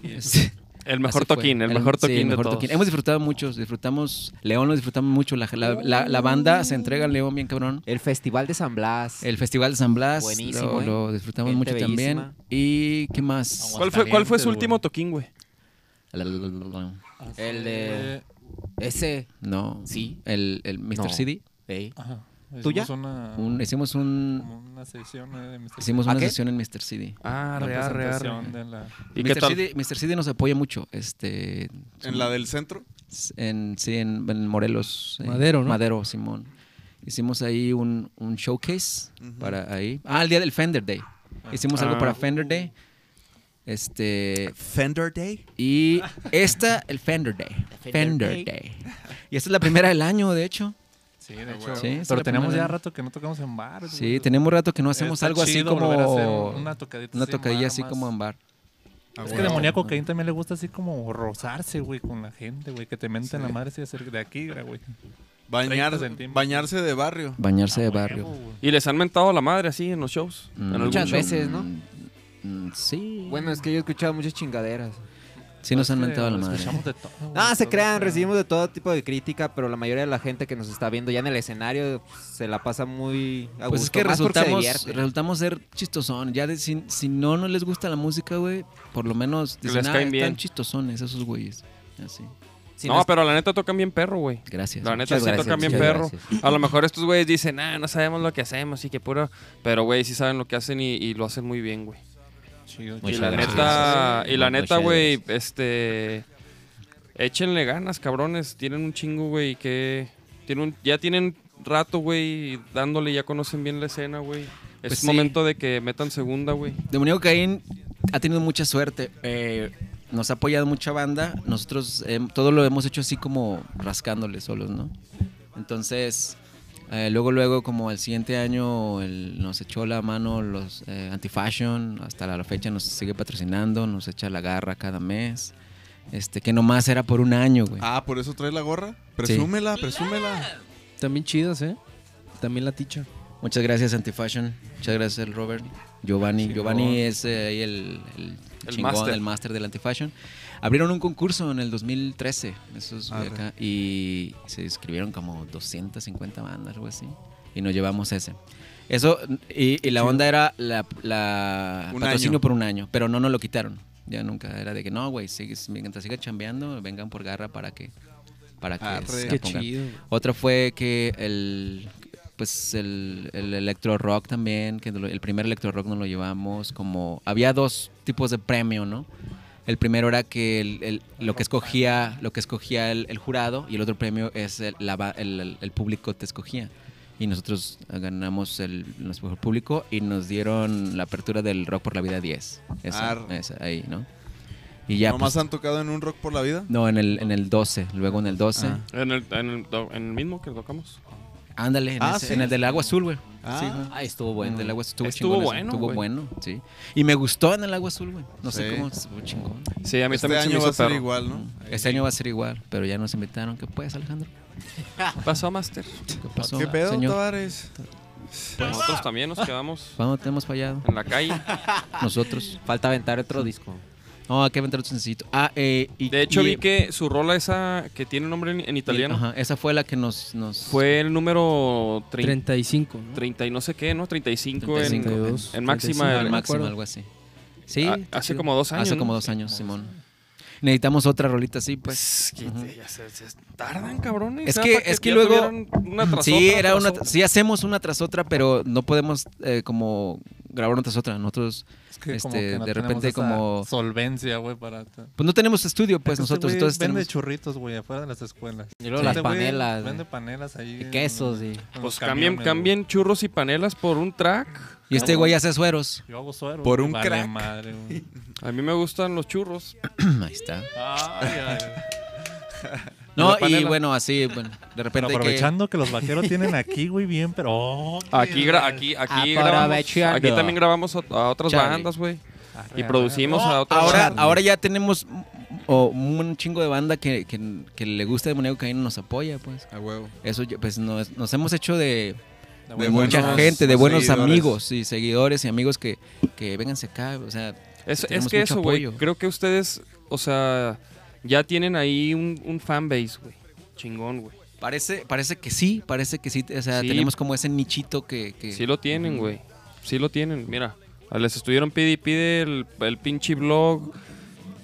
este, Ah, El mejor así fue. toquín, el Era- mejor sí, toquín de mejor todos. toquín. Hemos disfrutado mucho, disfrutamos, León lo disfrutamos mucho, la, la- la- la banda se entrega al León bien cabrón. El Festival de San Blas. El Festival de San Blas Buenísimo, lo, ¿eh? lo disfrutamos Gente mucho también. bellísima. ¿Y qué más? ¿Cuál fue, ¿Cuál fue su último toquín, güey? La- la- la- la- la- El de. Ese. No. Sí. El, el Mr. No. CD. Ey. Ajá. hicimos ¿Tuya? Una, Un- hicimos un como una sesión eh, de Mr. hicimos ¿A una qué? sesión en Mr. CD. Ah, Una arre, arre, arre. presentación de la- ¿Y qué Mr. tal? CD, Mr. CD nos apoya mucho. Este, En la del centro. En, sí, en, en Morelos. eh, Madero, ¿no? Madero, Simón. Hicimos ahí un, un showcase Ujú. para ahí. Ah, el día del Fender Day. Hicimos algo Ah. para Fender Day. Este, Fender Day. y esta, el Fender Day. Fender Fender Day. Day. Y esta es la primera del año, de hecho. Sí, de Ah, hecho. Sí, es la pero tenemos primera. ya rato que no tocamos en bares. Sí, tenemos rato que no hacemos Está algo así chido volver a hacer como. un- una tocadita Una así en tocadilla bar así más. como en bar. Es que demoníaco Caín también le gusta así como rozarse, güey, con la gente, güey, que te menten la madre si hacer de aquí, güey. Bañar, 30 centímetros. bañarse de barrio. Bañarse Ah, de A barrio. huevo, güey. ¿Y les han mentado la madre así en los shows? ¿En algún Muchas show? veces, ¿no? Mm, Sí. Bueno, es que yo he escuchado muchas chingaderas. sí nos han Es pues que mentado la madre. escuchamos de todo, güey, pues, No, se todo, crean, güey. recibimos de todo tipo de crítica, pero la mayoría de la gente que nos está viendo ya en el escenario pues, se la pasa muy a Pues es gusto, que más porque se resultamos, divierte. resultamos ser chistosón. Ya de- si, si no, no les gusta la música, güey, por lo menos Que dicen, les "Ah, caen están bien". chistosones esos güeyes. Así. Si no, no es- pero la neta tocan bien perro, güey. Gracias. La neta Muchas sí gracias, tocan bien muchas perro. A lo mejor estos güeyes dicen, ah, no sabemos lo que hacemos y que puro. Pero, güey, sí saben lo que hacen y, y lo hacen muy bien, güey. Chido, Y chido. la neta, y la neta, güey, este échenle ganas, cabrones, tienen un chingo, güey, que tienen un- ya tienen rato, güey, dándole, ya conocen bien la escena, güey. Es Pues sí. momento de que metan segunda, güey. Demonio Caín ha tenido mucha suerte. eh, nos ha apoyado mucha banda. Nosotros eh, todo lo hemos hecho así como rascándole solos, ¿no? Entonces, eh, luego, luego, como el siguiente año el- nos echó la mano los eh, Antifashion. Hasta la fecha nos sigue patrocinando, nos echa la garra cada mes. Este, que nomás era por un año, güey. Ah, por eso traes la gorra. Presúmela, presúmela. También chidas, ¿eh? También la ticha. Muchas gracias, Antifashion. Muchas gracias, el Robert. Giovanni. Giovanni es eh, ahí el, el El chingón, máster. el máster del Antifashion. Abrieron un concurso en el 2013. Eso es de Arre. acá, Y se inscribieron como 250 bandas, algo así. Y nos llevamos ese. Eso, y, y la onda era la, la Un patrocinio año. por un año, pero no nos lo quitaron. Ya nunca era de que no, güey, sigues- mientras siga chambeando, vengan por garra para que, para que Arre. se la Qué pongan. chido. Otra fue que el pues el, el electro rock también, que lo- el primer electro rock nos lo llevamos como había dos tipos de premio, ¿no? El primero era que el- el- lo que escogía, lo que escogía el, el jurado y el otro premio es el, la ba- el- el- el público te escogía. Y nosotros ganamos el nuestro mejor público y nos dieron la apertura del Rock por la Vida 10. Esa, Arre. esa, ahí, ¿no? Y ya ¿Nomás pues, han tocado en un rock por la vida? no, en el en el 12, luego en el 12. Ah. En el, en el, en el mismo que tocamos. Ándale, en, Ah, ese- sí. en el del agua azul, güey. Ah. Sí, güey. Ah, estuvo En el bueno. del agua azul estuvo, Estuvo chingón ese, bueno, Estuvo güey. bueno, sí. Y me gustó en el agua azul, güey. No sé Sí. cómo estuvo chingón. Sí, a mí Este también se año me va hizo a ser perro. igual, ¿no? Este año va a ser igual, pero ya nos invitaron. ¿Qué pues, Alejandro? Pasó, Master. ¿Qué pasó? ¿Qué pedo, señor? Tavares? Nosotros también nos quedamos ¿Cuándo te hemos fallado? en la calle. Nosotros. Falta aventar otro disco. No, hay que aventar otro sencillito. Ah, eh, y, De hecho, y- vi que su rola esa que tiene nombre en, en y- italiano ajá, esa fue la que nos. nos fue el número 30, 35. ¿no? 30 y no sé qué, ¿no? 35, en- 35. en, en máxima. 35, al en- me máximo, acuerdo. algo así. Sí. a- está Ah, hace chido. como dos años. Hace como ¿no? dos años, Simón. Necesitamos otra rolita así, pues. Pues que te- ya se, se tardan, Ah, cabrones. Es ya que- para es que ya luego- tuvieran Una tras sí, otra, era tras una, otra. sí hacemos una tras otra, pero no podemos eh, como grabar una tras otra. Nosotros, Es que como este, que no de tenemos repente esa como- Solvencia, güey, para... Pues pues no tenemos estudio, este pues nosotros entonces vende tenemos... churritos, güey, afuera de las escuelas. Y luego las Este güey panelas. Vende güey. panelas ahí. Y quesos, en- y- en los Pues camiones, cambien, güey. cambien churros y panelas por un track. Y este güey hace sueros. Yo hago suero. Por güey, un vale crack. madre, güey. A mí me gustan los churros. Ahí está. Ay, ay. No, la y panela. bueno, así, bueno, de Pero repente que- aprovechando que... los vaqueros tienen aquí, güey, bien, pero... oh, Aquí, gra- mira. aquí, aquí grabamos. Aprovechando. Aquí también grabamos a, a otras Chale. Ah, bandas, güey. Arre, Y arre. producimos a otras Ahora, bandas. ahora ya tenemos oh, un chingo de banda que, que, que le gusta Demoníaco Caín y nos apoya, pues. A huevo. Eso, ya- pues, nos, nos hemos hecho de, De mucha buenos gente, de buenos seguidores. amigos y seguidores y amigos que, que vénganse acá, o sea... Es, es tenemos que mucho eso, güey. apoyo. Creo que ustedes, o sea, ya tienen ahí un, un fanbase, güey. Chingón, güey. Parece, parece que sí, parece que sí. O sea, Sí. tenemos como ese nichito que. que- Sí lo tienen, güey. Sí lo tienen. Mira, les estuvieron pide y pide el, el pinche blog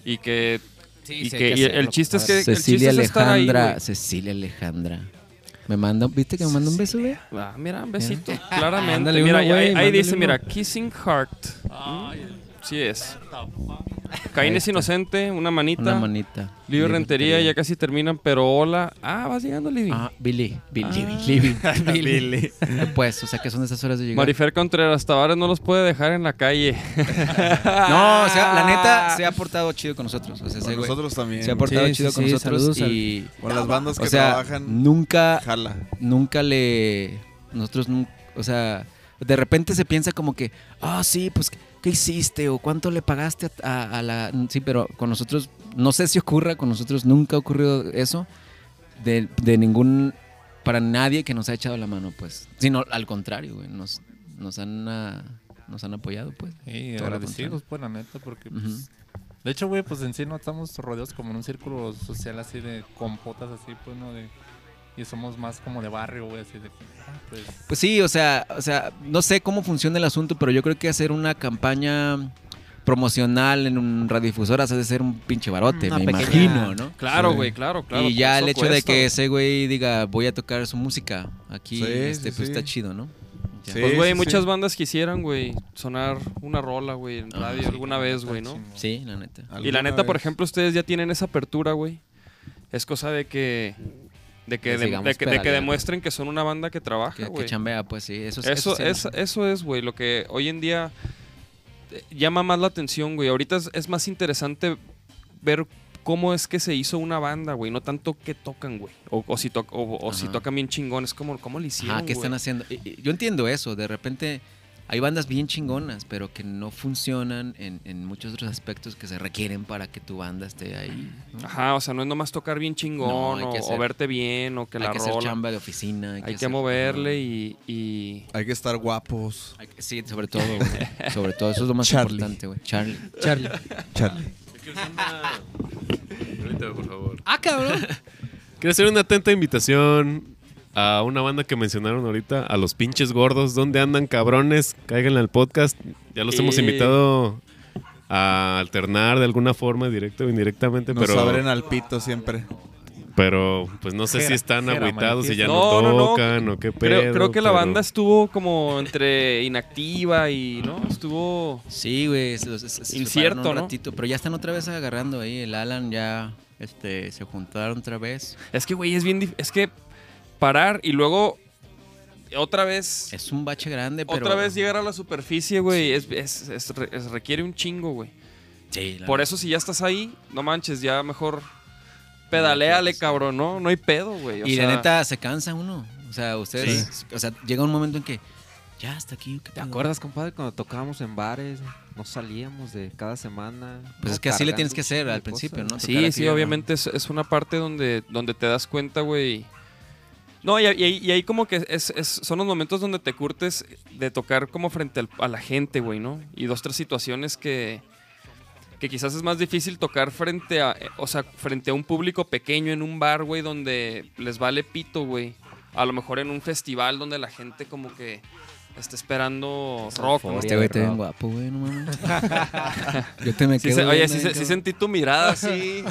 y que... y sí, hay que- que y el hacerlo, chiste es que... el Cecilia chiste es estar ahí, Alejandra. güey. Cecilia Alejandra. Me manda, ¿viste que me manda un beso, güey? Ah, mira, un besito. Claramente. Mándale mira, uno, güey, ahí- ahí, mándale dice, uno. mira, Kissing Heart. Sí es. Caín es inocente, una manita. Una manita. Livio Libre Rentería, ya casi terminan, pero hola. Ah, vas llegando, Livio. Ah, Billy. Billy. Ah. Billy. Billy. Pues, o sea, que son esas horas de llegar. Marifer Contreras Tavares no los puede dejar en la calle. No, o sea, Ah. la neta se ha portado chido con nosotros. O sea, ese Con güey nosotros también. se ha portado Sí, chido sí, con sí, nosotros. saludos al- Y, Con las bandas que o sea, trabajan, nunca, jala. nunca le. Nosotros, nun- o sea, de repente se piensa como que, ah, sí, pues, ¿qué hiciste? ¿O cuánto le pagaste a, a- a la.? Sí, pero con nosotros, no sé si ocurra, con nosotros nunca ha ocurrido eso de, de ningún. para nadie que nos ha echado la mano, pues. Sino al contrario, güey. Nos, nos han. ah, nos han apoyado, pues. Sí, Todo lo agradecidos, contrario. pues, la neta, porque... Ujú. pues, De hecho, güey, pues en sí no estamos rodeados como en un círculo social así de compotas así, pues, ¿no? De, y somos más como de barrio, güey, así de... que, ah, Pues, Pues sí, o sea, o sea, no sé cómo funciona el asunto, pero yo creo que hacer una campaña promocional en un radiodifusoras ha de ser un pinche barote, Una me pequeña- imagino, ¿no? Claro, güey, claro, claro. y ya por el hecho supuesto. de que ese güey diga voy a tocar su música aquí, Sí, este, sí, pues sí. está chido, ¿no? Ya. pues, güey, sí, muchas sí. bandas quisieran, güey, sonar una rola, güey, Ah, en Ajá, radio sí, alguna vez, güey, ¿no? Sí, la neta. Y la Alguna neta, por vez. ejemplo, ustedes ya tienen esa apertura, güey. Es cosa de que. De que, Que de- sigamos de que- de que pedaleando. demuestren que son una banda que Ah, trabaja, Que, que güey. chambea, pues sí. Eso, es- Eso, sí, es, ¿no? eso es, güey, lo que hoy en día eh, llama más la atención, güey. Ahorita es, es más interesante ver cómo es que se hizo una banda, güey. No tanto qué tocan, güey. O, o si, toc- o- o si Ajá. tocan bien chingón. Es como, ¿cómo le hicieron, Ajá, ¿qué están güey? haciendo? Y- y Yo entiendo eso. De repente hay bandas bien chingonas, pero que no funcionan en, en muchos otros aspectos que se requieren para que tu banda esté ahí. ¿no? Ajá, o sea, no es nomás tocar bien No, chingón hay que o, o hacer- verte bien o que hay la que hacer rola. chamba de oficina. hay que, hacer- moverle y, y- Hay que estar guapos. Hay que- Sí, sobre todo, güey. Sobre todo, eso es lo más Charlie. importante, güey. Charlie. Charlie. Charlie. Quiero hacer una- Ahorita, por favor. Ah, cabrón. Quiero hacer una atenta invitación a una banda que mencionaron ahorita, a los pinches gordos. ¿Dónde andan, cabrones? Cáiganle al podcast. Ya los hemos Y- invitado a alternar de alguna forma, directa o indirectamente, Nos pero, abren al pito siempre. pero pues no sé si Jera- están jera, agüitados y ya No, no, no, no. tocan o qué pedo. creo, creo que la pero- banda estuvo como entre inactiva y, ¿no? Estuvo... Sí, güey, se, se- se- se Incierto, separaron un ¿no? ratito, pero ya están otra vez agarrando ahí. El Alan ya este, se juntaron otra vez. Es que, güey, es bien... dif- Es que parar y luego otra vez... Es un bache grande, pero. Otra vez llegar a la superficie, güey, es, es- es- re- es- requiere un chingo, güey. Sí, la Por neta. eso si ya estás ahí, no manches, ya mejor pedaleale, cabrón, ¿no? No hay pedo, güey. o Y la sea, neta se cansa uno. O sea, ustedes. O sea, llega un momento en que. Ya hasta aquí. ¿qué ¿Te pedo?" acuerdas, compadre, cuando tocábamos en bares? Nos salíamos de cada semana. Pues es que así le tienes que hacer al principio, ¿no? tocar Sí, así, sí, ¿no? obviamente es, es una parte donde, donde te das cuenta, güey. No, y, y ahí- y ahí como que es- es- son los momentos donde te curtes de tocar como frente al- a la gente, güey, ¿no? Y dos, tres situaciones que, que quizás es más difícil tocar frente a, eh, o sea, frente a un público pequeño en un bar, güey, donde les vale pito, güey. A lo mejor en un festival donde la gente como que está esperando rock, ¿no? Este güey te ven guapo, güey, no mames. Yo te me Sí quedo. se- oye, sí, viendo se- ahí, sí cabrón. sentí tu mirada así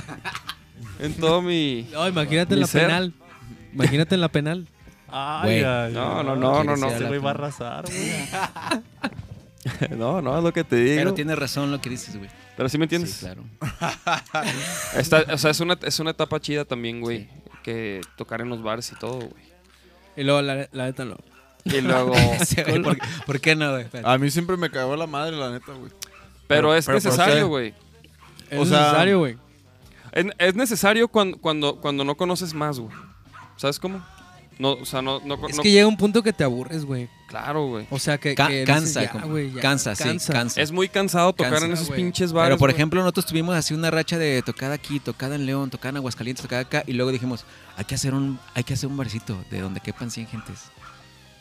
en todo mi... No, imagínate Ni en la ser. penal. Imagínate en la penal. Ay, Güey. ay, No, ay. no, no, no, no. Ese güey va a arrasar, güey. No, no, es lo que te digo. Pero Pero, tienes razón lo que dices, güey. sí me entiendes. Sí, claro. Está- o sea, es una, es una etapa chida también, güey. Que tocar en los bares y todo, güey. Y luego, la, la neta, no. Y luego. Sí, güey, ¿por, por qué no, güey? Espérate. A mí siempre me cagó la madre, la neta, güey. pero es pero ¿por qué? necesario, güey. Es O sea- necesario, güey. Es, es necesario cuando, cuando, cuando no conoces más, güey. ¿Sabes cómo? No, o sea, no. no, Es no- que llega un punto que te aburres, güey. claro, güey. O sea, que, Ca- que dices, cansa, ya, compa. güey, ya, cansa, sí, cansa. Es muy cansado tocar Cansa, en esos güey. pinches bares. Pero por güey. ejemplo, nosotros tuvimos así una racha de tocada aquí, tocada en León, tocada en Aguascalientes, tocada acá y luego dijimos, hay que hacer un hay que hacer un barcito de donde quepan 100 gentes.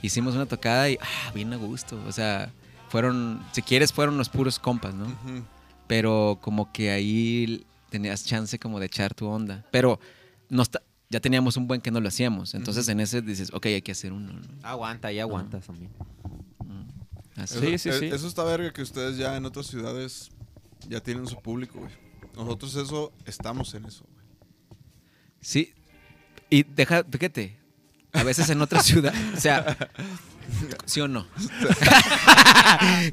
Hicimos una tocada y ah, bien a gusto, o sea, fueron si quieres fueron los puros compas, ¿no? Ujú. Pero como que ahí tenías chance como de echar tu onda, pero no está- ya teníamos un buen que no lo hacíamos, entonces en ese dices, ok, hay que hacer uno, ¿no? Aguanta, y aguantas también. Así. Eso- Sí, sí, e- sí. Eso está verga que ustedes ya en otras ciudades ya tienen su público, güey. Nosotros eso, estamos en eso, güey. Sí. Y deja, fíjate, a veces en otra ciudad, o sea, ¿sí o no?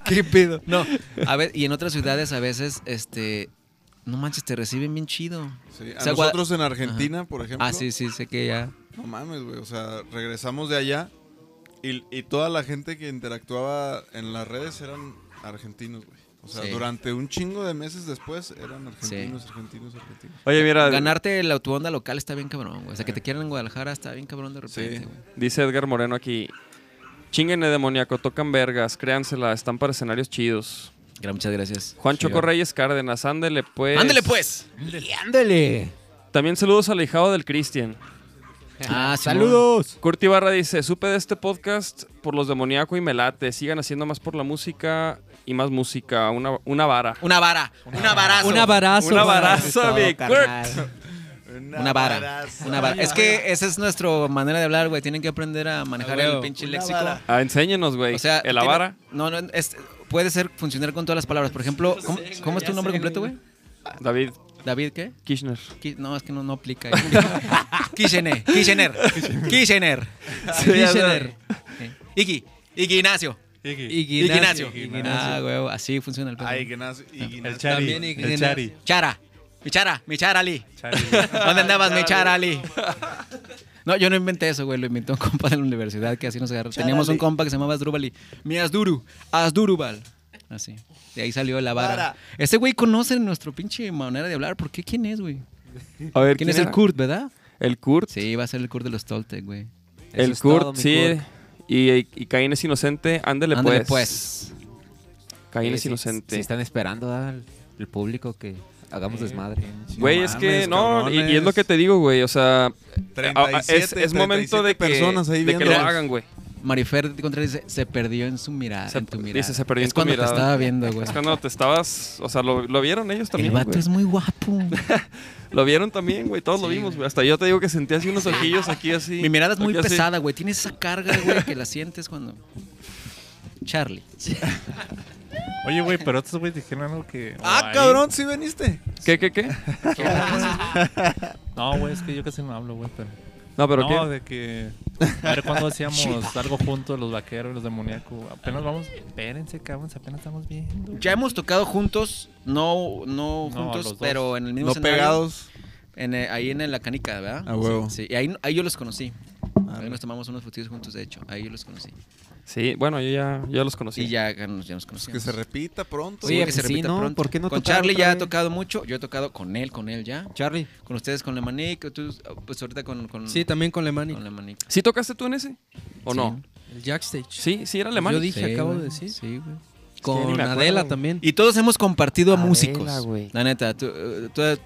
¿Qué pedo? No, a ver, y en otras ciudades a veces, este, no manches, te reciben bien chido. Sí, O A sea, Guada- nosotros en Argentina, por ejemplo. Ah, sí, sí, sé que ya. No mames, güey. O sea, regresamos de allá y, y toda la gente que interactuaba en las redes eran argentinos, güey. O sea, Sí. durante un chingo de meses después eran argentinos, argentinos, argentinos. Oye, mira, Ganarte la tu onda local está bien cabrón, güey. O sea, que te quieran en Guadalajara está bien cabrón de repente, Sí. güey. dice Edgar Moreno aquí. Chinguenle demoníaco, tocan vergas, créansela, están para escenarios chidos. Gra- Muchas gracias. Juan Sí, Choco güey. Reyes Cárdenas, ándele pues. ¡Ándale, pues! ¡Ándale! También saludos al ahijado del Cristian. Ah, ¡Saludos! Curti Barra dice, supe de este podcast por los demoníaco y me late. Sigan haciendo más por la música y más música. Una, una vara. Una vara, una varazo. Una varazo. Una güey. varaza, mi Todo, carnal. Kurt. Una vara. Una vara. Es que esa es nuestra manera de hablar, güey. Tienen que aprender a manejar Ah, el huevo. pinche léxico. Ah, enséñenos, güey. O sea, ¿El la tiene- vara? No, no, es- puede ser funcionar con todas las palabras. Por ejemplo, ¿cómo, cómo es tu nombre completo, güey? David David, ¿qué? Kirchner. Ki- No, es que no, no aplica. Kirchner, Kirchner, Kirchner. Sí, ya sé. Eh, Iki, Ignacio. Iggy. Ignacio. Ignacio. Ah, huevo, así funciona el pedo. Ay, Ignacio. Ah. El Ignacio. Chari. También El Ignacio. Chari. Chara. Mi chara, mi chara, Ali. Chari. ¿Dónde andabas, mi chara, Ali? No, yo no inventé eso, güey. Lo inventó un compa de la universidad que así nos agarró. Teníamos un compa que se llamaba Asdrúbal y mi Asduru, Asdurubal. Así. De ahí salió la vara. Ese güey conoce nuestro pinche manera de hablar. ¿Por qué? ¿Quién es, güey? A ver, ¿Quién es el era? Kurt, verdad? El Kurt. Sí, va a ser el Kurt de los Toltec, güey. El es Kurt, todo, mi sí. Kurt. Y, y Caín es inocente, ándele Ándale, pues. pues. Caín Sí, es sí, inocente. sí están esperando ¿verdad? al al público que hagamos desmadre. Güey, es que no, y, y es lo que te digo, güey. O sea, a- a- es, 37, es momento de que, 37 personas ahí de que lo viéndonos. hagan, güey. Marifer Contreras dice, se perdió en su mirada, Se- en tu mirada. dice, se perdió es en tu cuando mirada. te estaba viendo, güey. Es cuando te estabas, o sea, lo, lo vieron ellos El también. vato güey. es muy guapo. Lo vieron también, güey. Todos lo vimos, güey. Hasta yo te digo que sentí así unos ojillos aquí así. Mi mirada es muy aquí así. pesada, güey. Tienes esa carga, güey, que la sientes cuando. Charlie. Oye, güey, pero estos güeyes dijeron algo que. Ah, Ay, cabrón, sí veniste. ¿Qué, qué, qué? No, güey, es que yo casi no hablo, güey, pero. No, pero no, qué. de que. A ver cuándo hacíamos algo juntos, los vaqueros y los demoníacos. Apenas vamos. Espérense, cabrón, apenas estamos viendo. Ya hemos tocado juntos, no, no No, juntos, los dos. pero en el mismo No escenario, pegados. en, eh, ahí en la canica, ¿verdad? A huevo. Sí, sí, y ahí, ahí yo los conocí. Ahí Arre. nos tomamos unos fotillos juntos, de hecho. Ahí yo los conocí. Sí, bueno, yo ya, ya los conocí. Y ya, ya nos, ya nos Que conocíamos. se repita pronto. Sí, Oye, que pues se sí, repita ¿no? pronto. ¿Por qué no Con tocar Charlie otra ya he vez? tocado mucho. Yo he tocado con él, con él ya. Charlie. Con ustedes, con Lemanic. Tú, pues ahorita con, con, Sí, también con Lemani. con Lemanic. ¿Sí tocaste tú en ese? ¿O Sí. no? El Jackstage. Sí, sí, era alemán. Yo dije, Sí, acabo güey. de decir. Sí, güey. ni Con me acuerdo, Adela güey. también. Y todos hemos compartido a Adela, músicos. güey. La neta, tú, eh, tú, eh,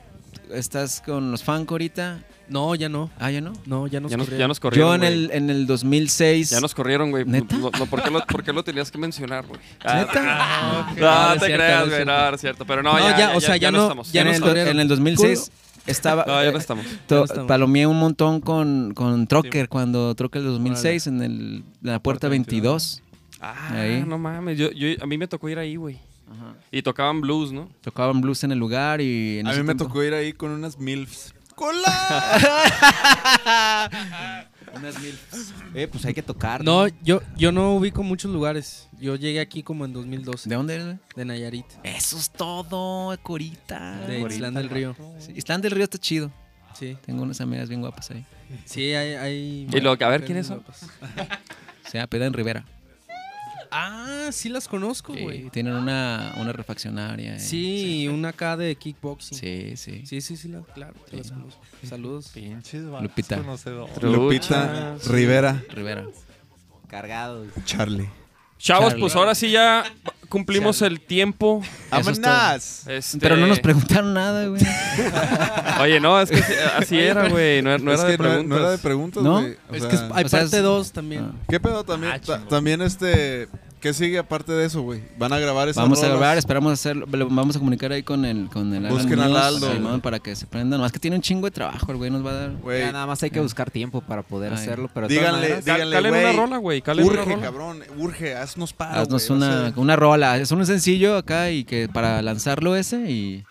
estás con los Fanco ahorita. No, ya no. Ah, yo no. No, ya nos ya, nos, corrieron. ya nos corrieron. Yo en güey. el, en el 2006. Ya nos corrieron, güey. ¿Neta? No, no, ¿por, qué lo, por qué lo tenías que mencionar, güey? Ah, ¿Neta? No, No, no te es cierto, no creas, es güey. cierto. No, no es cierto. Pero no, No, ya, ya, o sea, ya no- estamos. ya en, nos el, do- corrieron. en el 2006 estaba. No, ya eh, no estamos. to- Ya no estamos. palomeé un montón con, con Trocker cuando Trocker el 2006 en el, la puerta Puerta 22. 22. Ah, Ahí. no mames. Yo, yo, a mí me tocó ir ahí, güey. Y tocaban blues, ¿no? Tocaban blues en el lugar y. en A ese mí me tiempo- tocó ir ahí con unas MILFs. ¡Cola! Eh, pues hay que tocar. No, yo, yo no ubico muchos lugares. Yo llegué aquí como en 2012. ¿De dónde eres, güey? De Nayarit. Eso es todo, Corita. De Islán del Río. Sí, Islán del Río está chido. Sí. Tengo unas amigas bien guapas ahí. Sí, hay... hay Y lo que- a ver, ¿quiénes son? Se llama Pedro en Rivera. Ah, sí las conozco, Sí, güey. tienen una, una refaccionaria. y- Sí, y una acá de kickboxing. Sí, Sí, Ah, sí. sí, sí, la- claro, te las conozco. Saludos. Pinches, vatos Lupita. conocedores. Lupita Rivera Rivera. Cargados. Charlie. Chavos, Charlie. pues ahora sí ya cumplimos el tiempo. Eso es todo. Este- Pero no nos preguntaron nada, güey. Oye, no, es que así- así era, güey. No, no Es era que de no, preguntas. no era de preguntas, ¿No? güey. O es sea, que es- hay o sea, parte es- 2 también. Ah. ¿Qué pedo? También, Ah, ta- chingón. también este... ¿Qué sigue aparte de eso, güey? ¿Van a grabar esas Vamos a rolas? grabar, esperamos hacerlo. lo- Vamos a comunicar ahí con el, con el Busquen al News, Aldo. Simón, para que se prendan. Más que tiene un chingo de trabajo, el güey nos va a dar. Güey, Ya nada más hay que buscar tiempo para poder Ay. hacerlo, pero de todas díganle, maneras- Cal- díganle, calen una güey, rola, güey. Calen una Urge, rola. cabrón. Urge, haznos paro, Haznos güey, no una, sé. una rola. Es un sencillo acá y que para lanzarlo ese y.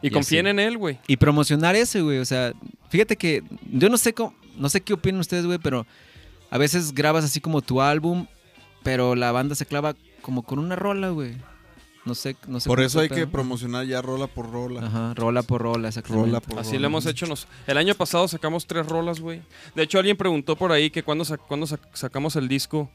Y Y confíen así. en él, güey. Y promocionar ese, güey. O sea, fíjate que yo no sé cómo, no sé qué opinan ustedes, güey, pero a veces grabas así como tu álbum, pero la banda se clava como con una rola, güey. No sé, no sé. Por cómo eso hay está el que pedo. promocionar ya rola por rola. Ajá, rola por rola, exactamente. Rola por Así rola. lo hemos hecho. Nos... El año pasado sacamos tres rolas, güey. De hecho, alguien preguntó por ahí que cuándo, sac- cuándo sac- sacamos el disco.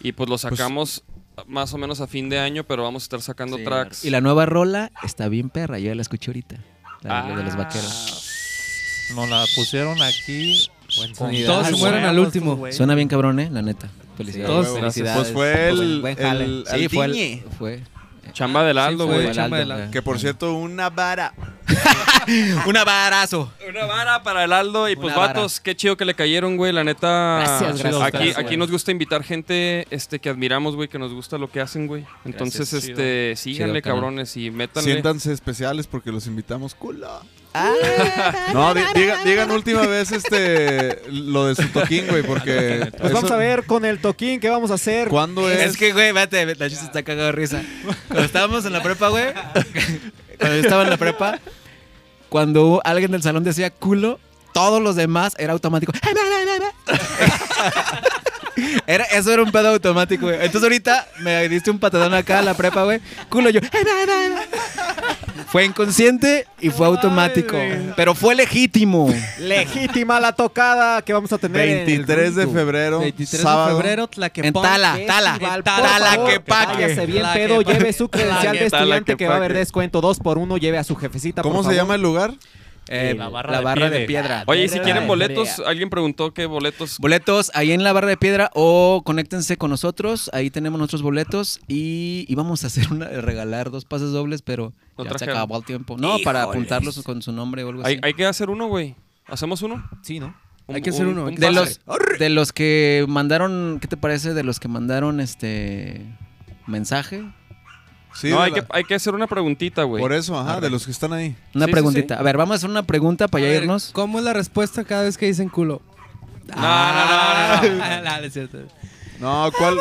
Y pues lo sacamos más o menos a fin de año, pero vamos a estar sacando Sí, tracks. Y la nueva rola está bien perra, yo ya la escuché ahorita. La la de los Ah. vaqueros. Nos la pusieron aquí. con sonido. Todos Ah, se sí. mueren al último. Suena bien cabrón, eh, la neta. Felicidades. Todos- felicidades. Pues fue el... Buen jale. el Sí, fue el- Aldiñe, fue Chamba del Aldo, Sí, fue güey. el chamba Aldo, de la- güey. Que por cierto, una vara. un avarazo. Una vara para el Aldo y pues Una vara. vatos, qué chido que le cayeron, güey, la neta. Gracias, gracias, Aquí, gracias, aquí güey. nos gusta invitar gente este que admiramos, güey, que nos gusta lo que hacen, güey. Entonces, Gracias, este, síganle, Chido, carnal. cabrones, y métanle. Siéntanse especiales porque los invitamos. ¡Culo! No, di- diga- digan última vez este lo de su toquín, güey, porque... Pues vamos eso- a ver con el toquín qué vamos a hacer. ¿Cuándo es? Es que, güey, vete, la chiste está cagada de risa. Cuando estábamos en la prepa, güey. Cuando yo estaba en la prepa, cuando alguien del salón decía culo, todos los demás era automático. Era, eso era un pedo automático, güey. Entonces ahorita me diste un patadón acá a la prepa, güey. Culo yo. "Ay, va, va, va". Fue inconsciente y fue automático. Pero fue legítimo. Legítima la tocada que vamos a tener. en el 23 de grupo. febrero, 23 sábado. de febrero, Tlaquepaque. En Tala, Tala, Festival, Tala, por favor, Tlaquepaque. váyase Váyase bien Tlaquepaque. pedo, lleve su credencial de Tlaquepaque. estudiante que va a haber descuento dos por uno, lleve a su jefecita. ¿Cómo por se favor. llama el lugar? Eh, La la barra barra, de de piedra. Oye, y si Ay, quieren ay, boletos, ay. alguien preguntó qué boletos. Boletos ahí en la barra de piedra o conéctense con nosotros. Ahí tenemos nuestros boletos y íbamos a hacer una, regalar dos pases dobles, pero No ya se trajeron. acabó el tiempo. No, para apuntarlos con su nombre o algo Hay, así. hay que hacer uno, güey. ¿Hacemos uno? Sí, ¿no? Hay que hacer uno, hay que de pase. los de los que mandaron, ¿qué te parece de los que mandaron este mensaje? Sí, no, de hay, la- que, hay que hacer una preguntita, güey. por eso, ajá, de los que están ahí. Una Sí, sí, preguntita. sí. A ver, vamos a hacer una pregunta para A ya ver, irnos. ¿Cómo es la respuesta cada vez que dicen culo? No, Ah. no, no, no, no. no, no es cierto. No, ¿cuál?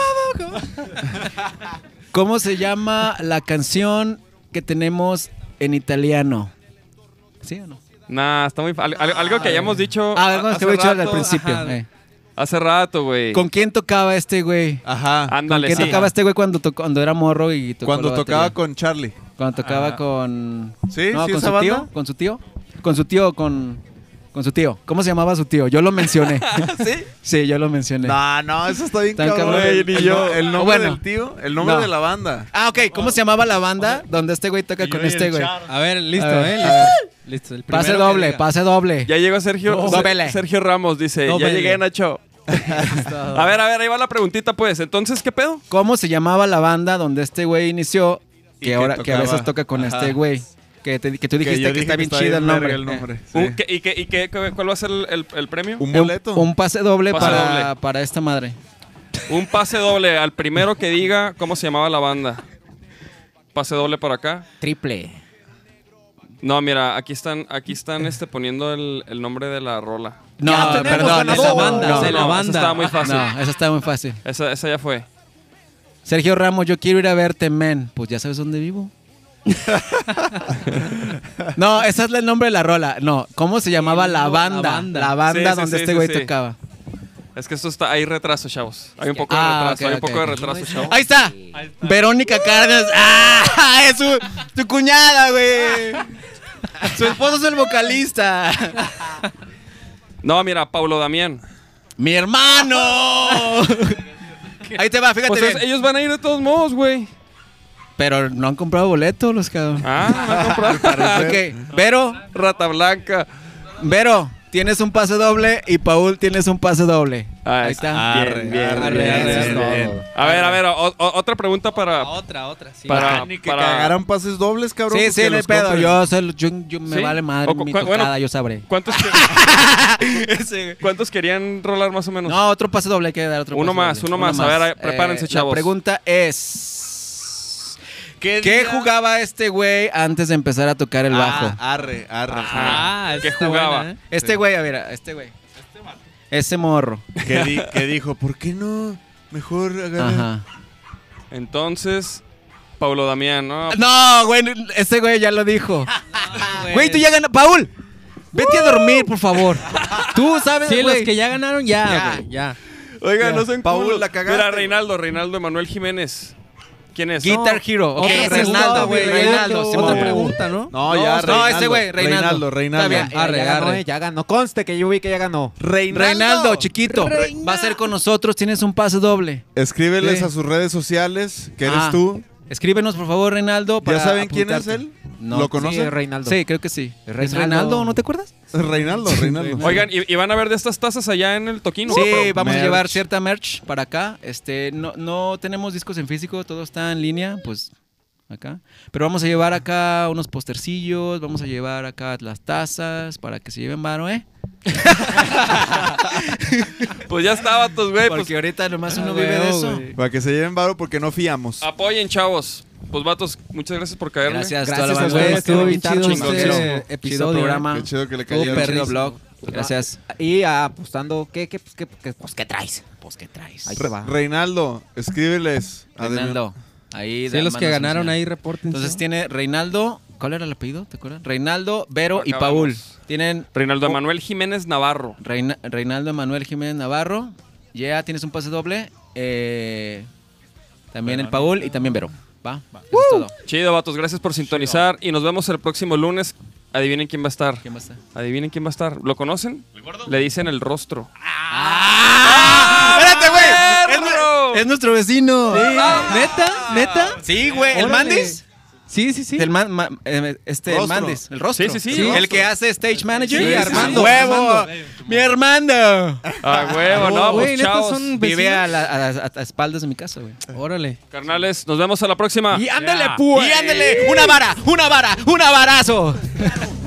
¿Cómo se llama la canción que tenemos en italiano? ¿Sí o no? Nah, está muy. al- al- algo que hayamos dicho. Ah, algo hace que he dicho al rato- principio. ajá. eh. Hace rato, güey. ¿Con quién tocaba este güey? Ajá. ¿Con Ándale, quién sí. tocaba este güey cuando, tocó- cuando era morro y tocó Cuando la tocaba batería? con Charlie. Cuando tocaba Ajá. con... Sí, no, sí, con esa su banda. tío, con su tío, con su tío, con, con su tío. ¿Cómo se llamaba su tío? Yo lo mencioné. ¿Sí? Sí, yo lo mencioné. No, no, eso está bien Tan cabrón. cabrón. El, el no- el nombre Bueno. del tío, el nombre No. de la banda. Ah, ok. ¿Cómo se llamaba la banda donde este güey toca Y con yo y este el güey? Char. A ver, listo, A ver, ¿eh? a Listo. Listo, el Pase primero que doble, diga. pase doble. Ya llegó Sergio. No, Ser- vele. Sergio Ramos dice: No, Ya vele. llegué, Nacho. a ver, a ver, ahí va la preguntita, pues. Entonces, ¿qué pedo? ¿Cómo se llamaba la banda donde este güey inició? Que Y que ahora que a tocaba. veces toca con Ajá. este güey. Que, te- que tú dijiste yo que, dije está bien estaba chido el nombre. verga el nombre. Eh, Sí. Uh, ¿qué- ¿Y, qué, y qué, cuál va a ser el, el- el premio? Un boleto. Un pase doble Pase para, doble. para esta madre. Un pase doble al primero que diga cómo se llamaba la banda. Pase doble por acá. Triple. No, mira, aquí están, aquí están este, poniendo el, el nombre de la rola. No, tenemos perdón, de la ganador. banda. No, de la no, esa banda. estaba muy fácil. No, eso está muy fácil. Esa, esa ya fue. Sergio Ramos, yo quiero ir a verte, men. Pues ya sabes dónde vivo. no, ese es el nombre de la rola. No, ¿cómo se llamaba la No, la banda? La banda. Sí, banda, sí, donde sí, este sí, güey sí. tocaba. Es que esto está. Hay retraso, chavos. Hay un poco de Ah, retraso. ok, hay un ok, poco de ok. retraso, chavos. Ahí está. Verónica Cárdenas. Uh. ¡Ah! Es su, su cuñada, güey. Su esposo es el vocalista. No, mira, Paulo Damián. ¡Mi hermano! Ahí te va, fíjate Pues es- bien. ellos van a ir de todos modos, güey. Pero no han comprado boletos los cabrones. Ah, van a comprar. Ok, Vero, Rata Blanca. Vero, tienes un pase doble y Paul tienes un pase doble. Ah, Ahí es- está. Bien, bien, arre, bien, arre, bien, arre. bien. A ver, a ver, o- o- otra pregunta para. Otra, otra, sí. Para. Ni que para cagaran pases dobles, cabrón. Sí, pues sí, que no hay los pedo. compren. Yo, se lo- yo, yo me ¿Sí? vale madre O cu- mi cu- tocada, bueno. yo sabré. ¿cuántos, que- cuántos querían rolar más o menos? No, otro pase doble hay que dar otro Uno pase más, doble. Eh, uno más. A ver, a- prepárense, chavos. La pregunta es ¿Qué, jugaba este güey antes de empezar a tocar el bajo? Ah, arre, arre. Ah, ¿Qué esa está jugaba? buena, ¿eh? este güey, a ver, este güey. Ese morro. Que, di- que dijo, ¿por qué no? Mejor agarra-" Ajá. Entonces, Paulo Damián, ¿no? No, güey, este güey ya lo dijo. Güey, tú pues. ya ganaste. Paul, vete a dormir, por favor. Tú sabes, Uh. Sí, los güey. que ya ganaron, ya, güey, ya. Oiga, no sean Paul, culos. la cagaste, Mira, güey. Reinaldo, Reinaldo Manuel Jiménez. ¿Quién es? Guitar Hero. Ok, Otra Reinaldo, pregunta, güey. güey, Reinaldo. Reinaldo. Simón. Otra pregunta, ¿no? No, No, ya, no, este ese güey, Reinaldo. Reinaldo, Reinaldo. Está bien. Arre, Arre, ya ganó, arre. eh, ya ganó. Conste que yo vi que ya ganó. Reinaldo. Reinaldo, chiquito. Va a ser con nosotros, tienes un pase doble. Escríbeles Sí. a sus redes sociales que eres Ah, tú. Escríbenos, por favor, Reinaldo. Para ¿Ya saben quién es apuntarte. él? No. ¿Lo Sí, conocen? Reinaldo. Sí, creo que sí. ¿Es Reinaldo. Reinaldo? ¿No te acuerdas? Reinaldo, Reinaldo. Oigan, ¿y, y van a ver de estas tazas allá en el Toquino? Sí, vamos a merch. llevar cierta merch para acá. Este, no, no tenemos discos en físico, todo está en línea, pues acá. Pero vamos a llevar acá unos postercillos, vamos a llevar acá las tazas para que se lleven varo, ¿eh? Pues ya está, vatos, güey. Pues Porque ahorita nomás Ah, uno vive de huevo, eso. güey. Para que se lleven varo porque no fiamos. Ah, apoyen, chavos. Pues, vatos, muchas gracias por caerme. Gracias, toda Gracias la a banda. ustedes Güey, estuvo por bien invitarnos. chido Chingón, este chido. Chido episodio. programa. Qué chido que le Estuvo cayeron. perrísimo. Chido blog. Gracias. Y apostando, ¿qué, qué, pues, qué, qué, pues, qué traes? Pues qué traes. Ahí te Re- va. Reinaldo, escríbeles. a Reinaldo. Ahí Sí, los que mándanos ganaron una- ahí, reporten. Entonces tiene Reinaldo, ¿cuál era el apellido? ¿Te acuerdas? Reinaldo, Vero y Acá Paul. vamos. Tienen Reinaldo Manuel Jiménez Navarro. Reina- Reinaldo Manuel Jiménez Navarro. Yeah, tienes un pase doble. Eh, también el Paul y también Vero. Va, eso es todo. Chido, vatos. Gracias por sintonizar. Y nos vemos el próximo lunes. Adivinen quién va a estar. ¿Quién va a estar? Adivinen quién va a estar. ¿Lo conocen? Le dicen el rostro. Ah, ¡Espérate, güey! ¡Es nuestro! Ah, este Es nuestro vecino. ¿Neta? ¿Neta? Sí, güey. ¿El Órale. Mandis? Sí, sí, sí. Del man- ma- eh, este el Rostro. Mandes, el rostro. Sí, sí, sí, El rostro. que hace stage manager. Sí, Sí, sí, Armando. sí. ¡Huevo! Mi Armando. ¡Ah, huevo! No, Güey, pues neta, chavos. son vecinos. Vive a, la- a las- a- a espaldas de mi casa, güey. Órale. Ah, Carnales, nos vemos a la próxima. pues. Y ándale, pues. Y ándale. Una vara, una vara, una varazo.